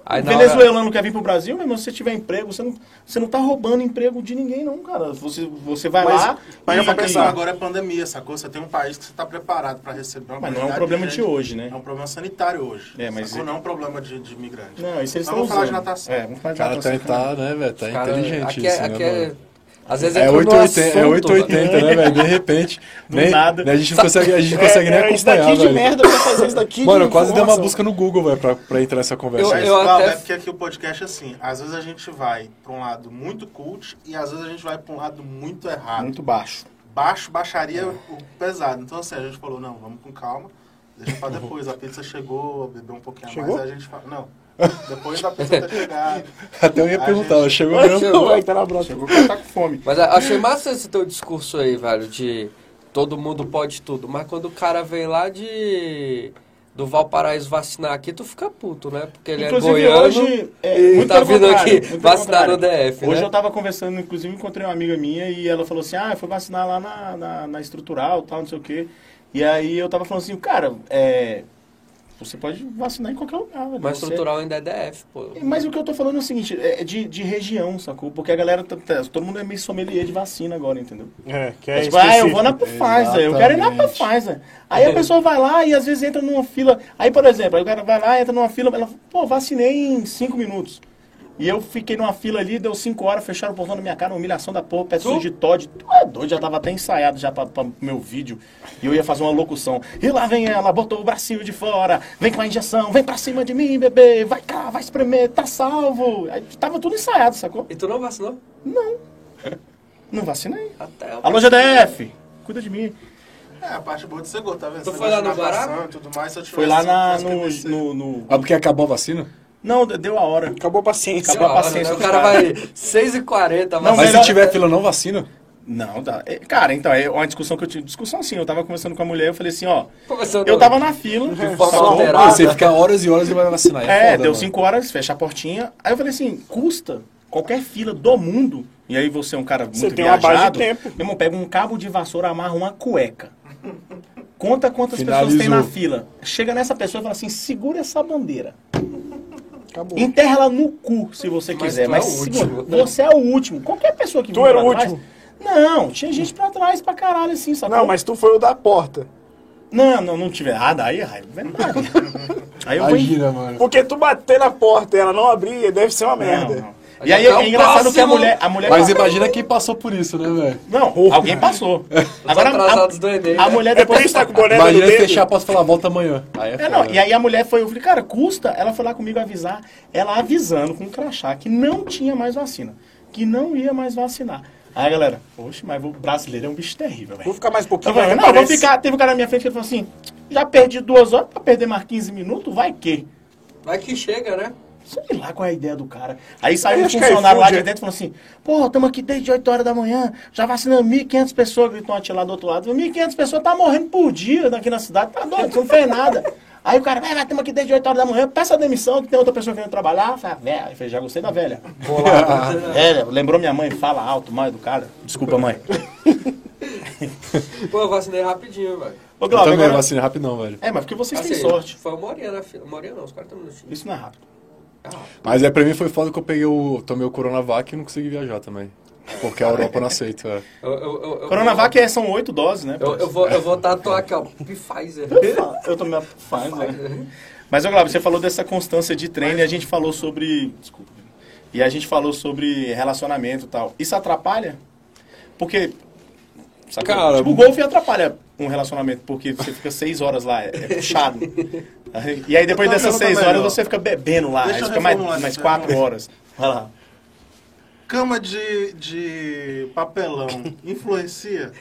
S1: Aí
S3: o
S1: na hora-
S3: venezuelano quer vir pro Brasil, meu irmão, se você tiver emprego, você não, você não tá roubando emprego de ninguém, não, cara. Você, você vai
S4: Mas-
S3: lá.
S5: Mas
S3: e-
S5: eu vou pensar,
S3: e-
S5: agora é pandemia, sacou? Você tem um país que você tá preparado pra receber
S3: Mas
S5: uma
S3: não é um
S5: quantidade
S3: problema de
S5: gente.
S3: hoje, né?
S5: É um problema sanitário hoje.
S3: É, mas
S5: sacou?
S3: e-
S5: Não é um problema de, de imigrante.
S3: Não, isso eles
S5: Mas
S3: estão
S5: vamos falar
S3: usando.
S5: de natação.
S3: É, vamos falar
S2: O
S3: de
S2: cara
S3: natação.
S2: tá, tá, né, velho? Tá
S1: Cara,
S2: inteligente
S1: aqui,
S2: isso,
S1: é,
S2: né,
S1: aqui
S2: mano?
S1: é... Às vezes
S2: É
S1: entra no
S2: 880, é
S1: assunto,
S2: 880, né, velho? De repente.
S3: Do
S2: nem,
S3: nada.
S2: né, a gente não consegue, a gente não consegue nem
S4: era É, isso daqui
S2: acompanhar,
S4: tá de
S2: velho.
S4: merda, eu vou fazer isso daqui
S2: Mano,
S4: de
S2: eu quase dei uma
S4: informação.
S2: busca no Google, velho, pra, pra entrar nessa conversa.
S5: Mas,
S1: Eu
S5: Val,
S1: até-
S5: é porque aqui o podcast é assim. Às vezes a gente vai pra um lado muito cult e às vezes a gente vai pra um lado muito errado.
S3: Muito baixo.
S5: Baixo, baixaria, o pesado. Então, assim, a gente falou, não, vamos com calma. Deixa pra depois. A pizza chegou, bebeu um pouquinho
S4: Chegou?
S5: a mais. aí A gente fala, não. Depois da pizza tá ter chegado.
S2: Até eu ia
S5: A
S2: perguntar,
S5: gente-
S2: ela chegou
S4: Não,
S2: mesmo.
S1: Chegou.
S4: Vai que tá na brota.
S3: Chegou que tá com fome.
S1: Mas a- achei massa esse teu discurso aí, velho, de todo mundo pode tudo. Mas quando o cara vem lá de do Valparaíso vacinar aqui, tu fica puto, né? Porque ele
S3: inclusive,
S1: é goiano.
S3: hoje. É,
S1: e
S3: muito
S1: tá
S3: pelo
S1: vindo
S3: contrário,
S1: aqui
S3: muito pelo
S1: vacinar no
S3: contrário.
S1: DF,
S3: Hoje
S1: né?
S3: eu tava conversando, inclusive, encontrei uma amiga minha e ela falou assim: ah, eu fui vacinar lá na, na, na estrutural, tal, não sei o quê. E aí eu tava falando assim, cara, é, Você pode vacinar em qualquer lugar, velho.
S1: Mas
S3: Você-
S1: estrutural ainda é DF, pô.
S3: Mas o que eu tô falando é o seguinte, é de, de região, sacou? Porque a galera, tá- tá- todo mundo é meio sommelier de vacina agora, entendeu?
S4: É, que
S3: É
S4: é
S3: tipo, ah, eu
S4: específico.
S3: vou na Pfizer, eu quero ir na
S2: Exatamente.
S3: Pfizer. Aí a pessoa vai lá e às vezes entra numa fila. Aí, por exemplo, aí o cara vai lá, entra numa fila, ela, pô, vacinei em 5 minutos. E eu fiquei numa fila ali, deu 5 horas, fecharam o portão na minha cara, uma humilhação da porra, peço
S1: Tu?
S3: de Todd. Tu é doido, já tava até ensaiado já pra, pra meu vídeo. E eu ia fazer uma locução. E lá vem ela, botou o bracinho de fora, vem com a injeção, vem pra cima de mim, bebê, vai cá, vai espremer, tá salvo. Aí tava tudo ensaiado, sacou?
S1: E tu não vacinou?
S3: Não vacinei.
S1: Até
S3: Alô, GDF, cuida de mim.
S5: É, a parte boa de ser gol, tá vendo?
S1: Tu
S5: Esse
S1: foi lá
S5: negócio de
S1: no Guará?
S5: natação e tudo mais, se eu tivesse
S3: Foi lá na-
S5: sido,
S3: no,
S5: fosse
S3: no- no-
S2: Ah, porque acabou a vacina?
S3: Não, de- deu a hora.
S4: Acabou a paciência.
S3: Acabou a
S1: Sei lá, né?
S3: paciência
S1: O
S3: do
S1: cara
S3: cara.
S1: vai 6h40,
S3: Não,
S2: Mas
S1: mas...
S3: melhor-
S2: se tiver fila, não vacina?
S3: Não, dá. É, Cara, então, é uma discussão que eu tive. Discussão assim, eu tava conversando com a mulher, eu falei assim, ó.
S1: Começando-
S3: Eu tava na fila.
S1: forma
S3: sacou?
S1: alterada.
S2: Mano, você fica horas e horas e vai vacinar.
S3: É,
S2: foda,
S3: deu
S2: mano.
S3: 5 horas, fecha a portinha. Aí eu falei assim, custa qualquer fila do mundo. E aí você é um cara muito
S4: Você tem uma
S3: viajado.
S4: base de tempo.
S3: Meu irmão, pega um cabo de vassoura, amarra uma cueca. Conta quantas pessoas tem
S2: Finalizou.
S3: na fila. Chega nessa pessoa e fala assim, segura essa bandeira.
S4: Acabou.
S3: Enterra ela no cu, se você
S1: Mas
S3: quiser.
S1: tu
S3: Mas
S1: é o
S3: segura,
S1: último.
S3: você é o último. Qualquer pessoa que
S4: Tu
S3: vinha
S4: era
S3: pra
S4: o
S3: trás-
S4: último?
S3: Não, tinha gente pra trás, pra caralho, assim, sacou?
S4: Não, mas tu foi o da porta.
S3: Não, não, não tiver nada. Aí, é aí, verdade. aí eu vou... em-
S2: Imagina, mano.
S4: Porque tu bater na porta e ela não abrir, deve ser uma
S3: Não,
S4: merda.
S3: não. E aí
S1: Até o
S3: é engraçado que a
S1: próximo.
S3: mulher... A mulher
S2: Mas imagina quem passou por isso, né, velho?
S3: Não, alguém passou. Agora,
S1: atrasados do Enem,
S3: a, a
S1: né?
S3: mulher
S4: É por
S3: depois...
S4: isso que tá com o boné no
S2: Imagina
S4: dedo.
S2: fechar, posso falar, volta amanhã. Aí é
S3: É,
S2: foda.
S3: não, e aí a mulher foi, eu falei, cara, custa? Ela foi lá comigo avisar, ela avisando com crachá que não tinha mais vacina, que não ia mais vacinar. Aí a galera, poxa, mas o brasileiro é um bicho terrível, velho.
S4: Vou ficar mais um
S3: Eu
S4: pouquinho.
S3: falei,
S4: até
S3: não, vou
S4: parece.
S3: ficar. Teve um cara na minha frente que ele falou assim: já perdi duas horas pra perder mais 15 minutos, vai que?
S1: Vai que chega, né?
S3: Sei lá qual é a ideia do cara. Aí saiu um
S4: acho que é
S3: funcionário lá
S4: iFood,
S3: de
S4: é.
S3: dentro e falou assim: Porra, estamos aqui desde 8 horas da manhã, já vacinando 1.500 pessoas, gritou uma tia lá do outro lado. 1.500 pessoas tá morrendo por dia aqui na cidade, tá doido, você não fez nada. Aí o cara, vai, vai, estamos aqui desde 8 horas da manhã, peça a demissão, que tem outra pessoa querendo trabalhar. Eu falei, "Ah, velha, Eu falei, já gostei da velha. velha, lembrou minha mãe, fala alto, mal educada. Desculpa, mãe.
S1: Pô, eu vacinei rapidinho, velho.
S3: Ô,
S2: Eu
S3: Glauber,
S2: também,
S3: agora...
S2: vacina rápido não, velho.
S3: É, mas porque vocês têm
S1: Assim,
S3: sorte.
S1: Foi uma horinha na fila. Uma horinha não, os 40 minutinhos.
S3: Isso não é rápido.
S1: Ah,
S2: Mas é, pra mim foi foda que eu peguei o... Tomei o Coronavac e não consegui viajar também. Porque a Europa não aceita, é.
S1: eu, eu, eu, eu,
S3: Coronavac é, são oito doses, né?
S1: Eu, eu vou, eu vou tatuar aqui, ó. Pfizer.
S3: Eu também faz, né? Mas, ô, Glauber, você falou dessa constância de treino e a gente falou sobre... Desculpa. E a gente falou sobre relacionamento e tal. Isso atrapalha? Porque... sabe,
S2: Cara,
S3: tipo, o golfe atrapalha um relacionamento, porque você fica seis horas lá, é, é puxado. E aí, depois
S5: Eu tô
S3: dessas
S5: vendo
S3: seis
S5: também,
S3: horas,
S5: ó.
S3: você fica bebendo lá.
S5: Deixa
S3: aí
S5: eu
S3: fica mais,
S5: reformular
S3: mais
S5: essa
S3: quatro
S5: pergunta.
S3: horas. É, Vai lá.
S5: Cama de, de papelão influencia?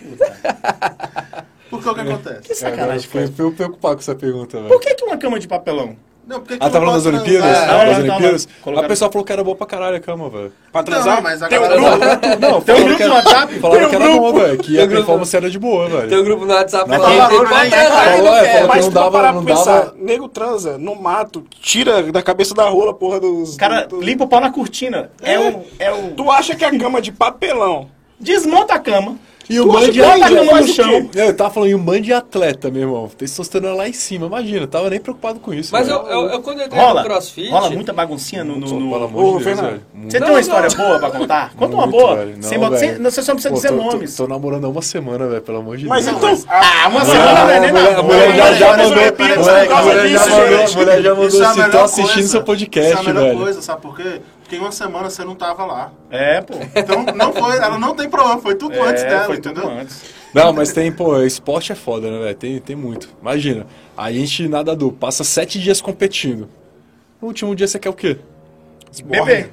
S5: Porque é o que acontece?
S3: Que sacanagem.
S2: Agora eu
S3: cara.
S2: fui, fui preocupado com essa pergunta, velho.
S3: Por que, que uma cama de papelão?
S5: Não, porque que
S2: Ah, tava
S5: não
S2: lá nas
S5: pode
S2: Olimpíadas?
S5: transar?
S3: Ah,
S2: nas
S3: não, não,
S2: Olimpíadas?
S3: não. Colocaram-
S2: A pessoa falou que era boa pra caralho a cama, velho.
S4: Pra transar?
S5: mas a
S4: tem um
S5: galera-
S4: grupo.
S2: Não,
S3: Tem um
S2: falaram
S3: grupo
S2: que
S3: no
S2: era,
S3: WhatsApp?
S2: falaram que
S4: Tem um
S2: era boa,
S4: grupo.
S2: velho. Que
S1: Tem
S2: a
S1: um grupo.
S2: performance era de boa,
S1: Tem um
S2: velho.
S1: grupo no WhatsApp
S2: Não,
S1: falando,
S2: tá
S1: tem
S5: lá,
S1: pra
S5: né?
S1: transar que
S2: Falou,
S1: não
S2: é,
S1: quer.
S2: falou
S4: Mas
S2: não
S4: se tu
S2: dava-
S4: parar pra
S2: não
S4: pensar,
S2: dava-
S4: nego transa no mato, tira da cabeça da rola a porra dos...
S3: Os cara
S4: do-
S3: limpa o pau na cortina. É o. É o...
S4: Tu acha que a cama de papelão
S3: Desmonta a cama.
S2: E o
S3: Tu acha
S2: man
S3: que
S2: de
S3: ela tá
S2: atleta.
S3: jogando no chão?
S2: Eu tava falando, e o man de atleta, meu irmão. Testosterona lá em cima, imagina. eu Tava nem preocupado com isso.
S1: Mas eu,
S2: velho.
S1: eu, eu, quando eu entrei
S3: Rola.
S1: no É, crossfit...
S3: Rola muita baguncinha no. no-
S2: Só,
S3: no-
S2: Pelo amor
S4: Ô,
S2: de Deus,
S4: Fernando,
S2: velho. Muito,
S3: Você tem
S1: Não,
S3: uma história
S1: não.
S3: boa pra contar? Conta uma
S2: muito,
S3: boa.
S2: velho. Não,
S3: Sem bota- sem-
S2: velho.
S3: não, você só não precisa
S2: Pô,
S3: dizer
S2: tô- tô-
S3: nomes.
S2: Tô, namorando há uma semana, velho, pelo amor de
S4: Mas
S2: Deus.
S4: então,
S3: Ah, uma
S2: Ah,
S3: semana não é nem
S2: a mulher-
S3: na
S2: a mulher já-
S3: Olha,
S2: já
S3: olha,
S2: mandou-
S3: olha, olha,
S2: a mulher- a
S3: olha,
S2: mulher
S3: olha,
S2: já
S5: é
S3: olha,
S2: mandou-
S3: olha,
S2: a mulher já mandou
S5: Isso é a
S2: assim,
S5: melhor
S2: tô assistindo
S5: coisa.
S2: seu podcast,
S5: Isso é a melhor
S2: velho.
S5: coisa, sabe por quê? Porque em uma semana você não tava lá.
S3: É, pô.
S5: Então, não foi, ela não tem problema, foi tudo antes
S3: É,
S5: dela,
S3: foi tudo
S5: entendeu?
S3: antes.
S2: Não, mas tem, pô, esporte é foda, né, velho? Tem, tem muito. Imagina, a gente nadador passa sete dias competindo. No último dia você quer o quê?
S3: Beber.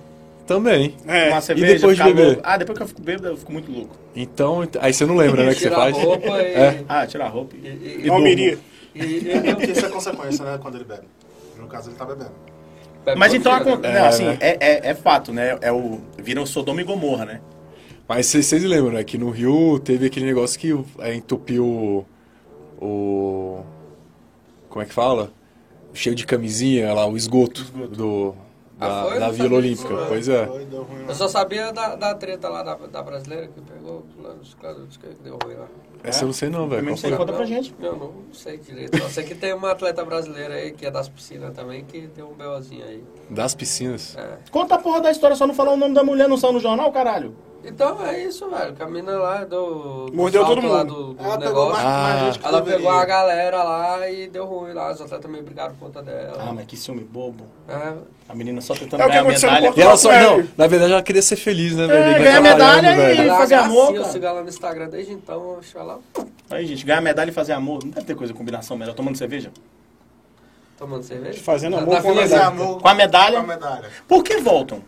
S2: Também.
S4: É.
S3: Uma
S4: E
S3: cerveja,
S2: depois de
S3: ficar
S2: beber?
S3: louco. Ah, depois que eu fico bêbado, eu fico muito louco.
S2: Então, ent- aí você não lembra, né, que você
S1: Tira a
S2: faz.
S1: roupa e...
S2: É.
S3: Ah, tirar a roupa.
S1: e-
S3: e-
S1: e-
S4: uma miria?
S1: e- e-
S5: E Porque isso é consequência, né? Quando ele bebe. No caso, ele tá bebendo.
S2: É,
S1: bebe
S3: Mas então,
S1: contigo.
S3: acon-
S2: né?
S3: não, assim, é, é, é fato, né? É o... Viram Sodoma e Gomorra, né?
S2: Mas vocês vocês lembram, né, que no Rio teve aquele negócio que é, entupiu o, o... Como é que fala? Cheio de camisinha lá, o esgoto, do... Da,
S1: Ah, foi?
S2: da
S1: Não
S2: Vila
S1: sabia
S2: Olímpica,
S1: disso, não.
S2: pois é.
S5: Foi, deu ruim, né?
S1: Eu só sabia da, da treta lá da, da brasileira que pegou lá nos caras que deu ruim lá.
S2: Essa eu não sei não, velho.
S3: Também não
S2: qual
S3: sei
S2: foi.
S3: Conta pra gente.
S1: Não, não sei direito. Só sei que tem uma atleta brasileira aí, que é das piscinas também, que deu um BOzinho aí.
S2: Das piscinas.
S1: É.
S3: Conta a porra da história, só não falar o nome da mulher, não saiu no jornal, caralho.
S1: Então é isso, velho. que a mina lá do. do
S4: Mordeu
S1: salto
S4: todo
S1: Lá
S4: mundo.
S1: do, do
S5: Ela Ah, pegou mais,
S1: negócio.
S5: mais gente que
S1: Ela
S5: deveria.
S1: pegou a galera lá e deu ruim lá. Os atletas meio brigaram por conta
S3: Ah,
S1: dela.
S3: mas que ciúme bobo.
S1: É.
S3: A menina só tentando
S4: É o que
S3: ganhar
S4: aconteceu no
S3: medalha.
S2: E
S4: Porto-
S2: ela só,
S4: Velho.
S2: não, na verdade ela queria ser feliz, né,
S3: É,
S2: velho? Ninguém
S3: ganhar
S2: trabalhando,
S3: medalha e-
S2: velho.
S1: Ela
S3: fazer
S1: é
S3: amor,
S1: gracinha,
S3: cara.
S1: Eu sigo ela no Instagram desde então, eu acho ela
S3: Aí, gente, ganhar medalha e fazer amor, não deve ter coisa, combinação melhor, tomando cerveja.
S1: tomando cerveja.
S4: Fazendo
S1: Na-
S4: amor
S1: na
S4: com a
S1: fila-
S5: Mas é amor
S3: Com a medalha?
S5: Com a medalha.
S3: Por que voltam?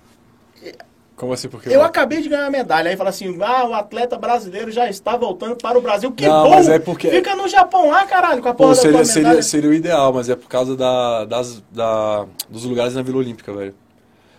S2: Como assim, porque...
S3: Eu acabei de ganhar a medalha, aí fala assim, ah, o atleta brasileiro já está voltando para o Brasil, que
S2: Não,
S3: bom!
S2: mas é porque-
S3: Fica no Japão lá, caralho, com a porra
S2: Pô,
S3: da tua
S2: seria, seria,
S3: medalha.
S2: seria o ideal, mas é por causa da, das, da, dos lugares na Vila Olímpica, velho.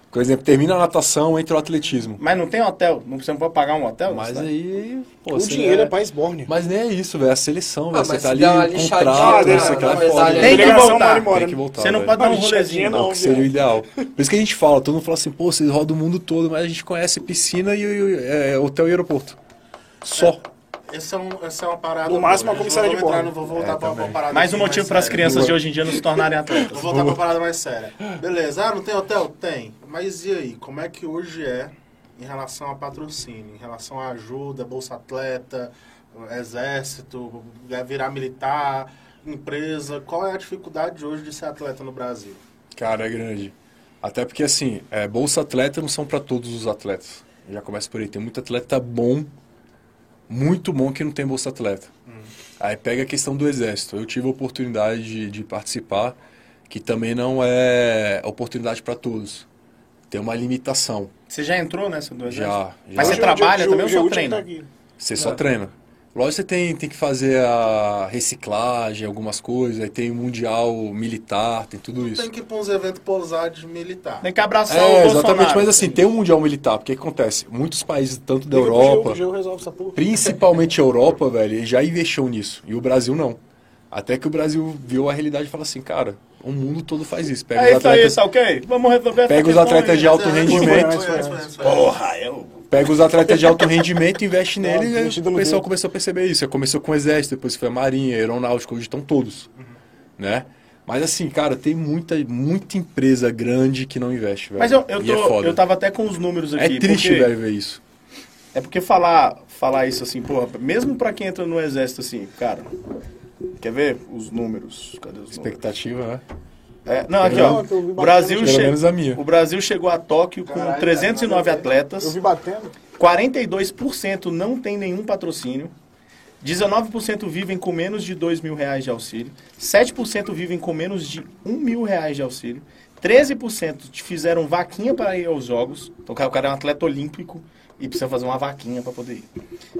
S2: Por exemplo, termina a natação, entra o atletismo.
S3: Mas não tem hotel, não precisa pagar um hotel?
S2: Mas
S3: sabe?
S2: aí, pô,
S4: O
S2: seria-
S4: dinheiro é pra esbórnia.
S2: Mas nem é isso, velho. É a seleção, velho.
S1: Ah,
S2: Você
S1: mas
S2: tá
S1: se
S2: ali,
S1: der uma lixadinha né,
S2: contrato,
S4: na-
S2: não sei o que lá,
S4: na
S2: é foda.
S1: medalha
S2: velho.
S3: Tem que
S4: Delegação
S3: voltar.
S4: mora e mora.
S2: Tem que voltar,
S3: Você não
S2: velho.
S3: pode dar um
S4: Não,
S3: rolezinho,
S4: lixadinha
S3: não.
S4: não.
S2: Não, seria o ideal. Por isso que a gente fala, todo mundo fala assim, pô, vocês rodam o mundo todo, mas a gente conhece piscina e, e- é, hotel e aeroporto. Só.
S5: Essa é, um, essa é uma parada.
S4: No máximo,
S5: boa.
S4: uma comissária
S5: Eu
S4: de
S5: vou entrar,
S4: bordo.
S5: Não vou voltar pra uma parada.
S3: Mais um
S5: aqui,
S3: motivo
S5: mais
S3: para as
S5: séria.
S3: crianças de hoje em dia não se tornarem atletas.
S5: Vou voltar pra uma parada mais séria. Beleza, ah, não tem hotel? Tem. Mas e aí, como é que hoje é em relação a patrocínio, em relação a ajuda, Bolsa Atleta, Exército, é virar militar, empresa? Qual é a dificuldade de hoje de ser atleta no Brasil?
S2: Cara, é grande. Até porque, assim, é, bolsa atleta não são pra todos os atletas. Eu Já começa por aí. Tem muito atleta bom, muito bom, que não tem bolsa atleta.
S5: Uhum.
S2: Aí pega a questão do exército. Eu tive a oportunidade de, de participar, que também não é oportunidade pra todos. Tem uma limitação.
S3: Você já entrou nessa do exército?
S2: Já, já.
S3: Mas você
S4: Hoje é o dia
S3: trabalha
S4: que o-
S3: também ou
S4: hoje é o
S3: só
S4: último
S3: treina?
S4: daqui.
S2: Você só treina. Lógico, você tem, tem que fazer a reciclagem, algumas coisas, aí tem o mundial militar, tem tudo isso.
S5: Tem que ir pra uns eventos pousados militar.
S3: Tem que abraçar o
S2: É,
S3: Bolsonaro.
S2: exatamente, mas assim, tem um mundial militar, porque o que acontece? Muitos países, tanto da
S3: um
S4: Liga pro Gil,
S2: Europa,
S4: o Gil resolve essa porra.
S2: principalmente a Europa, velho, já investiu nisso. E o Brasil não. Até que o Brasil viu a realidade e falou assim, cara, o mundo todo faz isso. Pega
S3: É
S2: os
S3: isso aí,
S2: atletas,
S3: tá ok? Vamos resolver essa
S2: Pega os
S3: questão
S2: atletas
S3: aí.
S2: de alto
S5: Mas, é,
S2: rendimento.
S5: foi antes, foi antes, foi antes.
S3: Porra, eu...
S2: pega os atletas de alto rendimento, investe nele
S4: Não,
S2: e aí
S4: investido
S2: o
S4: no
S2: pessoal
S4: dedo.
S2: começou a perceber isso. Aí Começou com o exército, depois foi a marinha, aeronáutica, hoje estão todos,
S3: Uhum.
S2: né? Mas assim, cara, tem muita, muita empresa grande que não investe, velho.
S3: Mas eu, eu,
S2: E
S3: tô,
S2: é foda.
S3: eu tava até com os números
S2: É
S3: aqui.
S2: triste,
S3: porque-
S2: velho, ver isso.
S3: É porque falar, falar isso assim, porra, mesmo pra quem entra no exército assim, cara. Quer ver os números? Cadê os números?
S2: Expectativa, né?
S3: É, não, aqui,
S4: Não,
S3: ó.
S4: é que eu vi
S3: O
S4: bastante.
S3: Brasil,
S2: Pelo
S3: che-
S2: menos a minha.
S3: o Brasil chegou a Tóquio com
S5: Caralho,
S3: 309
S5: cara,
S4: Eu
S3: atletas,
S4: vi batendo.
S3: 42% não tem nenhum patrocínio, 19% vivem com menos de 2 mil reais de auxílio, 7% vivem com menos de 1 mil reais de auxílio, 13% te fizeram vaquinha para ir aos jogos, então o cara o cara é um atleta olímpico e precisa fazer uma vaquinha para poder ir.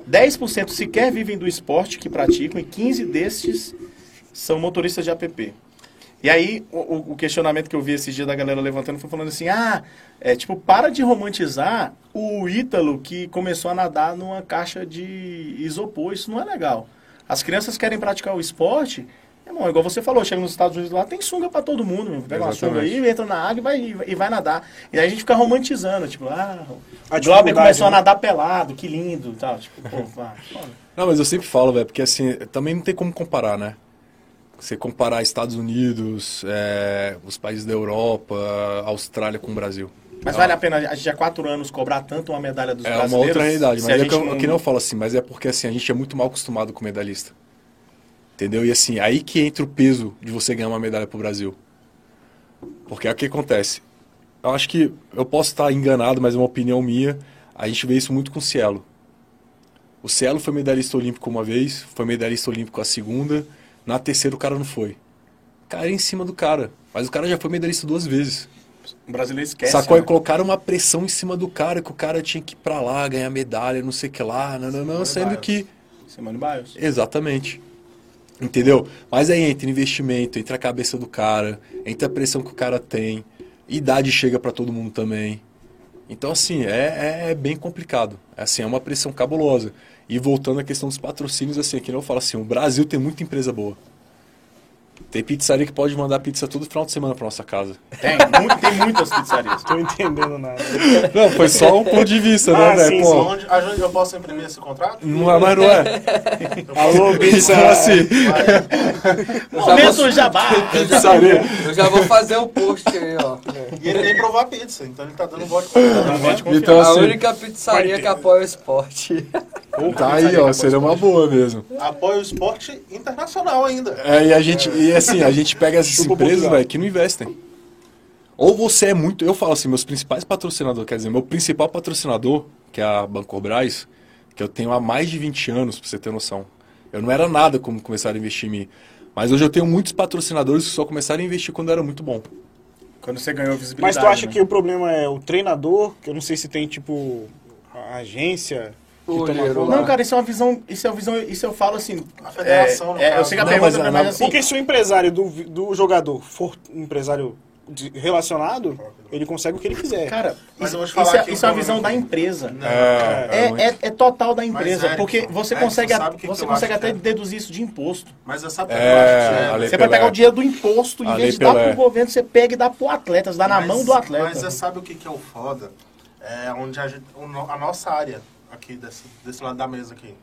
S3: 10% sequer vivem do esporte que praticam e 15 destes são motoristas de app. E aí, o- o, o questionamento que eu vi esse dia da galera levantando foi falando assim: ah, é tipo, para de romantizar o Ítalo que começou a nadar numa caixa de isopor, isso não é legal. As crianças querem praticar o esporte, é bom, igual você falou, chega nos Estados Unidos lá, tem sunga pra todo mundo, meu. pega uma sunga
S2: Exatamente.
S3: aí, entra na água e vai, e vai nadar. E aí a gente fica romantizando, tipo, ah,
S4: A
S3: o Glauber
S4: dificuldade,
S3: começou a
S4: né?
S3: nadar pelado, que lindo e tal. Tipo, pô, vá, foda.
S2: Não, mas eu sempre falo, velho, porque assim, também não tem como comparar, né? Você comparar Estados Unidos, é, os países da Europa, Austrália com o Brasil.
S3: Mas vale a pena a gente há quatro anos cobrar tanto uma medalha dos
S2: É
S3: brasileiros?
S2: uma outra realidade,
S3: se
S2: mas é
S3: a
S2: que
S3: gente
S2: eu, que não falo assim, mas é porque assim, a gente é muito mal acostumado com medalhista. Entendeu? E assim, aí que entra o peso de você ganhar uma medalha pro Brasil. Porque é o que acontece. Eu acho que eu posso estar enganado, mas é uma opinião minha. A gente vê isso muito com o Cielo. O Cielo foi medalhista olímpico uma vez, foi medalhista olímpico a segunda, na terceira o cara não foi. Cara é em cima do cara, mas o cara já foi medalhista duas vezes.
S3: O um brasileiro esquece.
S2: Sacou? E
S3: né?
S2: colocaram uma pressão em cima do cara, que o cara tinha que ir pra lá, ganhar medalha, não sei o que lá, não, não,
S4: é
S2: não, sendo que...
S3: Simone Biles.
S2: Exatamente. Entendeu? Mas aí entra investimento, entra a cabeça do cara, entra a pressão que o cara tem, idade chega pra todo mundo também. Então, assim, é, é, é bem complicado. Assim, é uma pressão cabulosa. E voltando à questão dos patrocínios, assim, aqui eu falo assim, o Brasil tem muita empresa boa. Tem pizzaria que pode mandar pizza todo final de semana pra nossa casa.
S3: Tem, mu- tem muitas pizzarias.
S4: Tô entendendo nada.
S2: Não, foi só um ponto de vista, né,
S4: Ah,
S2: velho?
S4: sim,
S2: Pô,
S4: sim.
S5: Onde, ajude, eu posso imprimir esse contrato?
S2: Não é, mas não é.
S4: Alô, pizza.
S2: Então, assim,
S5: Vai.
S3: Momento jabá!
S1: Eu já,
S2: Pizzaria.
S1: eu já vou fazer o post aí, ó.
S5: E ele tem que provar pizza, então ele tá dando voto pra
S3: Pode confiar.
S2: então
S1: A
S2: assim,
S1: única pizzaria que apoia o esporte.
S2: tá aí, ó, seria uma boa mesmo.
S5: Apoia o esporte internacional ainda.
S2: É, e a gente, e assim, a gente pega essas
S4: Chupa o
S2: empresas,
S4: Portugal.
S2: velho, que não investem. Ou você é muito, eu falo assim, meus principais patrocinadores, quer dizer, meu principal patrocinador, que é a Bancobras, que eu tenho há mais de 20 anos, pra você ter noção. Eu não era nada como começaram a investir em mim. Mas hoje eu tenho muitos patrocinadores que só começaram a investir quando eu era muito bom.
S3: Quando você ganhou visibilidade.
S4: Mas tu acha
S3: né?
S4: que o problema é o treinador, que eu não sei se tem, tipo, a agência que
S1: O
S4: toma
S1: olheiro
S4: conta?
S1: lá.
S3: Não, cara, isso é uma visão. Isso é uma visão. Isso eu falo assim.
S5: A federação,
S3: é,
S5: no
S3: é, Eu
S5: caso.
S3: sei que a
S2: Não,
S3: pergunta
S2: mas
S3: é
S2: a-
S3: mais
S2: na-
S3: assim.
S4: Porque se o empresário do, vi- do jogador for um empresário de- relacionado, ele consegue o que ele quiser.
S3: Cara,
S5: Mas eu
S3: isso,
S5: vou te falar
S3: isso é,
S5: que o
S3: isso é uma
S5: problema
S3: visão
S5: é-
S3: da empresa.
S5: Não.
S4: É,
S3: É, é, é total da empresa,
S5: Erickson,
S3: porque você
S5: Erickson,
S3: consegue, a-
S5: sabe o que é? que
S3: você
S5: eu
S3: consegue
S5: acho,
S3: até
S5: cara?
S3: deduzir isso de imposto.
S5: Mas essa
S2: É, Ale-
S3: Você
S2: Pelé.
S3: vai pegar o dinheiro do imposto, em
S2: A
S3: vez
S2: lei
S3: de dar
S2: Pelé.
S3: pro governo, você pega e dá pro atleta, você dá na
S5: Mas-
S3: mão do atleta.
S5: Mas você sabe o que, que é o foda? É onde a, gente, o no- a nossa área aqui, desse, desse lado da mesa aqui.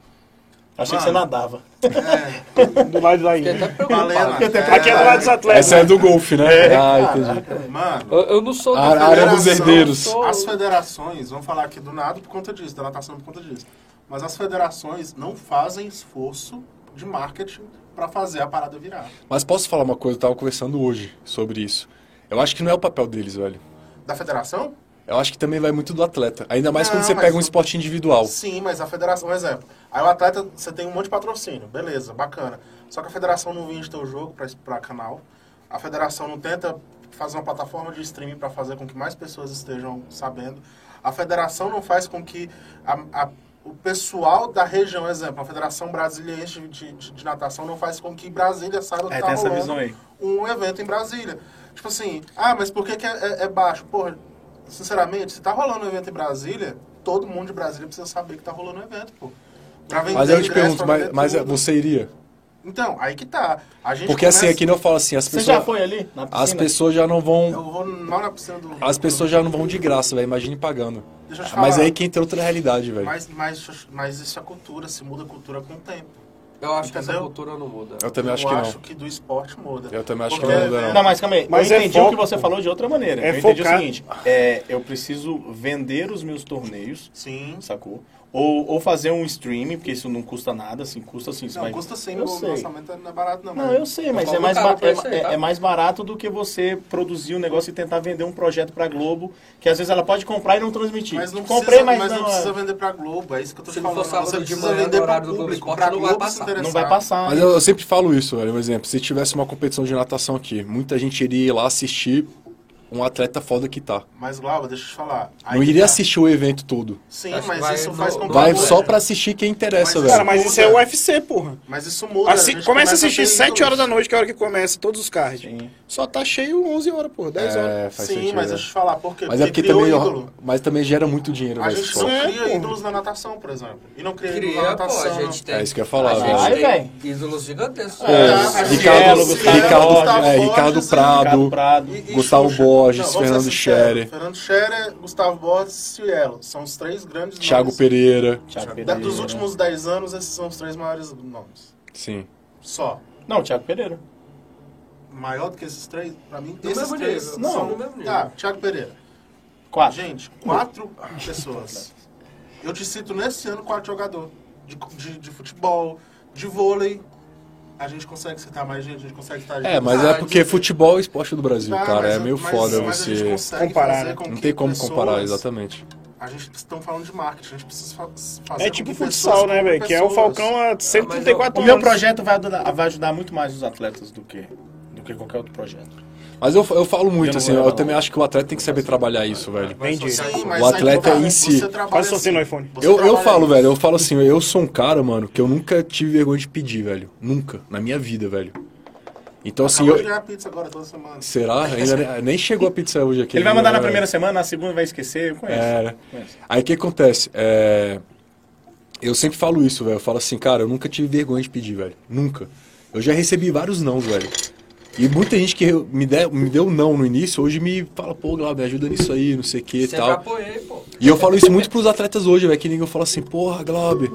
S3: Achei que você
S5: Mano.
S3: nadava.
S5: É,
S4: do lado daí.
S1: Fiquei até
S5: Valena.
S1: preocupado.
S4: Aqui é do lado dos atletas.
S2: Essa é do golfe, né? Ah, entendi.
S5: mano,
S1: Eu, eu não sou
S2: A-
S1: da
S2: a área dos
S1: federação,
S2: herdeiros.
S1: eu sou-
S5: as federações, vamos falar aqui do nado por conta disso, da natação por conta disso. Mas as federações não fazem esforço de marketing pra fazer a parada virar.
S2: Mas posso falar uma coisa? Eu tava conversando hoje sobre isso. Eu acho que não é o papel deles, velho.
S5: Da federação?
S2: Eu acho que também vai muito do atleta. Ainda mais quando
S5: Não,
S2: você
S5: mas
S2: pega um
S5: o-
S2: esporte individual.
S5: Sim, mas a federação, um exemplo. Aí o atleta, você tem um monte de patrocínio, beleza, bacana. Só que a federação não vende teu jogo pra, pra canal. A federação não tenta fazer uma plataforma de streaming pra fazer com que mais pessoas estejam sabendo. A federação não faz com que a- a- o- o pessoal da região, exemplo, a Federação Brasileira de, de, de Natação não faz com que Brasília saiba que
S3: É,
S5: tá
S3: tem essa
S5: rolando
S3: visão aí.
S5: um evento em Brasília. Tipo assim, ah, mas por que, que é, é- é baixo? Porra, sinceramente, se tá rolando um evento em Brasília, todo mundo de Brasília precisa saber que tá rolando um evento, pô. Pra vender
S2: Mas aí eu te
S5: ingresso,
S2: pergunto,
S5: pra
S2: mas,
S5: vender
S2: mas é,
S5: tudo.
S2: você iria?
S5: Então, aí que tá. A gente
S2: Porque assim,
S5: começa-
S2: aqui não fala assim, as
S3: Você já
S2: pessoas,
S3: foi ali? Na piscina?
S2: as pessoas já não vão,
S5: Eu vou mal na piscina do...
S2: as pessoas já não vão de graça, velho, imagine pagando.
S5: Deixa eu te
S2: Mas
S5: falar.
S2: aí que entra outra realidade, velho.
S5: Mas, mas, mas isso é cultura, se muda a cultura com o tempo.
S1: Eu acho que essa
S5: Entendeu?
S1: cultura não muda.
S2: Eu também acho
S5: eu
S2: que
S5: acho
S2: não.
S5: que do esporte muda.
S2: Eu também acho que
S5: Porque
S2: não muda,
S3: Não, mas calma aí.
S4: Mas
S3: eu
S4: é
S3: entendi
S4: foco.
S3: o que você falou de outra maneira.
S4: É
S3: eu entendi
S4: focar.
S3: o seguinte. é, eu preciso vender os meus torneios,
S5: Sim.
S3: sacou? Ou, ou fazer um streaming, porque isso não custa nada, assim, custa assim. você
S5: Não,
S3: vai-
S5: custa sim,
S3: eu
S5: o
S3: sei.
S5: lançamento não é barato não.
S3: Não,
S5: mas-
S3: eu sei, mas
S1: falo
S3: é mais,
S1: caro
S3: ba-
S1: pra
S3: é,
S1: isso aí, tá?
S3: é- é mais barato do que você produzir um negócio e tentar vender um projeto pra Globo, que às vezes ela pode comprar e não transmitir.
S5: Mas não
S3: Comprei,
S5: precisa,
S3: mas,
S5: mas não
S3: não,
S5: precisa vender pra Globo, é isso que eu tô
S1: Se
S5: te
S1: não
S5: falando.
S1: for sábado
S5: Você
S1: de
S5: precisa
S1: manhã, no
S5: vender pra
S1: horário do Globo
S5: público,
S1: Esporte,
S5: pra
S1: não vai
S5: Globo se
S1: passar.
S5: interessar.
S3: é, não vai passar.
S2: Mas eu, eu sempre falo isso, velho. Um exemplo, se tivesse uma competição de natação aqui, muita gente iria ir lá assistir um atleta foda que tá.
S5: Mas, Glauber, deixa eu te falar. aí
S2: Não
S5: que
S2: iria
S5: tá.
S2: assistir o evento todo.
S5: Sim,
S1: Acho que
S5: mas
S1: vai
S5: isso
S1: no-
S5: faz com que
S2: Vai
S5: mude.
S2: só pra assistir quem interessa,
S5: é. Mas,
S2: velho.
S4: Cara, mas isso é UFC, porra.
S5: Mas isso muda.
S4: Assim,
S5: a gente
S4: começa a
S5: ter
S4: assistir
S5: ídolos.
S4: 7 horas da noite, que é a hora que começa todos os cards.
S3: Sim.
S4: Só tá cheio 11 horas, porra, 10 horas.
S2: É,
S5: Sim,
S2: faz sentido.
S5: mas
S2: né?
S5: deixa eu te falar, por quê?
S2: Mas é porque
S5: criou
S2: também,
S5: um ídolo.
S2: mas também gera muito dinheiro,
S5: A
S2: velho.
S5: gente
S2: esse
S5: não
S2: esporte.
S4: É,
S5: cria
S4: pô.
S5: ídolos na natação, por exemplo. E não cria ídolos na
S1: Cria, pô, a
S5: natação.
S1: gente tem.
S2: É isso que eu ia falar, né?
S1: a
S2: velho.
S1: gente
S3: Vai,
S1: tem ídolos gigantescos.
S5: É,
S2: Ricardo, Ricardo,
S3: Ricardo,
S2: Ricardo, é,
S5: Borges,
S2: Ricardo
S5: e-
S2: Prado,
S3: Ricardo Prado.
S5: E- e
S2: Gustavo
S5: Xuxa.
S2: Borges,
S5: vamos ser
S2: Fernando
S5: sinceros,
S2: Scherer.
S5: Fernando Scherer, Gustavo Borges e Cielo. São os três grandes
S2: Thiago
S5: nomes.
S2: Pereira.
S3: Thiago
S5: Da-
S3: Pereira.
S5: dos últimos 10 anos, esses são os três maiores nomes.
S2: Sim.
S5: Só.
S3: Não, Thiago Pereira.
S5: Maior do que esses três, pra mim,
S1: Do
S5: esses
S1: mesmo
S5: três
S1: nível,
S5: são...
S1: do mesmo nível.
S5: Tá, Thiago Pereira.
S3: Quatro.
S5: Gente, quatro pessoas. Eu te cito nesse ano quatro jogadores. De, de, de futebol, de vôlei. A gente consegue citar mais gente, a gente consegue citar gente.
S2: É, mas é porque futebol é o esporte do Brasil,
S5: Tá,
S2: cara.
S5: mas-
S2: É meio
S5: mas-
S2: foda
S5: mas a gente
S2: você.
S5: consegue
S4: comparar,
S5: fazer
S4: né?
S5: com
S2: Não
S5: que
S2: tem como
S5: pessoas-
S2: comparar, exatamente.
S5: A gente estão falando de marketing, a gente precisa fa- fazer.
S4: É
S5: com
S4: tipo
S5: que
S4: futsal,
S5: pessoas
S4: né, velho? Que é o
S5: pessoas.
S4: Falcão há
S3: O
S4: 134
S3: meu
S4: anos.
S3: projeto vai ajudar, vai ajudar muito mais os atletas do que, do que qualquer outro projeto.
S2: Mas eu, eu falo muito,
S3: Eu não
S2: assim,
S3: vou
S2: eu
S3: levar,
S2: também
S3: não.
S2: acho que o atleta tem que saber trabalhar isso, velho.
S4: Entendi.
S5: Sim, mas
S2: O
S5: aí
S2: atleta
S5: trabalha-
S2: em si.
S5: você trabalha
S4: Faz o sorteio no
S5: assim.
S4: iPhone.
S5: Você
S2: Eu, eu
S5: trabalha
S2: falo,
S5: isso.
S2: velho, eu falo assim, eu sou um cara, mano, que eu nunca tive vergonha de pedir, velho. Nunca, na minha vida, velho. Então, assim,
S5: Acabou de
S2: eu...
S5: ganhar pizza agora toda semana.
S2: Será? Ainda nem- nem chegou a pizza hoje aqui.
S3: Ele vai mandar na
S2: É.
S3: primeira semana, na segunda vai esquecer, eu conheço.
S2: É, né?
S3: Conheço.
S2: Aí o que acontece? É, Eu sempre falo isso, velho. Eu falo assim, cara, eu nunca tive vergonha de pedir, velho. Nunca. Eu já recebi vários não, velho. E muita gente que me, der- me deu não no início, hoje me fala, pô, Glauber, me ajuda nisso aí, não sei o que e
S1: Sempre
S2: tal.
S1: apoiei, pô.
S2: E eu falo isso muito pros atletas hoje, velho, que ninguém fala assim, porra, Glauber,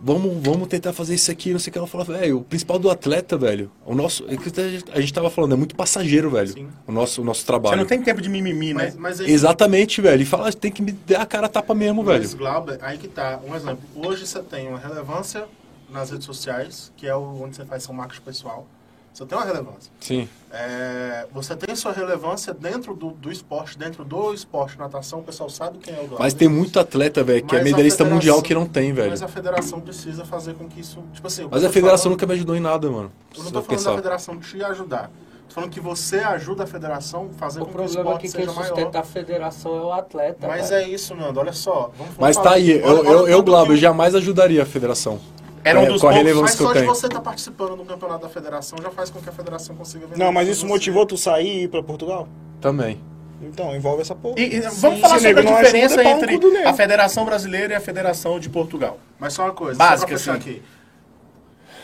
S2: vamos, vamos tentar fazer isso aqui, não sei o que. Ela fala, velho, o principal do atleta, velho, o nosso. é que A gente tava falando, é muito passageiro, velho. O nosso, o nosso
S3: Você
S2: trabalho.
S3: não tem tempo de mimimi, né?
S5: Mas, mas aí,
S2: Exatamente, velho. E fala, tem que me dar a cara a tapa mesmo, velho.
S5: mas, Glauber, aí que tá. Um exemplo. Hoje você tem uma relevância nas redes sociais, que é o- onde você faz seu marketing pessoal. Você tem uma relevância.
S2: Sim.
S5: É, você tem sua relevância dentro do, do esporte, dentro do esporte, natação, o pessoal sabe quem é o Glauber.
S2: Mas tem muito atleta, velho, que é
S5: Mas a
S2: medalhista
S5: federação-
S2: mundial que não tem, velho.
S5: Mas a federação precisa fazer com que isso. Tipo assim,
S2: Mas
S5: eu
S2: a
S5: tô
S2: federação
S5: falando-
S2: nunca me ajudou em nada, mano.
S5: Eu
S2: Precisa
S5: não tô falando da
S2: pensar.
S5: federação te ajudar. Tô falando que você ajuda a federação a fazer
S1: O
S5: com que o
S1: problema é
S5: esporte
S1: que quem
S5: seja maior.
S1: sustenta a federação é o atleta.
S5: Mas
S1: velho.
S5: é isso, Nando. Olha só. Vamos- vamos
S2: Mas
S5: falar-
S2: tá aí, eu,
S5: olha-
S2: eu,
S5: olha
S2: eu,
S5: o tanto
S2: Glauber,
S5: que-
S2: jamais ajudaria a federação.
S3: Era um
S2: É,
S3: dos
S2: com a
S3: poucos-
S2: relevância
S5: Mas
S2: que eu
S5: só de
S2: tenho.
S5: você estar participando do campeonato da federação já faz com que a federação consiga vender.
S4: Não, mas
S5: pra
S4: isso
S5: você.
S4: motivou tu sair e ir pra Portugal?
S2: Também.
S4: Então, envolve essa porra.
S3: E- e
S4: Sim,
S3: vamos falar
S4: se
S3: sobre a
S4: nego não ajuda,
S3: diferença
S5: um
S4: é pau no
S3: entre
S4: cu do nego.
S3: a Federação Brasileira e a Federação de Portugal.
S5: Mas só uma coisa, só
S3: Básica,
S5: pra fechar
S3: assim.
S5: aqui.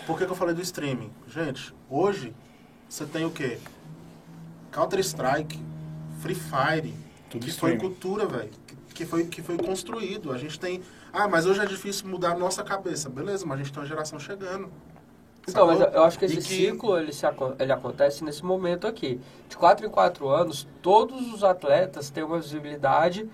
S5: Por que, que eu falei do streaming? Gente, hoje você tem o quê? Counter-Strike, Free Fire,
S3: Tudo
S5: que
S3: streaming.
S5: foi cultura, velho. que- Que foi, que foi construído. A gente tem. Ah, mas hoje é difícil mudar a nossa cabeça. Beleza, mas a gente tem uma geração chegando.
S1: Então,
S5: Sacou?
S1: mas eu- eu acho que
S5: E
S1: esse ciclo ele, se aco- ele acontece nesse momento aqui. De 4 em 4 anos, todos os atletas têm uma visibilidade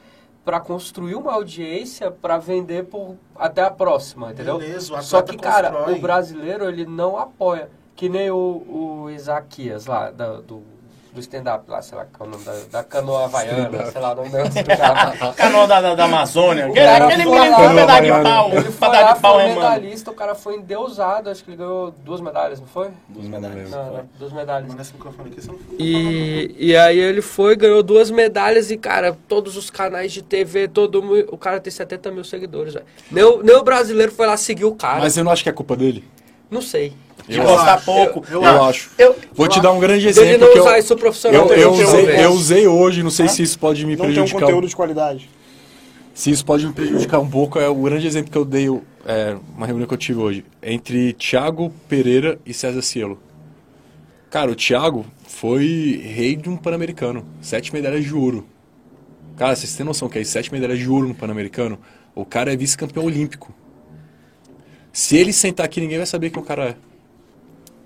S1: para construir uma audiência para vender por, até a próxima, entendeu?
S5: Beleza, o atleta
S1: Só que, cara,
S5: constrói.
S1: o brasileiro ele não apoia. Que nem o, o Isaquias lá da- do do stand-up lá, sei lá, qual é o nome da, da canoa havaiana, sei lá, o nome da do cara.
S3: Canoa da, da, da Amazônia. Aquele,
S1: cara
S3: aquele
S1: foi
S3: menino
S1: lá-
S3: com pedaço de
S4: Canoa
S3: pau.
S4: baiana.
S1: Ele foi
S3: pedaço
S1: lá,
S3: Ah, de pau,
S1: foi
S3: é, mano.
S1: medalhista, o cara foi endeusado, acho que ele ganhou duas medalhas, não foi?
S3: Dos medalhas.
S1: Não, né? duas medalhas.
S5: Mas nesse microfone aqui você não fica
S1: E, e aí ele foi, ganhou duas medalhas e, cara, todos os canais de TV, todo mundo. O cara tem 70 mil seguidores, velho. Nem, o- nem o brasileiro foi lá seguir o cara.
S2: Mas eu não acho que é culpa dele.
S1: Não sei.
S3: De gostar pouco.
S5: Eu
S2: Eu,
S5: acho.
S2: acho.
S3: Eu-
S2: Vou te dar um grande
S1: Dele
S2: exemplo.
S1: não
S2: que eu-
S1: usar isso profissional.
S2: eu, eu,
S4: Não tem
S2: usei,
S4: conteúdo.
S2: eu usei hoje, não sei se isso pode me
S4: Não tem um
S2: prejudicar.
S4: conteúdo de qualidade.
S2: Se isso pode me prejudicar um pouco, é o grande exemplo que eu dei, é, uma reunião que eu tive hoje, entre Thiago Pereira e César Cielo. Cara, o Thiago foi rei de um Pan-Americano, sete medalhas de ouro. Cara, vocês têm noção que é isso? sete medalhas de ouro no Pan-Americano? O cara é vice-campeão olímpico. Se ele sentar aqui, ninguém vai saber quem o cara é.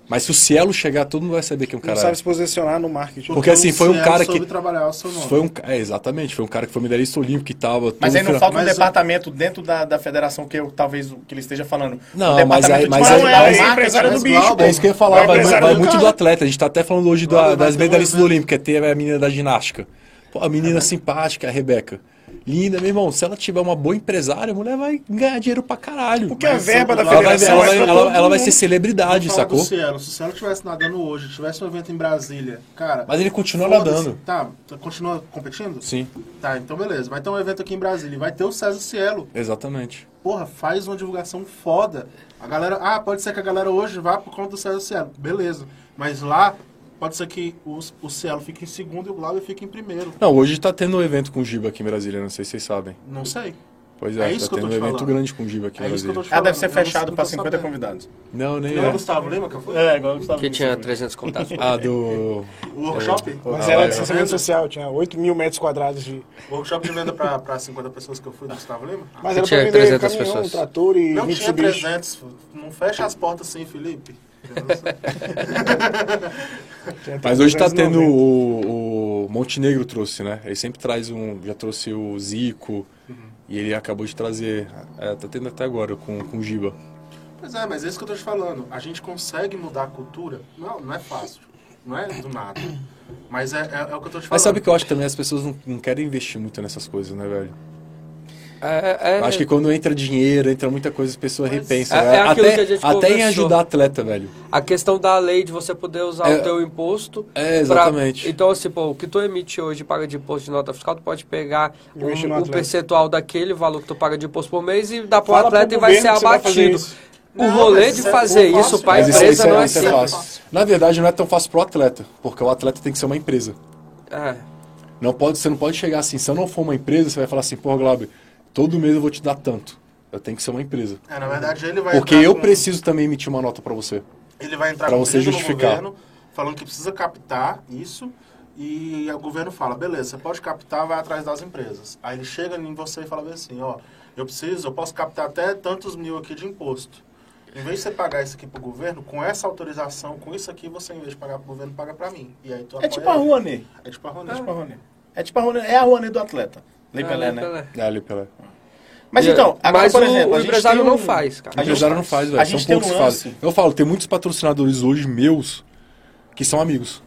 S2: Mas se o Cielo chegar, todo mundo vai saber quem o
S4: Não
S2: cara é.
S4: sabe se posicionar no marketing.
S2: Porque assim, foi um
S5: Você
S2: cara
S5: Então, é, soube
S2: que-
S5: trabalhar o seu nome.
S2: Foi um, ca- é, exatamente, foi um cara que foi medalhista olímpico que tava.
S3: Mas
S2: todo
S3: aí não
S2: final-
S3: falta um
S5: Mas o-
S3: departamento dentro da, da federação que eu, talvez o que ele esteja falando.
S2: Não,
S3: Um
S2: mas aí-
S3: departamento de
S2: mas aí-
S3: marketing, é,
S2: mas-
S3: marketing,
S4: empresário
S3: mas
S4: do bicho.
S5: global.
S2: É isso que eu ia falar,
S4: Vai
S2: vai,
S4: precisar
S2: vai
S4: do
S2: muito
S4: cara.
S2: do atleta. A gente tá até falando hoje da-
S5: Vai, vai
S2: das
S5: ter É, né? um
S2: medalhistas do
S5: evento.
S2: Olímpico, que tem a menina da ginástica. Pô, a menina simpática, a Rebeca. Linda, meu irmão. Se ela tiver uma boa empresária, a mulher vai ganhar dinheiro pra caralho.
S4: Porque a é verba da
S5: Ela
S2: ela vai,
S4: federação
S2: ela vai-
S4: é pra
S2: ela-
S4: todo
S2: ela vai
S4: mundo.
S2: ser celebridade,
S5: Vamos falar do
S2: sacou?
S5: Cielo. Se o Cielo estivesse nadando hoje, tivesse um evento em Brasília, cara.
S2: Mas ele continua
S5: foda-se.
S2: nadando.
S5: Tá, tu continua competindo?
S2: Sim,
S5: Tá, então beleza. Vai ter um evento aqui em Brasília e vai ter o César Cielo.
S2: exatamente.
S5: Porra, faz uma divulgação foda. A galera. Ah, pode ser que a galera hoje vá por conta do César Cielo. Beleza. Mas lá, pode ser que o, o Cielo fique em segundo e o Glauber fique em primeiro.
S2: Não, hoje tá tendo um evento com o Giba aqui em Brasília, não sei se vocês sabem.
S5: Não sei.
S2: Pois
S5: É
S2: é,
S5: isso
S2: tá
S5: que eu
S2: tendo
S5: tô
S2: um
S5: te
S2: evento
S5: falando.
S2: grande com o Giba aqui
S5: É
S2: em
S5: isso que eu tô
S2: Brasília.
S5: te
S3: Ah,
S5: falando.
S3: deve ser
S5: Eu não-
S3: fechado
S5: não
S3: pra
S5: tô
S3: 50
S5: sabendo.
S3: convidados.
S2: Não, nem
S5: Não é o
S2: é.
S5: Gustavo Lima que foi?
S3: É, igual o Gustavo
S1: Porque
S3: disse,
S1: tinha
S3: né?
S1: 300 contatos.
S2: Ah, do.
S5: O workshop?
S4: Mas
S2: Ah,
S4: era
S2: é.
S4: distanciamento social, tinha 8 mil metros quadrados de.
S5: O workshop de venda pra, pra 50 pessoas que eu fui do Gustavo Lima?
S4: Mas era
S1: Tinha
S4: pra vender
S1: 300
S4: caminhão,
S1: pessoas.
S4: trator e
S5: Não tinha né?
S4: Mitsubishi.
S5: 300. pô. Não fecha as portas sem Felipe.
S4: Tinha
S2: Mas hoje tá
S4: 390.
S2: tendo o, o Montenegro trouxe, né? Ele sempre traz um. Já trouxe o Zico. E ele acabou de trazer. É, tá tendo até agora com, com o Giba.
S5: Pois é, mas é isso que eu tô te falando. A gente consegue mudar a cultura? Não, não é fácil. Não é do nada. Mas é, é, é o que eu tô te falando.
S2: Mas sabe o que eu acho também? As pessoas não, não querem investir muito nessas coisas, né, velho?
S1: É, é,
S2: Eu acho que quando entra dinheiro, entra muita coisa, as pessoas repensam.
S1: é-
S2: né?
S1: é aquilo
S2: até
S1: que a gente
S2: até em
S1: conversou.
S2: ajudar atleta, velho.
S1: A questão da lei de você poder usar
S2: É.
S1: o teu imposto.
S2: É,
S1: pra-
S2: exatamente.
S1: Então, assim, pô, o que tu emite hoje e paga de imposto de nota fiscal, tu pode pegar
S4: E investir no
S1: um, um
S4: atleta.
S1: percentual daquele valor que tu paga de imposto por mês e dá para o
S4: Fala
S1: atleta
S4: pro
S1: e vai ser
S4: governo que você vai fazer
S1: abatido.
S4: isso.
S1: O
S5: Não,
S1: rolê
S5: mas
S1: de
S5: isso é
S1: fazer
S5: fácil,
S1: isso para a
S5: Mas
S2: isso,
S1: empresa
S2: isso é-
S1: não é
S2: isso é
S1: simples.
S2: fácil. Na verdade, não é tão fácil pro atleta, porque o atleta tem que ser uma empresa.
S1: É.
S2: Não pode, você não pode chegar assim, se eu não for uma empresa, você vai falar assim, pô, Glauber, todo mês eu vou te dar tanto. Eu tenho que ser uma empresa.
S5: É, na verdade, ele vai
S2: Porque
S5: entrar
S2: eu
S5: com-
S2: preciso também emitir uma nota pra você.
S5: Ele vai entrar
S2: pra
S5: com
S2: você
S5: briga no
S2: justificar.
S5: governo, falando que precisa captar isso. E o governo fala, beleza, você pode captar, vai atrás das empresas. Aí ele chega em você e fala bem assim, ó, eu preciso, eu posso captar até tantos mil aqui de imposto. Em vez de você pagar isso aqui pro governo, com essa autorização, com isso aqui, você, em vez de pagar pro governo, paga pra mim. E aí tu
S3: É
S5: apoia
S3: tipo a
S5: ele.
S3: Rony.
S5: É tipo a Rony.
S3: É tipo a Rony. É tipo a Rony. É a Rony do atleta. Lei
S1: É,
S3: Pelé,
S1: Lei
S3: né?
S1: Pelé.
S2: É, ali, pela...
S3: Mas
S1: E-
S3: então, agora,
S1: mas
S3: por
S1: o-
S3: exemplo,
S1: o
S3: a gente
S1: empresário
S3: tem um-
S1: não faz, cara.
S2: O
S3: A gente-
S2: empresário não faz, velho.
S3: a
S2: São
S3: gente tem um
S2: poucos que
S3: lance.
S2: fazem. Eu falo, tem muitos patrocinadores hoje meus que são amigos.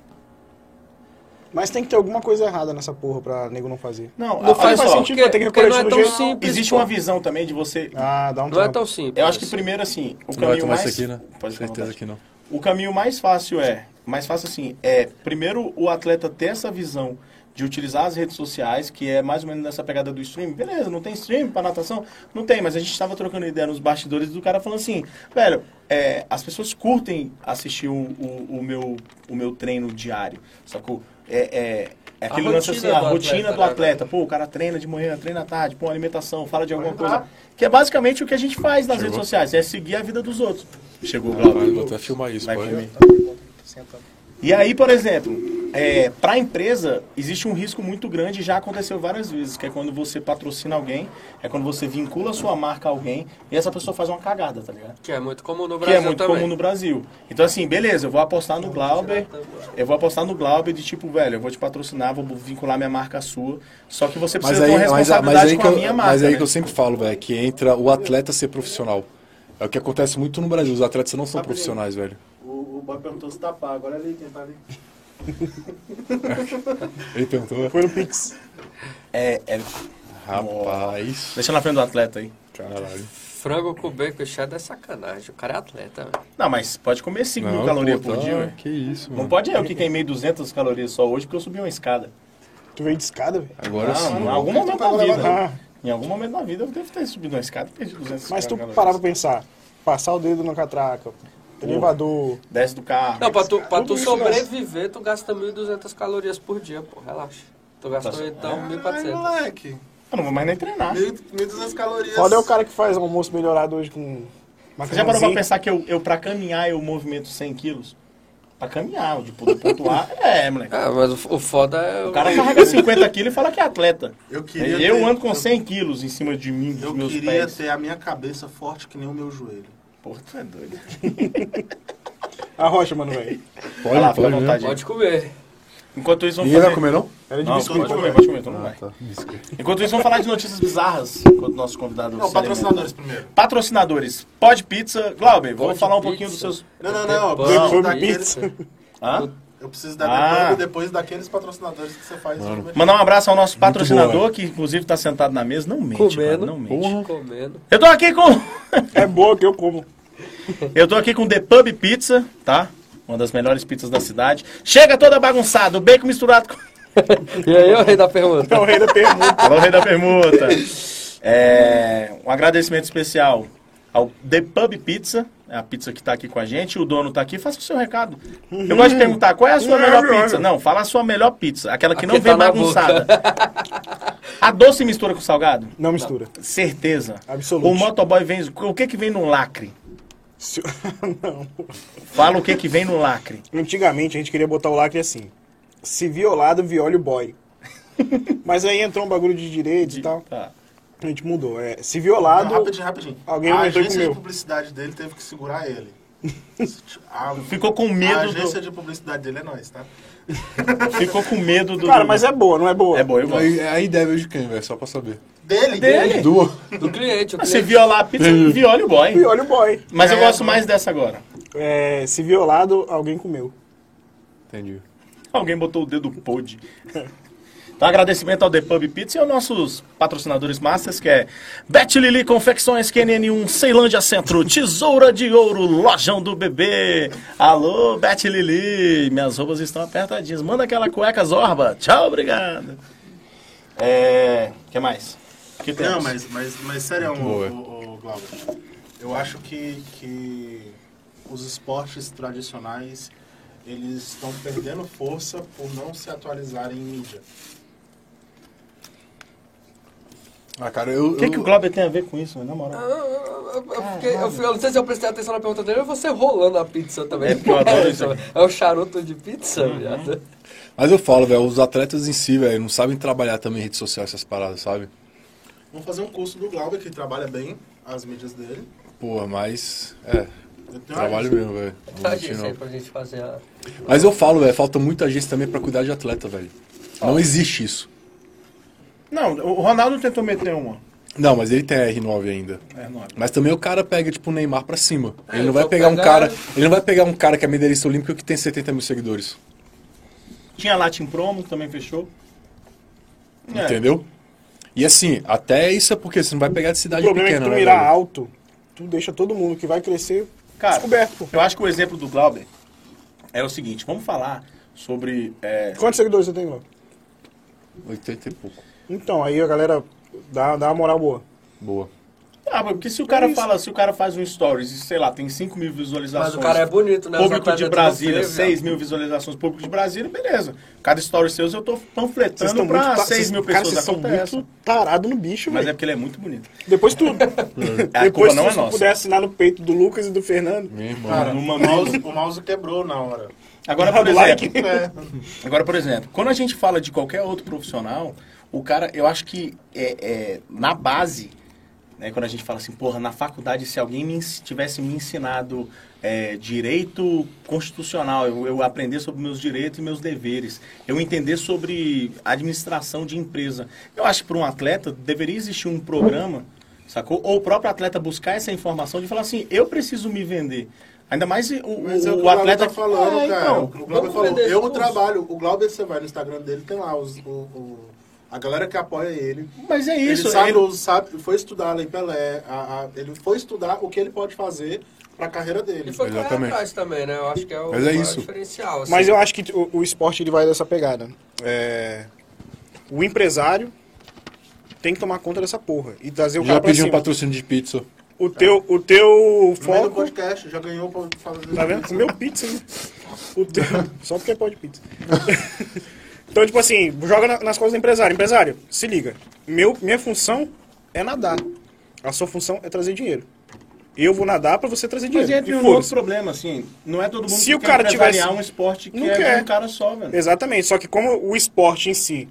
S4: Mas tem que ter alguma coisa errada nessa porra pra nego não fazer.
S3: Não,
S4: Não
S3: olha
S4: faz
S3: só.
S4: sentido, vai ter que
S1: porque não
S4: recolher
S1: é
S4: de
S1: tão
S4: um jeito.
S1: simples.
S3: Existe
S1: pô.
S3: uma visão também de você.
S4: Ah, dá um
S1: Não é
S4: trampo.
S1: tão simples.
S3: Eu acho que primeiro, assim, o
S2: Não vai
S3: caminho
S2: tomar
S3: mais.
S2: isso aqui, né?
S3: Pode ficar à
S2: Certeza
S3: vontade.
S2: que não.
S3: O caminho mais fácil é, mais fácil assim, é primeiro o atleta ter essa visão de utilizar as redes sociais, que é mais ou menos nessa pegada do stream. Beleza, não tem stream para natação? Não tem, mas a gente estava trocando ideia nos bastidores do cara falando assim, velho, é, as pessoas curtem assistir o, o, o meu, o meu treino diário, sacou? É, é, é aquele
S1: A
S3: lance
S1: rotina
S3: assim, a
S1: do
S3: rotina
S1: atleta,
S3: do
S1: né,
S3: atleta. Pô, o cara treina de manhã, treina à tarde, pô, alimentação, fala de alguma
S5: Pode
S3: coisa.
S5: entrar.
S3: Que é basicamente o que a gente faz nas redes sociais, é seguir a vida dos outros. Chegou o Glauber.
S2: Vou até filmar isso,
S3: Vai
S2: pode.
S3: comer. E aí, por exemplo, para a empresa existe um risco muito grande, já aconteceu várias vezes, que é quando você patrocina alguém, é quando você vincula a sua marca a alguém e essa pessoa faz uma cagada, tá ligado?
S1: Que é muito comum no
S3: Que é
S1: Brasil
S3: muito
S1: também.
S3: comum no Brasil. Então, assim, beleza, eu vou apostar no Glauber, eu vou apostar no Glauber de tipo, velho, eu vou te patrocinar, vou vincular minha marca à sua, só que você
S2: Mas
S3: precisa ter
S2: aí,
S3: uma
S2: mas, a-
S3: responsabilidade
S2: mas aí,
S3: com
S2: que,
S3: a
S2: eu,
S3: minha marca.
S2: mas é aí
S3: né?
S2: que eu sempre falo, velho, é que entra o atleta ser profissional. É o que acontece muito no Brasil. Os atletas não são
S5: Rapidinho.
S2: profissionais, velho.
S5: O, o boy perguntou se tá pago, olha ali quem tá ali.
S2: Ele perguntou. né?
S4: Foi no Pix.
S3: É, é.
S2: Rapaz.
S3: Deixa na frente do atleta aí.
S2: Caralho.
S1: Frango com bacon cheddar é sacanagem. O cara é atleta, velho.
S3: Não, mas pode comer 5 mil calorias
S2: pô,
S3: por
S2: tá-
S3: dia, ué.
S2: Que isso, mano.
S3: Não pode eu que queimei 200 calorias só hoje porque eu subi uma escada.
S4: Tu veio de escada, velho.
S2: Agora
S3: Ah,
S2: sim.
S3: em
S2: mano.
S3: algum momento da vida.
S4: Ah,
S3: Em algum momento da vida eu devo ter subido uma escada e perdi 200
S4: mas tu
S3: calorias.
S4: parar pra pensar. Passar o dedo na catraca. Elevador.
S3: Desce do carro.
S1: Não, pra tu, pra
S4: tudo
S1: tu
S4: isso
S1: sobreviver, tu gasta 1.200 calorias por dia, pô. Relaxa. Tu gastou
S2: Tá
S3: Nossa.
S4: É,
S1: então
S5: Ai,
S1: 1.400.
S5: moleque.
S3: Eu não vou mais nem treinar.
S5: Mil- 1.200 calorias.
S4: Olha é o cara que faz um almoço melhorado hoje com
S3: Você já parou pra
S4: macarrãozinho.
S3: pensar que eu, eu pra caminhar, eu movimento 100 quilos? Pra caminhar, tipo, do ponto A, é, moleque.
S1: Ah, mas o, o foda é.
S3: O cara carrega 50 quilos e fala que é atleta.
S5: Eu queria
S3: Eu
S5: ter-
S3: ando com 100 quilos em cima de mim, dos
S5: Eu
S3: meus
S5: queria
S3: pés.
S5: ter a minha cabeça forte que nem o meu joelho.
S3: Porra, tu é doido.
S4: A rocha, mano, velho.
S2: Pode,
S3: lá, fica à
S2: pode, né?
S3: vontade.
S1: Pode comer.
S3: Enquanto isso, vamos
S2: Ninguém vai
S3: fazer...
S2: comer, não?
S4: Era de
S3: Não,
S4: biscoito, né?
S3: pode comer,
S4: velho.
S3: pode comer, então não vai.
S2: Ah, tá. Biscoito.
S3: Enquanto isso, vamos falar de notícias bizarras. Enquanto nosso convidado.
S5: Não,
S3: se
S5: patrocinadores primeiro.
S3: alimenta. Patrocinadores. Pode pizza. Glauber, vamos
S1: Pode
S3: falar um
S1: Pizza.
S3: pouquinho dos seus.
S5: Não, não, não. Eu
S1: Pão,
S5: preciso,
S4: Foi
S5: daqueles,
S4: pizza.
S3: Hã?
S5: eu preciso da
S3: Ah.
S5: depois, depois daqueles patrocinadores que você faz. Mano.
S3: Mandar um abraço ao nosso patrocinador,
S2: boa.
S3: que inclusive tá sentado na mesa. Não mente, mano,
S1: Comendo.
S3: não mente.
S2: Porra.
S1: Comendo.
S3: Eu tô aqui com.
S4: É boa que eu como.
S3: Eu tô aqui com The Pub Pizza, tá? Uma das melhores pizzas da cidade. Chega toda bagunçada, o bacon misturado com.
S1: E aí, o rei da pergunta.
S4: É o rei da permuta.
S3: Alô, rei da permuta. É, um agradecimento especial ao The Pub Pizza, é a pizza que tá aqui com a gente. O dono tá aqui, faça o seu recado. Eu gosto de perguntar, qual é a sua melhor pizza? Não, fala a sua melhor pizza, aquela que
S1: A
S3: não
S1: que
S3: vem
S1: tá na
S3: bagunçada. A doce mistura com salgado?
S4: Não mistura.
S3: Certeza.
S4: Absoluto.
S3: O motoboy vem. O que que vem no lacre?
S4: Se- Não.
S3: Fala o que que vem no lacre.
S4: Antigamente a gente queria botar o lacre assim. Se violado, viola o boy. Mas aí entrou um bagulho de direitos e tal.
S3: Tá.
S4: A gente mudou. É, se violado.
S5: Rapidinho, rapidinho.
S4: Alguém
S5: a
S4: aumentou e
S5: agência de
S4: comeu.
S5: publicidade dele teve que segurar ele. A,
S3: Ficou com
S5: a
S3: medo do.
S5: agência de publicidade dele Ah, é nós, tá?
S3: Ficou com medo do.
S4: Cara, mas é boa, não é boa?
S3: É bom, eu gosto.
S2: Aí, aí deve de quem, velho? Só pra saber.
S5: Dele?
S3: Dele.
S2: Do.
S1: Do cliente, o
S3: Você
S1: cliente.
S3: violar a pizza, viola o boy.
S4: Viola o boy.
S3: Mas eu
S5: É,
S3: gosto
S5: mano.
S3: mais dessa agora.
S4: É, se violado, alguém comeu.
S2: Entendi.
S3: Alguém botou o dedo pod. Então, agradecimento ao The Pub Pizza e aos nossos patrocinadores masters, que é Bet Lili Confecções QNN1, Ceilândia Centro, Tesoura de Ouro, Lojão do Bebê. Alô, Bet Lili, minhas roupas estão apertadinhas. Manda aquela cueca zorba. Tchau, obrigado. É... que mais? O que
S5: Não,
S3: temos?
S5: mas, mas, mas sério, o,
S2: boa.
S5: o, o Glauber, eu acho que, que os esportes tradicionais eles estão perdendo força por não se atualizarem em mídia.
S2: Ah, cara, eu.
S3: O que, que o
S2: eu...
S3: Glauber tem a ver com isso, na moral?
S1: Eu, eu- eu- eu fiquei- eu fui- eu não sei se eu prestei atenção na pergunta dele, ou você rolando a pizza também.
S3: É, porque eu adoro isso aqui.
S1: É o charuto de pizza,
S2: Uhum.
S1: viado.
S2: Mas eu falo, velho, os atletas em si, velho, não sabem trabalhar também em rede social, essas paradas, sabe?
S5: Vamos fazer um curso do Glauber, que trabalha bem as mídias dele.
S2: Porra, mas. É,
S5: Eu tenho uma
S2: trabalho mesmo, velho. Não vou
S1: Tá
S2: mentir,
S1: disso
S2: não.
S1: aí pra gente fazer a.
S2: Mas eu falo, velho, falta muita gente também pra cuidar de atleta, velho. Não existe isso.
S3: Não, o Ronaldo tentou meter uma.
S2: Não, mas ele tem a R9 ainda.
S3: É, não.
S2: Mas também o cara pega, tipo, o Neymar pra cima. Ele não
S1: eu
S2: vai
S1: vou
S2: pegar um
S1: pegar-
S2: cara. Ele não vai pegar um cara que é medalhista olímpico que tem 70 mil seguidores.
S3: Tinha a Latin Promo, também fechou. É.
S2: Entendeu? E assim, até isso é porque você não vai pegar de
S4: O
S2: cidade
S4: problema é
S2: pequena,
S4: que tu
S2: né,
S4: mirar
S2: velho?
S4: alto, tu deixa todo mundo que vai crescer
S3: Cara,
S4: descoberto, pô.
S3: eu acho que o exemplo do Glauber é o seguinte, vamos falar sobre... é,
S4: Quantos seguidores você tem, Ló?
S2: 80 e pouco.
S4: Então, aí a galera dá, dá uma moral boa.
S2: Boa.
S3: Ah, mas porque se o cara fala, se o cara faz um stories e, sei lá, tem 5 mil
S1: Mas
S3: visualizações...
S1: o cara é bonito, né? Os
S3: Público de
S1: atletas
S3: Brasília,
S1: não sei,
S3: 6 mil visualizações, público de Brasília, beleza. Cada story seus eu tô panfletando
S4: muito
S3: pra
S4: ta-
S3: 6 mil
S4: cara,
S3: pessoas.
S4: vocês são
S3: Acontece.
S4: muito tarado no bicho,
S3: Mas é
S4: velho.
S3: porque ele é muito bonito.
S4: Depois tu.
S3: A culpa
S4: depois
S3: não é
S4: se tu
S3: nossa. É
S4: puder assinar no peito do Lucas e do Fernando.
S2: Meu irmão.
S5: Cara,
S3: Numa
S5: o mouse, o mouse quebrou na hora.
S3: Agora, por
S4: Do
S3: exemplo,
S4: like.
S5: É.
S3: Agora, por exemplo, quando a gente fala de qualquer outro profissional, o cara, eu acho que é, é, na base, né, quando a gente fala assim, porra, na faculdade, se alguém me ens- tivesse me ensinado é, direito constitucional, eu, eu aprender sobre meus direitos e meus deveres, eu entender sobre administração de empresa, eu acho que para um atleta deveria existir um programa, sacou? Ou o próprio atleta buscar essa informação de falar assim, eu preciso me vender. Ainda mais o, o-
S5: Mas é o
S3: o
S5: que o, Glauber
S3: atleta
S5: tá falando,
S3: É,
S5: cara.
S3: então.
S5: o Glauber
S1: vamos
S5: falou,
S1: vender
S5: eu
S1: curso.
S5: trabalho. O Glauber, você vai no Instagram dele, tem lá os, o, o- a galera que apoia ele.
S3: Mas é isso.
S5: ele sabe,
S3: ele-
S5: ele... sabe, foi estudar a Lei Pelé, a- a- ele foi estudar o que ele pode fazer pra carreira dele.
S1: Ele foi correr
S2: Exatamente.
S1: atrás também, né? Eu acho que é o
S2: Mas é
S1: maior
S2: isso.
S1: diferencial. assim.
S4: Mas eu acho que o, o esporte ele vai dessa pegada. É, o empresário tem que tomar conta dessa porra e trazer o
S2: Já
S4: cara pra
S2: pedi um
S4: cima.
S2: patrocínio de pizza.
S4: O teu, o teu
S5: No meio do
S4: foco...
S5: podcast, já ganhou pra fazer.
S4: Tá vendo? Comeu pizza ainda. O teu- Só porque pode pizza. então, tipo assim, joga na- nas coisas do empresário. Empresário, se liga. Meu, minha função é nadar. A sua função é trazer dinheiro. Eu vou nadar pra você trazer
S3: Mas
S4: dinheiro.
S3: entra
S4: E
S3: em um outro
S4: foda-se.
S3: problema, assim. Não é todo mundo
S4: Se
S3: que
S4: o
S3: quer
S4: cara
S3: empresariar
S4: tivesse-
S3: um esporte que
S4: Não
S3: é de
S4: quer.
S3: um cara só, velho.
S4: Exatamente. Só que como o esporte em si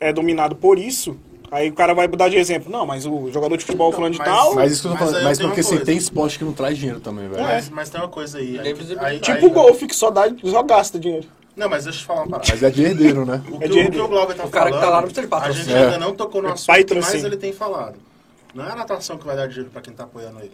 S4: é dominado por isso, aí o cara vai dar de exemplo. Não, mas o jogador de futebol fulano de
S5: mas-
S4: tal...
S5: Mas
S2: Mas isso que eu tô
S5: aí
S2: falando.
S5: eu
S2: Mas
S5: tenho
S2: porque
S5: uma
S2: assim,
S5: coisa. É.
S2: tem esporte que não traz dinheiro também, velho.
S5: Mas, mas tem uma coisa aí. aí, que- aí-
S1: Tipo
S4: Tipo
S5: aí-
S4: o golfe que só dá, só gasta dinheiro.
S5: Não, mas deixa eu te falar uma parada.
S2: Mas é de herdeiro, né?
S5: O
S4: É
S5: que, o-
S4: dinheiro
S5: o, que o
S4: dele.
S5: Glauber tá
S1: O cara que
S5: falando,
S1: tá lá não precisa de
S5: a
S1: patrocínio.
S5: gente
S2: É.
S5: ainda não tocou no
S4: É
S5: assunto,
S4: patrocínio.
S5: mas ele tem falado. Não é a natação que vai dar dinheiro pra quem tá apoiando ele.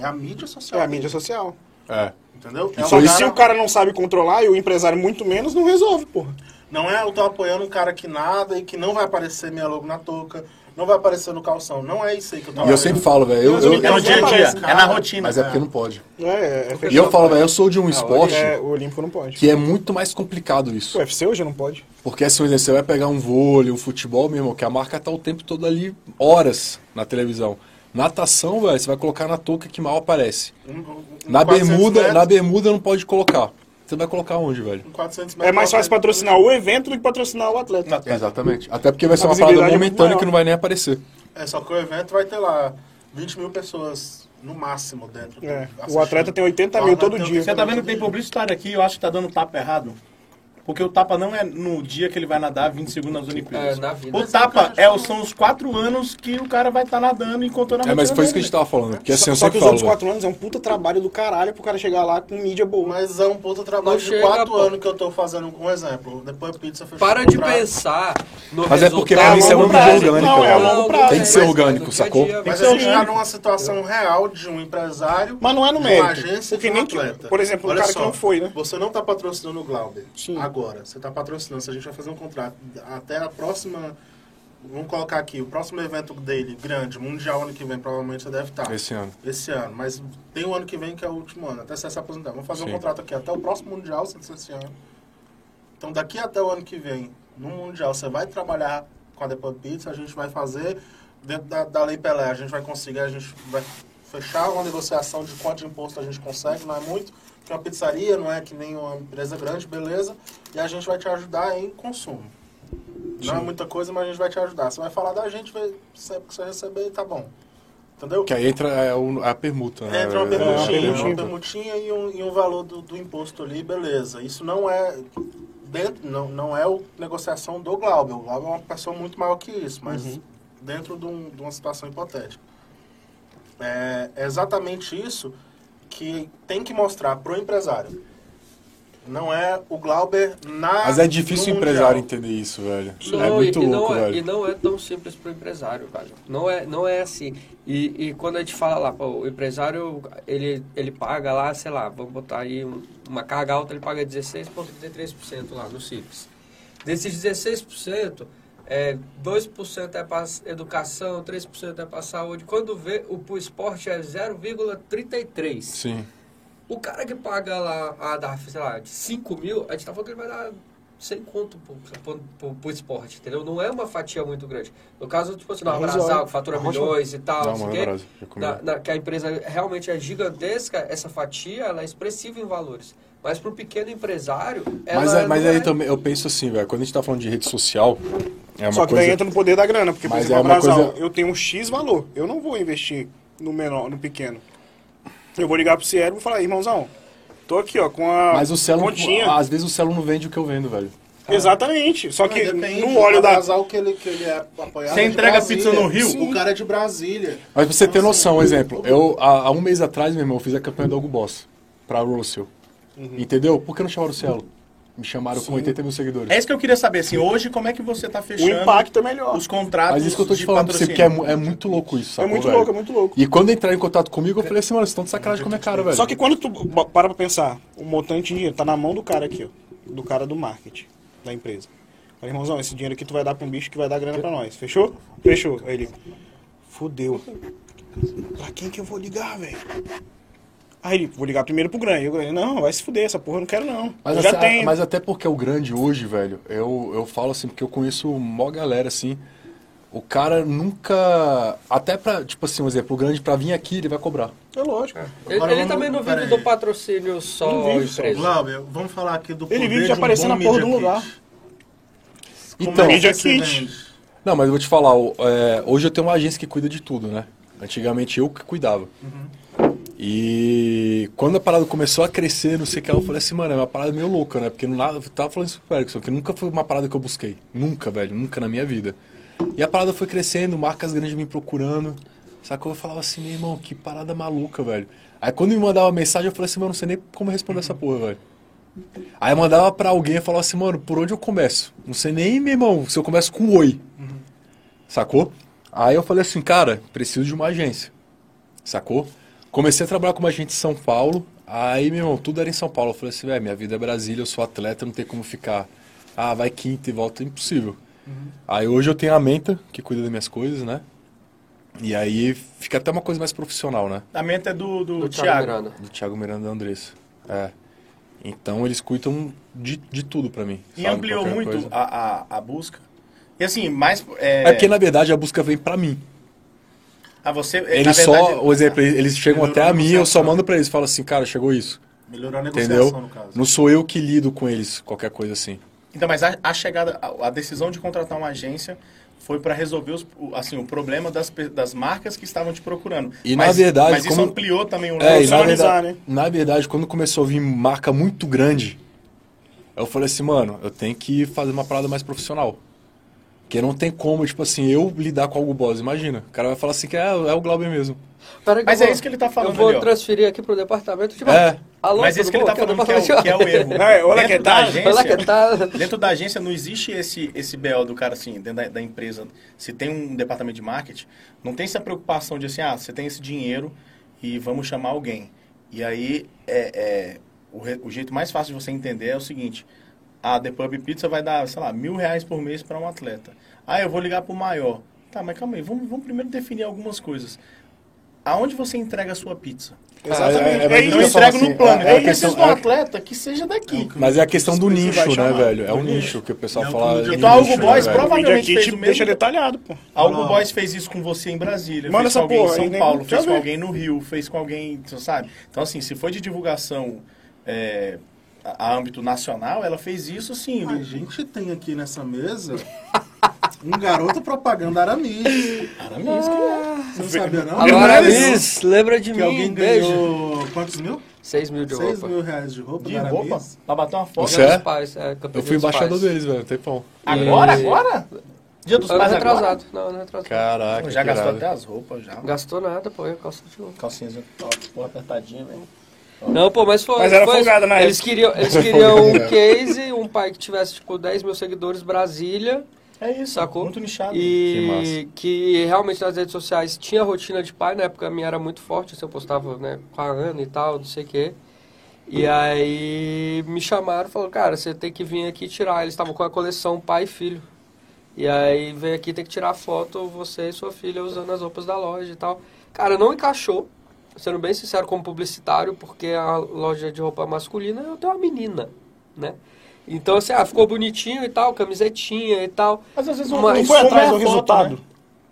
S5: É a mídia social.
S4: É a mídia social.
S2: É.
S5: Entendeu? É
S2: Só
S5: uma
S2: isso-
S4: Se o cara não sabe controlar e o empresário muito menos, não resolve, porra.
S5: Não é eu tô apoiando um cara que nada e que não vai aparecer minha logo na touca, não vai aparecer no calção. Não é isso aí que eu tô
S2: E eu sempre falo, velho. Eu,
S4: Mas o
S2: eu-
S4: Miguel
S3: É no dia a dia,
S5: Cara,
S3: é na rotina.
S2: mas é porque não pode.
S4: É, é
S2: E eu falo, velho, eu sou de um esporte
S4: É, o Olímpico não pode.
S2: que é muito mais complicado isso.
S4: O UFC hoje não pode.
S2: Porque assim, por exemplo, você vai pegar um vôlei, um futebol mesmo, que a marca tá o tempo todo ali, horas na televisão. Natação, velho, você vai colocar na touca que mal aparece. Na bermuda, na bermuda não pode colocar. Você vai colocar onde, velho?
S4: É mais fácil patrocinar o evento do que patrocinar o atleta.
S2: Exatamente. Até porque vai ser
S4: A
S2: uma parada
S4: visibilidade é muito
S2: momentânea
S4: maior.
S2: que não vai nem aparecer.
S5: É só que o evento vai ter lá 20 mil pessoas no máximo dentro. do-
S4: É,
S5: assistindo.
S4: o atleta tem 80
S5: Então,
S4: mil todo
S5: vai ter
S4: dia.
S5: o-
S4: Você
S3: Você tá vendo que tem publicitário aqui, eu acho que tá dando tapa errado. Porque o tapa não é no dia que ele vai nadar 20 segundos nas Olimpíadas.
S1: É, na vida.
S3: O tapa é, os- são os quatro anos que o cara vai estar nadando e contando a
S2: É, mas foi isso
S3: rotina
S2: que a
S3: dele.
S2: gente tava falando. Porque assim,
S4: Só,
S2: eu
S4: só que
S2: sempre
S4: os
S2: falo,
S4: outros
S2: velho,
S4: 4 anos é um puta trabalho do caralho pro cara chegar lá com mídia boa.
S5: Mas é um puta trabalho
S1: Não
S5: de
S1: chega,
S5: quatro
S1: pô.
S5: anos que eu tô fazendo um exemplo. Depois a pizza fechou.
S1: Para
S5: o
S1: de
S5: contrato.
S1: pensar no
S2: Mas é porque
S1: resultado.
S2: pra mim isso é
S1: a longo
S2: uma mídia
S1: prazo.
S2: orgânica,
S4: Não, é a
S2: velho.
S4: longo prazo.
S2: Tem que ser
S1: Mas
S2: orgânico,
S1: no dia a
S2: sacou?
S1: dia,
S5: Mas
S1: velho.
S5: a gente
S4: orgânico.
S5: tá numa situação real de um empresário.
S4: Mas não é no
S5: de
S4: mérito.
S5: Uma agência
S4: Porque
S5: e de um
S4: nem que-
S5: atleta.
S4: por exemplo, o
S5: Olha
S4: cara que
S5: só,
S4: não foi, né?
S5: Você não tá patrocinando o Glauber
S4: Sim.
S5: agora. Você tá patrocinando. Se a gente vai fazer um contrato até a próxima. Vamos colocar aqui, o próximo evento dele, grande, mundial ano que vem, provavelmente você deve tá. estar.
S2: Esse ano.
S5: Esse ano, mas tem o ano que vem que é o último ano, até você se aposentar. Vamos fazer um
S2: Sim.
S5: contrato aqui até o próximo Mundial, se você esse ano. Então daqui até o ano que vem, no Mundial, você vai trabalhar com a Depo Pizza, a gente vai fazer dentro da, da Lei Pelé, a gente vai conseguir, a gente vai fechar uma negociação de quanto de imposto a gente consegue, não é muito, que é uma pizzaria, não é que nem uma empresa grande, beleza, e a gente vai te ajudar em consumo. Não é muita coisa, mas a gente vai te ajudar. Você vai falar da gente, vai, sempre que você receber, tá bom. Entendeu?
S2: Que aí entra é, o- a permuta, né?
S5: Entra uma
S2: velho? É,
S5: permutinha,
S4: permutinha.
S5: uma permutinha e um, e um valor do, do imposto ali, beleza. Isso não é dentro, não, não é o negociação do Glauber. O Glauber é uma pessoa muito maior que isso, mas
S2: Uhum.
S5: dentro de, um- de uma situação hipotética. É é exatamente isso que tem que mostrar pro empresário. Não é o Glauber na.
S2: Mas é difícil o
S5: no
S2: empresário
S5: Mundial.
S2: entender isso, velho.
S1: Não,
S2: é
S1: e-
S2: muito
S1: e,
S2: louco,
S1: não é, e
S2: velho.
S1: não é tão simples para o empresário, velho. Não é, não é assim. E, e quando a gente fala lá, pô, o empresário, ele, ele paga lá, sei lá, vamos botar aí um- uma carga alta, ele paga 16,33% lá no CIPS. Desses 16%, é, 2% é para educação, 3% é para saúde. Quando vê, o pro esporte é 0,33%.
S2: Sim.
S1: O cara que paga lá a DARF, sei lá, de 5 mil, a gente tá falando que ele vai dar 100 conto pro, pro, pro- pro esporte, entendeu? Não é uma fatia muito grande. No caso, tipo
S2: É
S1: assim, na
S4: Mas,
S1: Brasal,
S4: ó,
S1: que fatura
S4: a Rocha-
S1: milhões e tal,
S2: Não,
S1: não sei o
S2: mas
S1: quê,
S2: na Brasal, já comi.
S1: na- na- que a empresa realmente é gigantesca, essa fatia, ela é expressiva em valores. Mas pro pequeno empresário, ela
S2: Mas, é- mas
S1: não
S2: aí
S1: é-
S2: também, eu penso assim, velho, quando a gente tá falando de rede social, é uma
S4: Só que
S2: coisa...
S4: daí entra no poder da grana, porque, por
S2: Mas
S4: exemplo,
S2: é
S4: a
S2: uma
S4: Brasal,
S2: coisa-
S4: eu tenho um X valor, eu não vou investir no menor, no pequeno. Eu vou ligar pro Cielo e vou falar, irmãozão, tô aqui, ó, com a
S2: Mas o Celo,
S4: continha.
S2: às vezes o Celo não vende o que eu vendo, velho.
S4: Exatamente, só
S5: Não,
S4: que
S5: depende
S4: no
S5: do
S4: óleo da...
S5: casal que ele, que ele é apoiado.
S3: Você
S5: é de
S3: entrega
S5: Brasília.
S3: pizza no Rio?
S5: O cara é de Brasília.
S2: Mas pra você ter noção, um exemplo, eu, há, há um mês
S4: Uhum.
S2: atrás, meu irmão, eu fiz a campanha do Hugo Boss pra Russell. Entendeu? Por que não chamaram o Celo? Me chamaram com 80 mil seguidores.
S3: É isso que eu queria saber, assim, hoje como é que você tá
S4: O
S3: fechando
S4: impacto é melhor.
S3: os contratos
S2: Mas isso que eu tô te
S3: de
S2: falando pra você, porque é,
S3: patrocínio?
S2: mu- é muito louco isso,
S4: É
S2: sacou,
S4: muito
S2: velho?
S4: louco, é muito louco.
S2: E quando entraram em contato comigo, eu falei assim, mano, vocês estão de sacanagem com a minha cara, velho.
S4: Só que quando tu bo- para pra pensar, o montante de dinheiro tá na mão do cara aqui, ó. Do cara do marketing, da empresa. Fala, irmãozão, esse dinheiro aqui tu vai dar pra um bicho que vai dar grana pra nós. Fechou? Fechou. Aí ele, fudeu. Pra quem que eu vou ligar, velho? Aí ele, vou ligar primeiro pro grande. E o grande, não, vai se fuder, essa porra eu não quero não.
S2: Mas,
S4: eu já
S2: assim, a-
S4: tenho.
S2: mas até porque é o grande hoje, velho, eu, eu falo assim, porque eu conheço mó galera, assim, o cara nunca... Até pra, tipo assim, um exemplo, o grande pra vir aqui, ele vai cobrar.
S4: É lógico.
S1: Ele,
S5: Agora
S1: ele
S5: vamos-
S1: também não vive
S5: peraí.
S1: do patrocínio
S4: Não
S1: só
S4: vive só.
S1: empresa.
S5: Glauber, vamos falar aqui do
S4: Ele
S5: poder
S4: vive
S5: de
S4: de
S5: um
S4: aparecer na
S5: bom
S4: porra do
S5: media
S4: lugar.
S5: kit. Como
S2: Então,
S5: é que
S4: Media
S5: se
S4: kit.
S5: vende?
S2: Não, mas eu vou te falar, o- é, hoje eu tenho uma agência que cuida de tudo, né? Antigamente eu que cuidava. E quando a parada começou a crescer, não sei o que, eu falei assim, mano, é uma parada meio louca, né? Porque não nada, eu tava falando isso pro Erickson, que nunca foi uma parada que eu busquei. Nunca, velho, nunca na minha vida. E a parada foi crescendo, marcas grandes me procurando. Sacou? Eu falava assim, meu irmão, que parada maluca, velho. Aí quando me mandava mensagem, eu falei assim, mano, não sei nem como responder essa porra, velho. Aí eu mandava pra alguém e falava assim, mano, por onde eu começo? Não sei nem, meu irmão, se eu começo com um oi. Sacou? Aí eu falei assim, cara, preciso de uma agência. Sacou? Comecei a trabalhar com uma agente em São Paulo. Aí, meu irmão, tudo era em São Paulo. Eu falei assim, velho, minha vida é Brasília, eu sou atleta, não tem como ficar. Ah, vai quinta e volta, impossível.
S3: Uhum.
S2: Aí hoje eu tenho a Menta, que cuida das minhas coisas, né? E aí fica até uma coisa mais profissional, né?
S3: A meta é do, do,
S1: Do Thiago
S3: Thiago.
S1: Miranda.
S2: Do Thiago Miranda e da Andressa. É. Então eles cuidam de, de tudo pra mim.
S3: E
S2: sabe?
S3: ampliou
S2: Qualquer
S3: muito
S2: coisa.
S3: a, a, a busca. E assim, mais. É,
S2: É porque, na verdade, a busca vem pra mim.
S3: a você, é, na
S2: Eles
S3: verdade,
S2: só, por exemplo, eles chegam
S5: melhorou
S2: até
S5: a
S2: a mim, eu só
S5: negociação.
S2: mando pra eles, falo assim, cara, chegou isso,
S5: Melhorou a negociação,
S2: entendeu?
S5: no caso.
S2: Não sou eu que lido com eles, qualquer coisa assim.
S3: Então, mas a, a chegada, a, a decisão de contratar uma agência foi para resolver os- o, assim, o problema das, pe- das marcas que estavam te procurando.
S2: E,
S3: mas,
S2: na verdade,
S3: mas isso
S2: como-
S3: ampliou também o
S2: É, e
S3: lance.
S2: na
S4: profissionalizar,
S2: verdade,
S4: né?
S2: na verdade, quando começou a vir marca muito grande, eu falei assim, mano, eu tenho que fazer uma parada mais profissional. Porque não tem como, tipo assim, eu lidar com algo boss, imagina. O cara vai falar assim que é, é o Glauber mesmo.
S1: Peraí que
S3: Mas
S1: eu
S3: é
S1: vou-
S3: isso que ele tá falando
S1: Eu vou
S3: ali, ó.
S1: transferir aqui pro departamento tipo, de
S2: É.
S1: Alô,
S3: mas isso que
S1: tudo
S3: ele
S1: bom?
S3: tá
S1: Aqui o
S3: falando que é o, que é o erro.
S1: departamento de-
S4: É, olha
S3: Dentro
S4: que
S3: da
S4: tá,
S3: agência-
S1: Olha que tá.
S3: Dentro da agência não existe esse, esse BO do cara assim, dentro da, da empresa. Se tem um departamento de marketing, não tem essa preocupação de assim, ah, você tem esse dinheiro e vamos chamar alguém. E aí, é, é, o, re- o jeito mais fácil de você entender é o seguinte: a The Pub Pizza vai dar, sei lá, mil reais por mês para um atleta. Ah, eu vou ligar pro maior. Tá, mas calma aí, vamos, vamos primeiro definir algumas coisas. Aonde você entrega a sua pizza?
S4: Exatamente.
S2: É, é,
S4: É,
S2: é,
S4: isso.
S3: Eu
S2: eu falo
S3: entrego
S2: assim,
S3: no plano.
S2: é,
S3: É,
S2: é a
S3: eu preciso
S2: questão-
S3: de um
S2: é-
S3: atleta que seja daqui.
S2: Mas é a questão do
S3: Isso vai
S2: nicho, né,
S3: chamar.
S2: velho? É o nicho que o pessoal
S5: É o
S2: fala.
S5: nicho.
S2: é
S3: Então, algo
S2: nicho, né,
S3: boys
S2: velho?
S3: prova-
S4: Provavelmente
S3: Provavelmente
S4: aqui
S3: fez
S4: tipo,
S3: o mesmo.
S4: deixa detalhado, pô.
S3: Algo
S5: Olá.
S3: Boys fez isso com você em Brasília,
S4: Manda
S3: fez
S4: essa
S3: com alguém
S4: porra aí,
S3: em
S4: né?
S3: São
S4: nem-
S3: Paulo,
S4: já
S3: fez com
S4: vi.
S3: alguém no Rio, fez com alguém, você sabe? Então, assim, se foi de divulgação é, a a âmbito nacional, ela fez isso sim. né?
S5: A gente tem aqui nessa mesa um garoto propaganda Aramis.
S3: Aramis, cara.
S5: Você não sabia, não?
S4: Ele não
S1: Agora,
S4: era
S1: Liz, lembra de
S5: Que alguém
S1: mim, beijo.
S5: ganhou quantos mil?
S1: 6 mil de
S5: 6
S1: roupa.
S5: mil reais de roupa
S3: de
S5: da Aramis.
S3: roupa, pra bater uma foto.
S2: Você é?
S1: Dos pais, é, campeão
S2: Eu fui
S1: dos
S2: embaixador
S1: pais.
S2: deles, velho, tempão.
S3: Agora,
S1: E- tá
S3: agora? Dia dos
S1: Ano
S3: pais agora? Ah,
S1: retrasado. Não, ano retrasado.
S2: Caraca,
S3: Já
S2: que
S3: gastou
S2: irado.
S3: até as roupas, já.
S1: Gastou nada, pô, eu calça de ouro.
S3: Calcinhas, ó, porra, apertadinha, velho. É
S1: Não, pô, mas foi.
S4: Mas era
S1: foi-
S4: folgada na
S1: Eles
S4: época.
S1: queriam, eles
S2: Era
S1: queriam
S2: folgada,
S1: um
S2: né?
S1: case, um pai que tivesse, tipo, 10 mil seguidores Brasília.
S3: É isso,
S1: Sacou?
S3: muito nichado. né?
S1: E
S2: Que
S1: que, realmente nas redes sociais tinha rotina de pai, na época a minha era muito forte, assim, eu postava né, com a Ana e tal, não sei o quê. E aí me chamaram e falaram, cara, você tem que vir aqui tirar. Eles estavam com a coleção pai e filho. E aí veio aqui tem que tirar foto, você e sua filha usando as roupas da loja e tal. Cara, não encaixou, sendo bem sincero, como publicitário, porque a loja de roupa masculina eu tenho uma menina, né? Então, assim, ah, ficou bonitinho e tal, camisetinha e tal.
S3: Mas às vezes o
S1: Mas Isso
S4: Não foi
S3: consumo é
S4: atrás
S3: a
S4: do
S3: foto,
S4: resultado.
S3: né?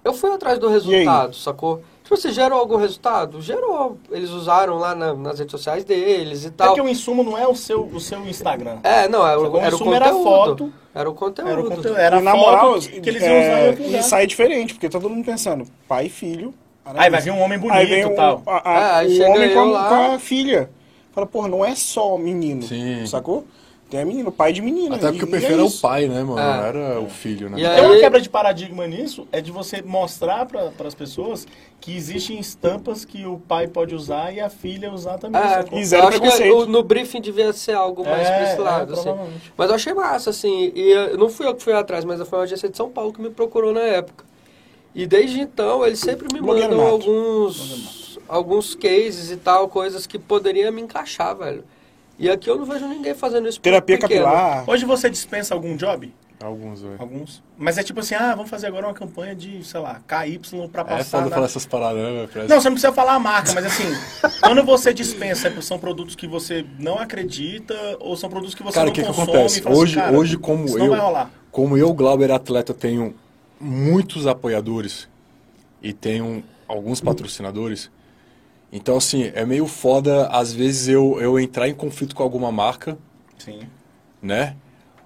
S1: Eu fui atrás do resultado, sacou? Tipo, se gerou algum resultado? Gerou. Eles usaram lá na- nas redes sociais deles e
S3: É
S1: tal.
S3: que o insumo não é o seu, o seu Instagram.
S1: É, não, era, o-
S3: Sacou?
S1: era o
S3: Isso era
S1: conteúdo.
S3: foto.
S1: Era o conteúdo. É,
S3: Era o conteúdo, era a
S4: E, na
S3: foto
S4: moral,
S3: que, que eles iam usar em
S4: é,
S3: outro lugar.
S4: e sai diferente, porque tá todo mundo pensando, pai e filho.
S3: Aí vai vir um homem bonito
S4: Aí vem
S3: e
S4: o,
S3: tal.
S4: a- a-
S1: É, aí
S4: o
S1: chega
S4: homem com a,
S1: eu lá.
S4: com a filha. Fala, porra, não é só menino,
S2: Sim.
S4: sacou? Tem a menina, o pai de menina.
S2: Até
S4: e-
S2: porque
S3: um
S2: o
S4: e
S2: perfil
S4: é
S2: era o
S4: isso.
S2: pai, né, mano?
S1: Ah.
S2: Não era o filho, né?
S1: E aí-
S3: Tem uma quebra de paradigma nisso, é de você mostrar para as pessoas que existem estampas que o pai pode usar e a filha usar também.
S1: Ah,
S3: sacou?
S4: e zero
S1: acho que
S4: preconceito.
S1: o- no briefing devia ser algo mais pra esse lado, assim.
S3: É, provavelmente.
S1: Mas eu achei massa, assim. E eu- não fui eu que fui atrás, mas foi uma agência de São Paulo que me procurou na época. E desde então, eles sempre me
S4: Blogueiro
S1: mandam
S4: nato.
S1: alguns, alguns cases e tal, coisas que poderiam me encaixar, velho. E aqui eu não vejo ninguém fazendo isso. pro
S4: Terapia
S1: pequeno.
S4: capilar.
S3: Hoje você dispensa algum job?
S2: Alguns, velho.
S3: Alguns. Mas é tipo assim, ah, vamos fazer agora uma campanha de, sei lá, KY pra
S2: É
S3: passar.
S2: foda
S3: na-
S2: falar essas paradas, né, velho? Parece-
S3: Não, você não precisa falar a marca, mas assim, quando você dispensa, são produtos que você não acredita ou são produtos que você
S2: Cara,
S3: não
S2: o que, que
S3: consome? e
S2: acontece?
S3: fala assim,
S2: hoje,
S3: cara,
S2: hoje como
S3: isso
S2: eu,
S3: não vai rolar.
S2: como eu, Glauber Atleta, tenho muitos apoiadores e tenho alguns patrocinadores. Então, assim, é meio foda, às vezes, eu, eu entrar em conflito com alguma marca,
S3: Sim.
S2: né?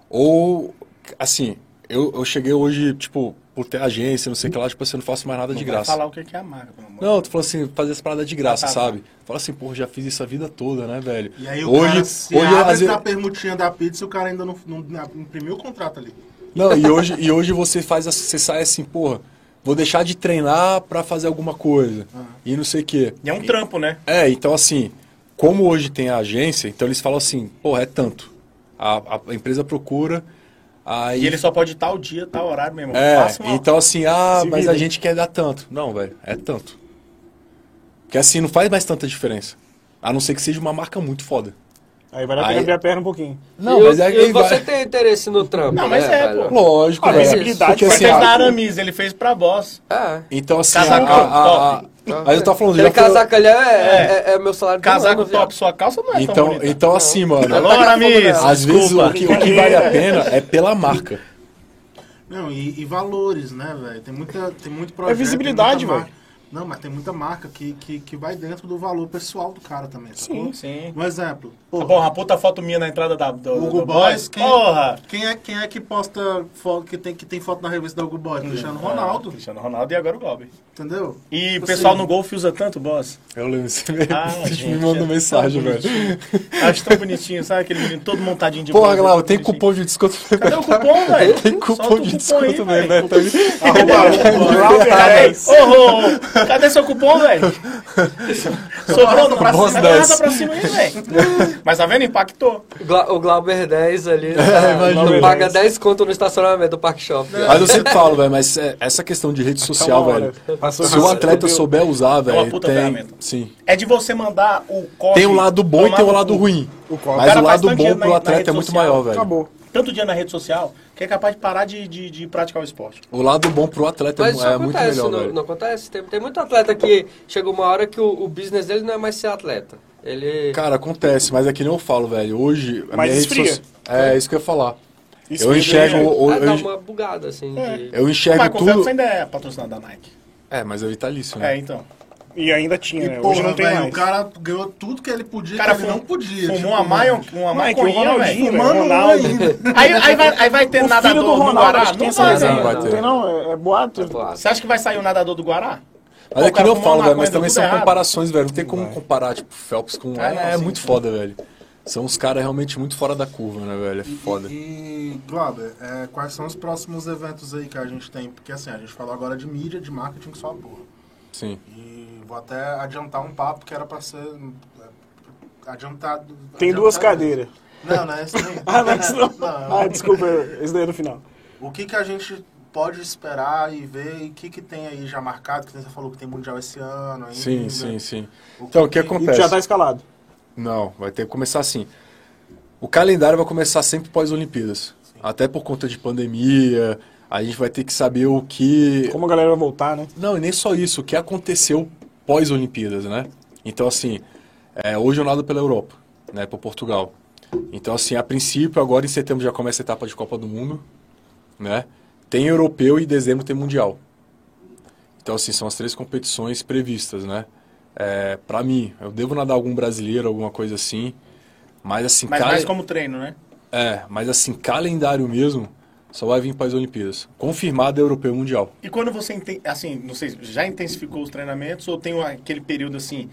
S2: Ou, assim, eu, eu cheguei hoje, tipo, por ter agência, não sei o que lá, tipo assim, eu não faço mais nada
S3: Não
S2: de
S3: vai
S2: graça.
S3: falar o que que é a marca, pelo amor.
S2: Não, tu falou assim, fazer essa parada de graça,
S3: Ah, tá.
S2: sabe? Fala assim, porra, já fiz isso a vida toda, né, velho?
S5: E aí o
S2: hoje,
S5: cara se
S2: hoje,
S5: abre
S2: às vezes-
S5: pra permutinha da pizza e o cara ainda não, não- não imprimiu o contrato ali.
S2: Não, e hoje, e hoje você faz, assim, você sai assim, porra, vou deixar de treinar pra fazer alguma coisa.
S5: Ah.
S2: E não sei o quê.
S3: E é um trampo, né?
S2: É, então assim, como hoje tem a agência, então eles falam assim, porra, é tanto. A, a empresa procura, aí.
S3: E ele só pode tal dia, tal horário mesmo.
S2: É,
S3: Faça uma-
S2: então assim, ah,
S4: Se
S2: mas
S4: vira.
S2: a gente quer dar tanto. Não, velho, é tanto. Porque assim, não faz mais tanta diferença. A não ser que seja uma marca muito foda.
S4: Aí vai dar
S2: Aí-
S4: pra abrir a perna um pouquinho.
S1: e,
S2: mas
S1: eu-
S2: é
S1: e
S2: que
S1: você
S2: vai-
S1: tem interesse no trampo,
S3: Não, mas
S1: né,
S3: é,
S1: velho?
S3: pô.
S2: Lógico,
S4: A
S2: velho.
S4: visibilidade
S2: Porque,
S4: faz
S2: assim,
S3: Ele
S2: a-
S3: fez na Aramis, ele fez pra boss.
S1: É.
S2: Então assim,
S3: Casaco
S2: a, a, a,
S3: top.
S2: Aí eu tava falando,
S1: Aquele
S2: já foi-
S1: casaco ali é, é- é meu salário do
S3: Casaco
S1: ano, viado.
S3: top, sua calça não é tão
S2: Então,
S3: bonita.
S2: então assim, mano.
S3: Alô, Aramis,
S2: Às vezes
S3: desculpa.
S2: o que, o que vale a pena é pela marca.
S5: Não, e, e valores, né, velho? Tem, muita, tem muito projeto. tem
S4: É visibilidade,
S5: muita mar-
S4: velho.
S5: Não, mas tem muita marca que, que, que vai dentro do valor pessoal do cara também, sacou?
S3: Sim.
S5: Um exemplo. Porra,
S3: Porra, puta foto minha na entrada da, do, do
S5: Hugo
S3: do
S5: Boys, quem,
S3: Porra!
S5: quem, é, quem é que posta foto, que tem, que tem foto na revista da Hugo Boys? Cristiano
S3: É,
S5: Ronaldo,
S3: Cristiano Ronaldo e agora o Glauber.
S5: entendeu?
S3: E o
S5: Tipo
S3: pessoal
S5: assim,
S3: no golfe usa tanto, boss.
S2: Eu lembro, você me,
S3: Ah,
S2: você
S3: gente,
S2: me mandou
S3: é
S2: mensagem, velho.
S3: Acho tão bonitinho, sabe? Aquele menino todo montadinho de
S2: Porra,
S3: bola,
S2: Glau, tem
S3: bonitinho.
S2: cupom de desconto.
S3: Cadê o cupom, velho?
S2: Tem
S3: Solta o
S2: cupom de
S3: aí,
S2: desconto mesmo,
S3: velho.
S2: né? Tá ali.
S3: Cadê? Ô, ô, ô, cadê seu cupom, velho? Sobrou no pra
S2: Boss
S3: cima. Arrasta
S2: 10.
S3: pra cima aí, velho. Mas tá vendo? Impactou.
S1: Gla- o Glauber 10 ali.
S2: É,
S1: né?
S2: imagina.
S1: paga 10 conto no estacionamento do Park Shopping.
S3: É.
S2: Mas eu sempre falo, velho, mas é, essa questão de
S3: Tá
S2: rede social,
S4: Calma,
S2: velho.
S4: olha. Passou
S2: Se o
S4: disso,
S2: atleta
S4: fudeu.
S2: souber usar, velho,
S3: É puta
S2: tem.
S3: ferramenta.
S2: Sim.
S3: É de você mandar o código.
S2: Tem o lado bom e tem o lado ruim.
S4: O cara
S2: Mas o
S3: faz
S2: lado
S3: tanto
S2: bom
S3: dinheiro na-
S2: pro
S3: na
S2: atleta é
S3: rede
S2: muito
S3: social.
S2: maior, velho.
S4: Acabou.
S3: Tanto dia na rede social que é capaz de parar de, de, de praticar o esporte.
S2: O lado bom pro atleta é
S1: Mas isso
S2: é muito
S1: acontece,
S2: melhor,
S1: não,
S2: velho.
S1: não acontece? Tem, tem muito atleta que chega uma hora que o, o business dele não é mais ser atleta. Ele.
S2: Cara, acontece, mas é que nem eu falo, velho. Hoje. a
S4: Mas
S2: minha rede
S4: esfria.
S2: soci- É, isso que eu ia falar.
S4: Isso
S2: eu
S4: que
S2: enxergo.
S4: eu-
S2: o-
S1: ah,
S2: eu
S3: tá,
S1: dá
S2: enx-
S1: uma bugada, assim.
S3: É.
S1: de-
S2: Eu enxergo
S3: Michael
S2: tudo.
S3: Phelps ainda é patrocinado da Nike.
S2: É, mas é vitalício, né?
S3: É, então.
S4: E ainda tinha, né?
S5: E,
S4: Hoje
S5: porra,
S4: não tem
S5: velho,
S4: mais.
S5: o cara ganhou tudo que ele podia,
S3: O cara
S5: que ele
S3: fum-
S5: não podia.
S3: Fumou
S5: tipo,
S3: uma maio, uma
S2: é
S4: Mike, o
S3: maconhinha, velho.
S4: Ronaldinho, velho.
S5: Mano,
S4: Ronaldo.
S5: ainda.
S3: Aí, aí, vai, aí vai ter
S4: O filho
S3: é nadador
S4: do
S3: no
S4: Ronaldo,
S3: Guará?
S4: acho que tem
S3: Não
S4: essa
S3: vai,
S1: razão,
S3: né?
S1: vai.
S4: Não tem não, é, é boato.
S1: Claro.
S3: Você acha que vai sair um nadador do Guará?
S2: Mas é
S3: Pô,
S2: que
S3: cara,
S2: nem eu
S3: fumar
S2: falo,
S3: uma
S2: velho, mas
S3: maconha
S2: também
S3: tá
S2: são
S3: tudo errado.
S2: comparações, velho. Não tem como comparar, tipo, Phelps com.
S3: Ah,
S2: é,
S3: não,
S2: é
S3: sim,
S2: muito
S3: sim.
S2: foda, velho. São uns caras realmente muito fora da curva, né, velho? É foda.
S5: E, Glauber, é, quais são os próximos eventos aí que a gente tem? Porque assim, a gente falou agora de mídia, de marketing, que só é a porra.
S2: Sim.
S5: E vou até adiantar um papo que era pra ser é, adiantado.
S4: Tem
S5: adiantado.
S4: duas cadeiras.
S5: Não, não é isso aí.
S4: Ah, não, isso não.
S5: Não.
S4: Ah, desculpa, esse daí é no final.
S5: O que, que a gente pode esperar e ver? E o que, que tem aí já marcado? Que você falou que tem Mundial esse ano ainda.
S2: Sim, sim, sim.
S5: O
S2: Então, o que
S4: né? E tu já tá
S2: acontece?
S4: escalado.
S2: Não, vai ter que começar assim. O calendário vai começar sempre pós-Olimpíadas. Até por conta de pandemia, a gente vai ter que saber o que.
S4: Como a galera vai voltar, né?
S2: Não, e nem só isso, o que aconteceu pós-Olimpíadas, né? Então, assim, é, hoje eu nado pela Europa, né, para Portugal. Então, assim, a princípio, agora em setembro já começa a etapa de Copa do Mundo, né? Tem europeu e em dezembro tem mundial. Então, assim, são as três competições previstas, né? É, para mim, eu devo nadar algum brasileiro, alguma coisa assim, mas assim,
S3: Mas
S2: cai-
S3: mais como treino, né?
S2: é, mas assim, calendário mesmo só vai vir para as Olimpíadas. Confirmado é europeu e mundial.
S3: E quando você, inten- assim, não sei, já intensificou os treinamentos ou tem aquele período assim,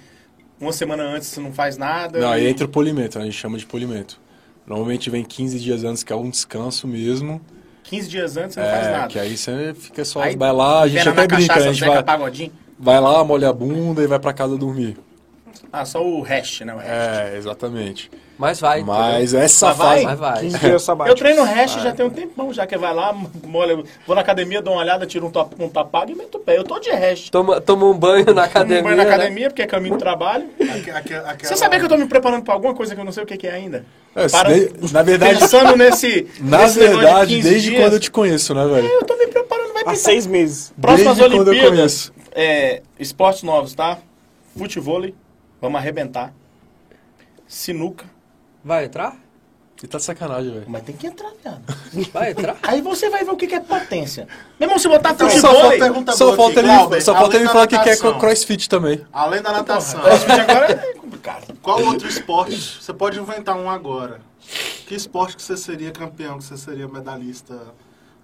S3: uma semana antes você não faz nada?
S2: Não, aí
S3: e-
S2: entra o polimento, né? a gente chama de polimento. Normalmente vem 15 dias antes, que é um descanso mesmo.
S3: 15 dias antes você não faz
S2: É,
S3: nada.
S2: que aí você fica só
S3: Aí,
S2: vai lá, a gente
S3: Pena
S2: até
S3: na
S2: brinca,
S3: cachaça, é
S2: né? a gente
S3: Zeca
S2: vai,
S3: Pagodinho.
S2: vai lá, molha a bunda e vai pra casa dormir.
S3: Ah, só o hash, né? O hash.
S2: É, exatamente.
S1: Mas vai.
S2: Mas essa
S3: Mas vai?
S2: fase.
S1: Mas vai.
S2: é.
S4: 15 dias
S3: Eu
S4: sabático.
S3: treino hash já tem um tempão, já que vai lá, molha, vou na academia, dou uma olhada, tiro um, top, um tapado e meto o pé. Eu tô de hash.
S1: Toma, toma um banho na academia.
S3: Não vai na
S1: né?
S3: academia, porque é caminho do trabalho.
S5: Aque- aque- aquela-
S3: Você sabia que eu tô me preparando pra alguma coisa que eu não sei o que, que é ainda?
S2: É,
S3: Para-
S2: de- na verdade,
S3: Pensando nesse.
S2: na
S3: nesse negócio de
S2: verdade,
S3: 15
S2: desde
S3: dias,
S2: quando eu te conheço, né, velho?
S3: Eu tô me preparando, vai
S4: Há
S3: pintar.
S4: seis meses.
S3: Próximas
S2: desde quando eu
S3: Olimpíadas.
S2: conheço.
S3: é, esportes novos, tá? Futevôlei, vamos arrebentar. Sinuca.
S1: Vai entrar?
S2: E tá de sacanagem, velho.
S3: Mas tem que entrar, viado.
S1: Vai entrar?
S3: Aí você vai ver o que que é potência. Meu irmão, se botar
S5: Então,
S3: futebol,
S5: só
S3: futevôlei...
S5: falta pergunta
S2: Só
S5: boa
S2: falta
S5: aqui,
S2: ele,
S5: Glauber,
S2: só falta
S5: além
S2: ele
S5: da
S2: falar que quer
S5: natação,
S2: crossfit também.
S5: Além da natação,
S3: agora é complicado.
S5: qual outro esporte? Você pode inventar um agora. Que esporte que você seria campeão, que você seria medalhista?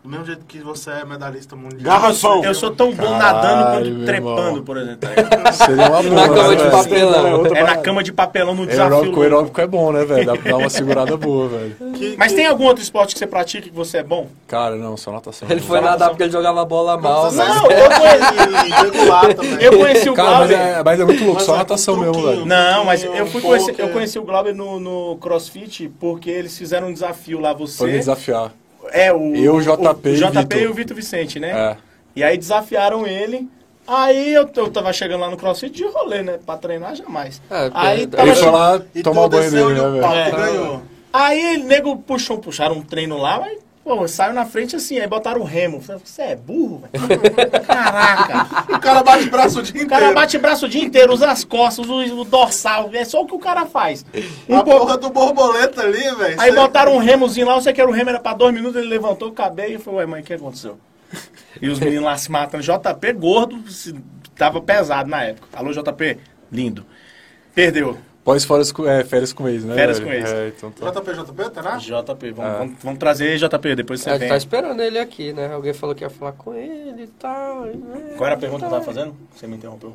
S5: Do mesmo jeito que você é medalhista mundial.
S4: Garrafão.
S5: Eu
S3: Eu sou tão bom
S2: Caralho,
S3: nadando quanto
S2: meu
S3: trepando,
S2: irmão.
S3: por exemplo. tá ligado?
S2: Seria uma boa.
S1: Na cama de
S2: né, velho?
S1: papelão.
S4: outra
S3: É na
S4: parada.
S3: cama de papelão no
S2: Aeróbico,
S3: desafio.
S2: aeróbico é bom, né, velho? Dá pra dar uma segurada boa, velho.
S5: que,
S3: Mas tem algum outro esporte que você pratica que você é bom?
S2: Cara, não, só natação.
S1: Ele foi
S2: Cara,
S1: nadar porque ele jogava bola mal, né?
S5: Não,
S1: velho.
S3: Não, eu conheci,
S5: regular também.
S3: eu conheci o
S2: Cara, mas
S3: Glauber...
S2: é, mas é muito louco,
S5: Mas
S2: só
S5: é
S2: natação
S5: com
S2: mesmo,
S5: truquinho.
S2: velho.
S3: Não, mas
S5: Tinha
S3: eu
S5: um
S3: fui conhecer,
S5: poker.
S3: eu conheci o Glauber no, no CrossFit porque eles fizeram um desafio lá,
S2: Foi me
S3: você.
S2: desafiar.
S3: É, o.
S2: Eu,
S3: o-
S2: JP
S3: o
S2: e
S3: JP
S2: Vitor.
S3: e o Vitor Vicente, né?
S2: É.
S3: E aí desafiaram ele. Aí eu, eu tava chegando lá no CrossFit de rolê, né? Pra treinar jamais.
S1: É,
S3: aí,
S1: porque-
S3: tava
S2: Ele foi
S3: che-
S2: lá
S5: E
S2: tomar
S5: tu
S2: banho
S5: desceu
S2: dele,
S5: e
S2: né,
S5: o
S2: velho?
S5: papo
S3: É.
S5: ganhou.
S3: aí o nego puxou, puxaram um treino lá, mas, pô, saiu na frente assim, aí botaram o remo. Eu falei, Você é burro, velho? Caraca!
S5: O cara bate o braço o dia
S3: O
S5: inteiro.
S3: cara bate braço o dia inteiro, usa as costas, usa o dorsal, é só o que o cara faz. Um
S5: a
S3: pouco.
S5: porra do borboleta ali, velho.
S3: Aí
S5: Cê-
S3: botaram um remozinho lá, eu sei que era um remo, era pra dois minutos, ele levantou o cabelo e falou, ué, mãe, o que aconteceu? E os meninos lá se matando. JP gordo, se- tava pesado na época. Alô, JP, lindo. Perdeu.
S2: Pós férias com, é, férias com ex, né?
S3: Férias
S2: velho?
S3: com ex.
S2: É, então tá.
S5: JP, JP, tá né?
S3: JP, vamos, vamos- vamos trazer JP, depois você
S1: Ah. A gente
S3: vem.
S1: tá esperando ele aqui, né? Alguém falou que ia falar com ele e tal. e, né?
S3: Qual era a pergunta que eu tava fazendo? Você me interrompeu.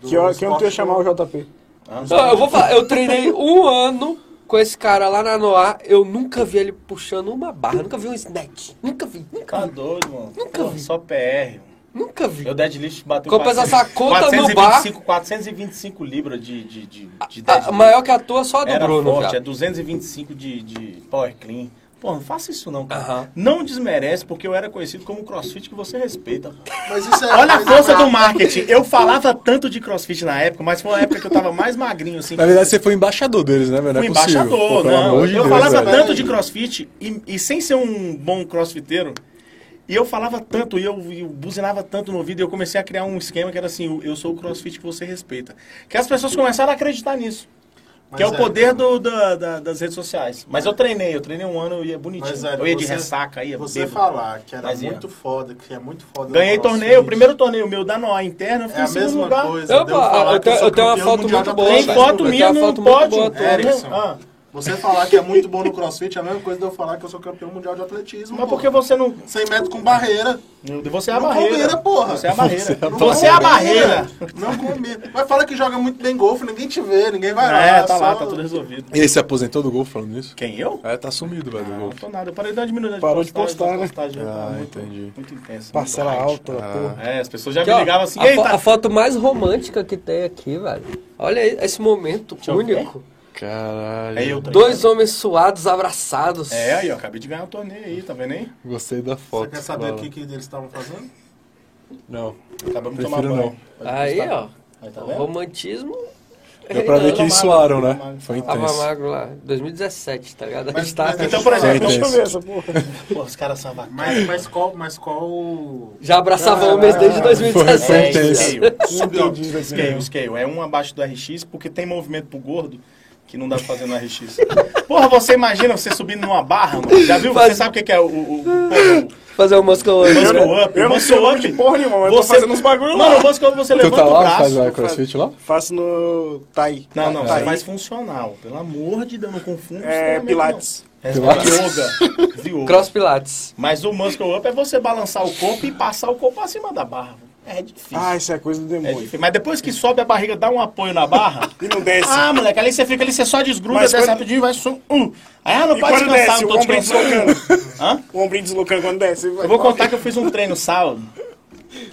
S4: Que hora que eu não ia chamar o JP?
S3: Ah, não sei.
S1: Não, eu vou falar, eu treinei um ano com esse cara lá na Noir, eu nunca vi ele puxando uma barra, nunca vi um snack. Nunca vi, nunca
S3: Tá
S1: vi,
S3: doido, mano.
S1: Nunca
S3: Pô,
S1: vi.
S3: Só PR. mano.
S1: nunca vi.
S3: Meu deadlift bateu
S1: Compensação, a conta tá no
S3: 425, 425 libras de, de, de, de
S1: A,
S3: deadlift.
S1: a maior que a tua é só a do
S3: Era
S1: Bruno,
S3: forte, é
S1: viado.
S3: 225 de, de Power Clean. Pô, não faça isso não, cara.
S1: Aham.
S3: Não desmerece, porque eu era conhecido como o crossfit que você respeita.
S5: Mas isso é.
S3: Olha a
S5: mas
S3: força
S5: isso é-
S3: do marketing. Eu falava tanto de crossfit na época, mas foi uma época que eu tava mais magrinho, assim.
S2: Na verdade, você foi embaixador deles, né, velho? Não
S3: Fui
S2: é possível.
S3: Um embaixador,
S2: Pô, pelo
S3: não.
S2: amor de
S3: eu
S2: Deus,
S3: falava
S2: velho.
S3: tanto de crossfit, e, e sem ser um bom crossfiteiro, e eu falava tanto, e eu, e eu buzinava tanto no vídeo, e eu comecei a criar um esquema que era assim, o- eu sou o crossfit que você respeita. Que as pessoas começaram a acreditar nisso.
S5: Mas
S3: Que é o
S5: é,
S3: poder do- da- da- das redes sociais. Mas eu treinei, eu treinei um ano e é bonitinho.
S5: Mas é,
S3: eu ia de
S5: você-
S3: ressaca, ia
S5: Você
S3: bêbado.
S5: falar que era
S3: Mas ia.
S5: muito foda, que é muito foda. no
S3: Ganhei
S5: CrossFit.
S3: torneio, o primeiro torneio meu da Noa interna, eu fui
S5: É
S3: em
S5: a
S3: segundo
S5: mesma
S3: lugar.
S5: coisa.
S1: Opa,
S5: de eu falar
S1: eu
S5: que
S1: tenho-
S5: sou
S1: eu tenho uma
S5: campeão
S1: foto
S5: mundial
S1: muito
S5: da
S1: boa,
S5: Play.
S3: Tem
S1: velho.
S3: foto
S1: Tem
S3: minha
S1: uma
S3: no
S1: foto muito
S3: pódio.
S1: boa,
S5: Tom. Erickson.
S3: Ah,
S5: Você falar que é muito bom no crossfit é a mesma coisa de eu falar que eu sou campeão mundial de atletismo.
S3: mas
S5: pô.
S3: porque você não...
S5: 100 metros com barreira.
S3: Você é a
S5: Não
S3: barreira.
S5: combina, porra.
S3: Você é a barreira.
S5: Não
S3: Você é a barreira.
S5: combina. Não combina. Mas fala que joga muito bem golfe, ninguém te vê, ninguém vai lá.
S3: É, tá
S5: só-
S3: lá, tá tudo resolvido.
S2: E aí, você aposentou do gol falando isso?
S3: Quem, eu?
S2: É, tá sumido, velho, do
S3: Não,
S2: gol.
S3: tô nada. Eu parei de dar uma diminuída de
S4: Parou de
S3: postagem,
S4: postar,
S3: postagem já tá
S2: Ah,
S3: muito,
S2: entendi.
S3: muito intensa.
S4: Parcela
S3: muito
S4: alta,
S2: Ah.
S4: porra.
S3: hype. É, as pessoas já
S1: Aqui,
S3: me
S1: ó,
S3: ligavam assim,
S1: a, fo- a
S3: eita,
S1: foto mais romântica que tem aqui, velho. Olha aí esse momento
S3: eu ver.
S1: único.
S2: Caralho.
S3: É eu também.
S1: Dois homens suados, abraçados.
S3: É, aí, ó, acabei de ganhar o torneio aí, tá vendo aí?
S2: Gostei da foto.
S5: Você quer saber o
S2: Fala.
S5: que, que eles estavam fazendo?
S2: Não.
S3: Acabamos de tomar
S2: Prefiro
S3: banho.
S1: Aí, ó.
S3: Aí, tá
S1: o
S3: vendo?
S1: romantismo.
S2: Deu pra ver que eles suaram, né?
S3: Magro.
S2: Foi
S1: Tava
S2: intenso.
S1: magro lá. 2017, tá ligado? A
S5: Mas-
S1: gente tá.
S5: mas
S3: Então, por exemplo,
S4: Deixa eu ver essa porra.
S3: pô, os caras são vacados.
S5: Mas, mas qual. Mas qual...
S1: Já abraçava homens desde
S2: Foi
S3: É,
S1: 2017.
S2: intenso.
S1: viado.
S3: scale,
S5: Subiu.
S3: scale, scale. É um abaixo do RX, porque tem movimento pro gordo que não dá pra fazer no RX. Porra, você imagina você subindo numa barra, mano? Já viu? Você
S1: Faz-
S3: sabe o que que é o... o, o, o
S1: Fazer um muscle
S3: Muscle up,
S4: Eu não
S3: muscle
S4: sou
S3: up.
S4: homem de porra nenhuma, mas eu tô fazendo uns bagulho
S3: Mano,
S4: lá.
S3: o muscle up você
S2: Tu
S3: levanta
S2: tá
S3: o
S2: lá,
S3: braço.
S2: faz a crossfit lá?
S4: Faço no É, Thai.
S3: Não, não,
S4: Thai.
S3: você faz funcional. Pelo amor de Deus, não confunda. os
S4: Tá É,
S3: treinamentos,
S4: Pilates.
S3: não. É
S2: Pilates.
S3: Yoga. Yoga.
S1: Cross Pilates.
S3: Mas o muscle up é você balançar o corpo e passar o corpo acima da barra. É difícil.
S4: Ah, isso é coisa do
S3: É
S4: demônio.
S3: difícil. Mas depois que sobe a barriga, dá um apoio na barra.
S4: E não desce.
S3: Ah, moleque, ali você fica ali, você só desgruda,
S4: Mas
S3: desce
S4: quando-
S3: rapidinho, vai só. Uh. Aí, ah, não
S4: e
S3: pode
S4: quando
S3: descansar,
S4: desce,
S3: não
S4: o
S3: tô
S4: ombrinho
S3: descansando.
S4: deslocando.
S3: Hã?
S4: O ombrinho deslocando quando desce.
S3: Eu vou contar que eu fiz um treino sábado.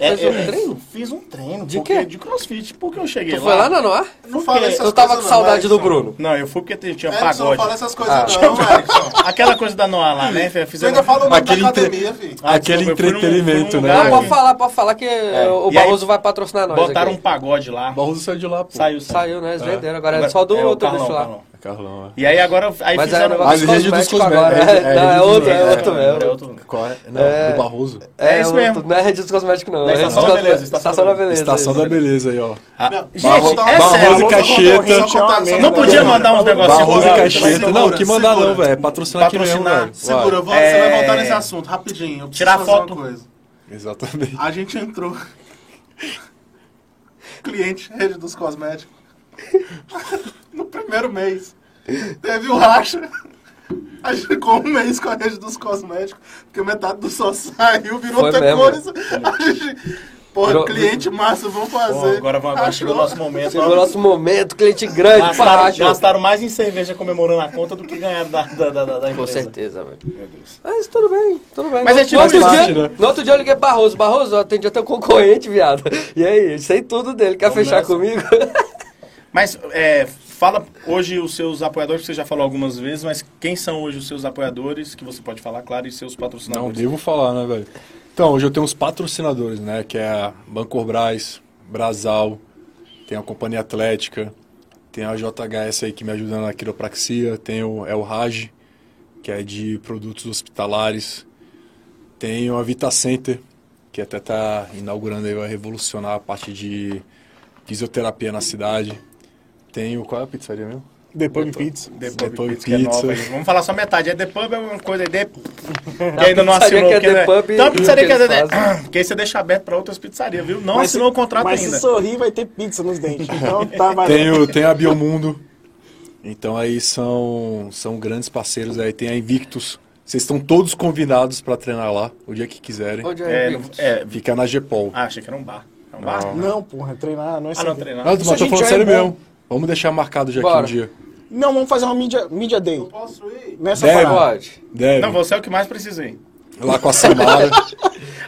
S3: É,
S1: Fez um treino?
S3: Fiz um treino.
S1: De
S3: porque-
S1: quê?
S3: De crossfit. Por que eu cheguei
S1: Tu
S3: lá?
S1: foi lá na Noir?
S5: Não fala essas
S1: Eu tava com
S5: coisas não,
S1: saudade do
S5: Erickson.
S1: Bruno. Ah.
S3: Não, eu fui porque te-
S4: É,
S3: tinha
S5: Erickson, não
S3: pagode.
S5: fala essas coisas não, Erickson.
S4: assim.
S3: Aquela coisa da Noa lá, né?
S5: Você
S3: Fizeram...
S5: ainda fala o nome
S2: Aquele
S5: da
S2: inte-
S5: academia, filho.
S3: Ah,
S2: Aquele
S3: desculpa, eu fui num-
S2: entretenimento,
S3: fui num
S2: né?
S3: lugar
S2: Ah,
S1: Pode
S3: que
S1: falar, pode falar que o
S3: E aí,
S1: Barroso vai patrocinar nós.
S3: Botaram
S1: aqui.
S3: um pagode lá.
S2: Barroso saiu de lá, pô.
S3: Saiu,
S1: Saiu, né? Eles venderam. Agora é só do
S3: o
S1: outro
S3: Carlão,
S1: bicho lá.
S3: Carlão.
S2: Carlão, é.
S3: E aí agora aí
S1: Mas é o
S3: fizeram...
S1: negócio
S2: Mas rede dos
S1: cosmético agora.
S2: cosméticos,
S1: É,
S2: é,
S1: não,
S2: rede
S1: é
S2: dos
S1: outro, é
S2: cosméticos,
S1: outro,
S3: é
S1: é outro.
S3: outro.
S2: Qual é? Não,
S1: É.
S2: do Barroso.
S3: É isso
S1: outro,
S3: mesmo.
S1: Não é rede dos cosméticos, não.
S3: Da
S1: é rede
S3: Estação
S1: dos
S3: da Beleza,
S1: cosméticos.
S3: Estação
S1: Estação da
S3: da
S1: beleza.
S2: Estação da Beleza aí, ó.
S3: Gente, é
S2: Barroso
S3: sério.
S2: e Cacheta.
S3: Não podia mandar uns negócios
S2: Barroso e
S5: Segura,
S3: né?
S2: Cacheta.
S5: segura,
S2: Não, que mandar
S5: segura.
S2: não, velho. É Patrocinar que não,
S3: Patrocinar.
S2: velho. Vai.
S5: Segura, vou, você vai
S3: É.
S5: voltar nesse assunto, rapidinho. Eu preciso
S3: Tirar
S5: fazer
S3: foto.
S5: Uma coisa.
S2: Exatamente.
S5: A gente entrou. Cliente rede dos cosméticos. No primeiro mês. Teve o racha. A gente ficou um mês com a rede dos cosméticos, porque metade do só saiu, virou
S1: Foi
S5: outra
S1: mesmo.
S5: coisa. A gente. Porra,
S1: Virou-
S5: cliente massa, vamos
S3: Pô,
S5: fazer.
S3: agora vamos agora chegou o nosso momento.
S1: Chegou o nosso momento, cliente grande,
S3: Gastaram,
S1: parado.
S3: gastaram mais em cerveja comemorando a conta do que ganharam da, da, da, da- da
S1: Com
S3: empresa.
S1: certeza, velho. Mas tudo bem, tudo bem.
S3: Mas
S1: no,
S3: a
S1: assim,
S3: gente
S1: no outro
S3: não
S1: dia,
S3: parte,
S2: né?
S1: no outro dia eu liguei pra Barroso. Barroso, eu atendi até o concorrente, viado. E aí, sei tudo dele. Quer
S3: Vamos
S1: fechar
S3: nessa.
S1: comigo?
S3: Mas é, fala hoje os seus apoiadores, você já falou algumas vezes, mas quem são hoje os seus apoiadores, que você pode falar, claro, e seus
S2: Não,
S3: patrocinadores?
S2: devo falar, né, velho? Então, hoje eu tenho uns patrocinadores, né? Que é a Bancorbras, Brasal, tem a Companhia Atlética, tem a JHS aí que me ajuda na quiropraxia, tem o El Raj, que é de produtos hospitalares, tem a Vita Center, que até tá inaugurando aí, vai revolucionar a parte de fisioterapia na cidade. Tem o... Qual é a pizzaria mesmo?
S4: Depois me pizza.
S3: The Pub
S2: The Pub
S3: Pizza, que é nova
S2: Pizza.
S3: aí. Vamos falar só metade. É The Pub é uma coisa, é The... Que ainda não
S1: pizzaria
S3: assinou.
S1: que é
S3: porque,
S1: The
S3: né?
S1: Pub
S3: Então, a
S1: e o
S3: pizzaria
S1: que
S3: que é
S1: eles
S3: The... Porque aí você deixa aberto pra outras pizzarias, viu? Não assinou o contrato
S4: mas se-
S3: ainda.
S4: Mas se sorrir, vai ter pizza nos dentes. Então tá, vai.
S2: Tem, o, tem a Biomundo. Então aí são, são grandes parceiros aí. Tem a Invictus. Vocês estão todos convidados para treinar lá, o dia que quiserem.
S1: Onde
S3: É,
S1: é?
S3: não- é,
S2: Fica na Gepol.
S3: ah, achei que era um bar. É um bar?
S4: Não, porra, treinar não é
S3: Ah, não,
S4: segredo.
S3: treinar.
S2: Não, mas
S4: Isso a
S2: tô
S4: gente
S2: falando
S4: já
S2: sério
S4: é bom.
S2: mesmo. Vamos deixar marcado já
S1: Bora.
S2: aqui um dia.
S4: Não, vamos fazer uma media, media day. é
S5: Posso ir?
S4: Nessa
S2: Deve.
S4: parada.
S1: é, Pode.
S2: Deve.
S3: Não, você é o que mais precisa aí.
S2: Lá com a Samara.
S3: A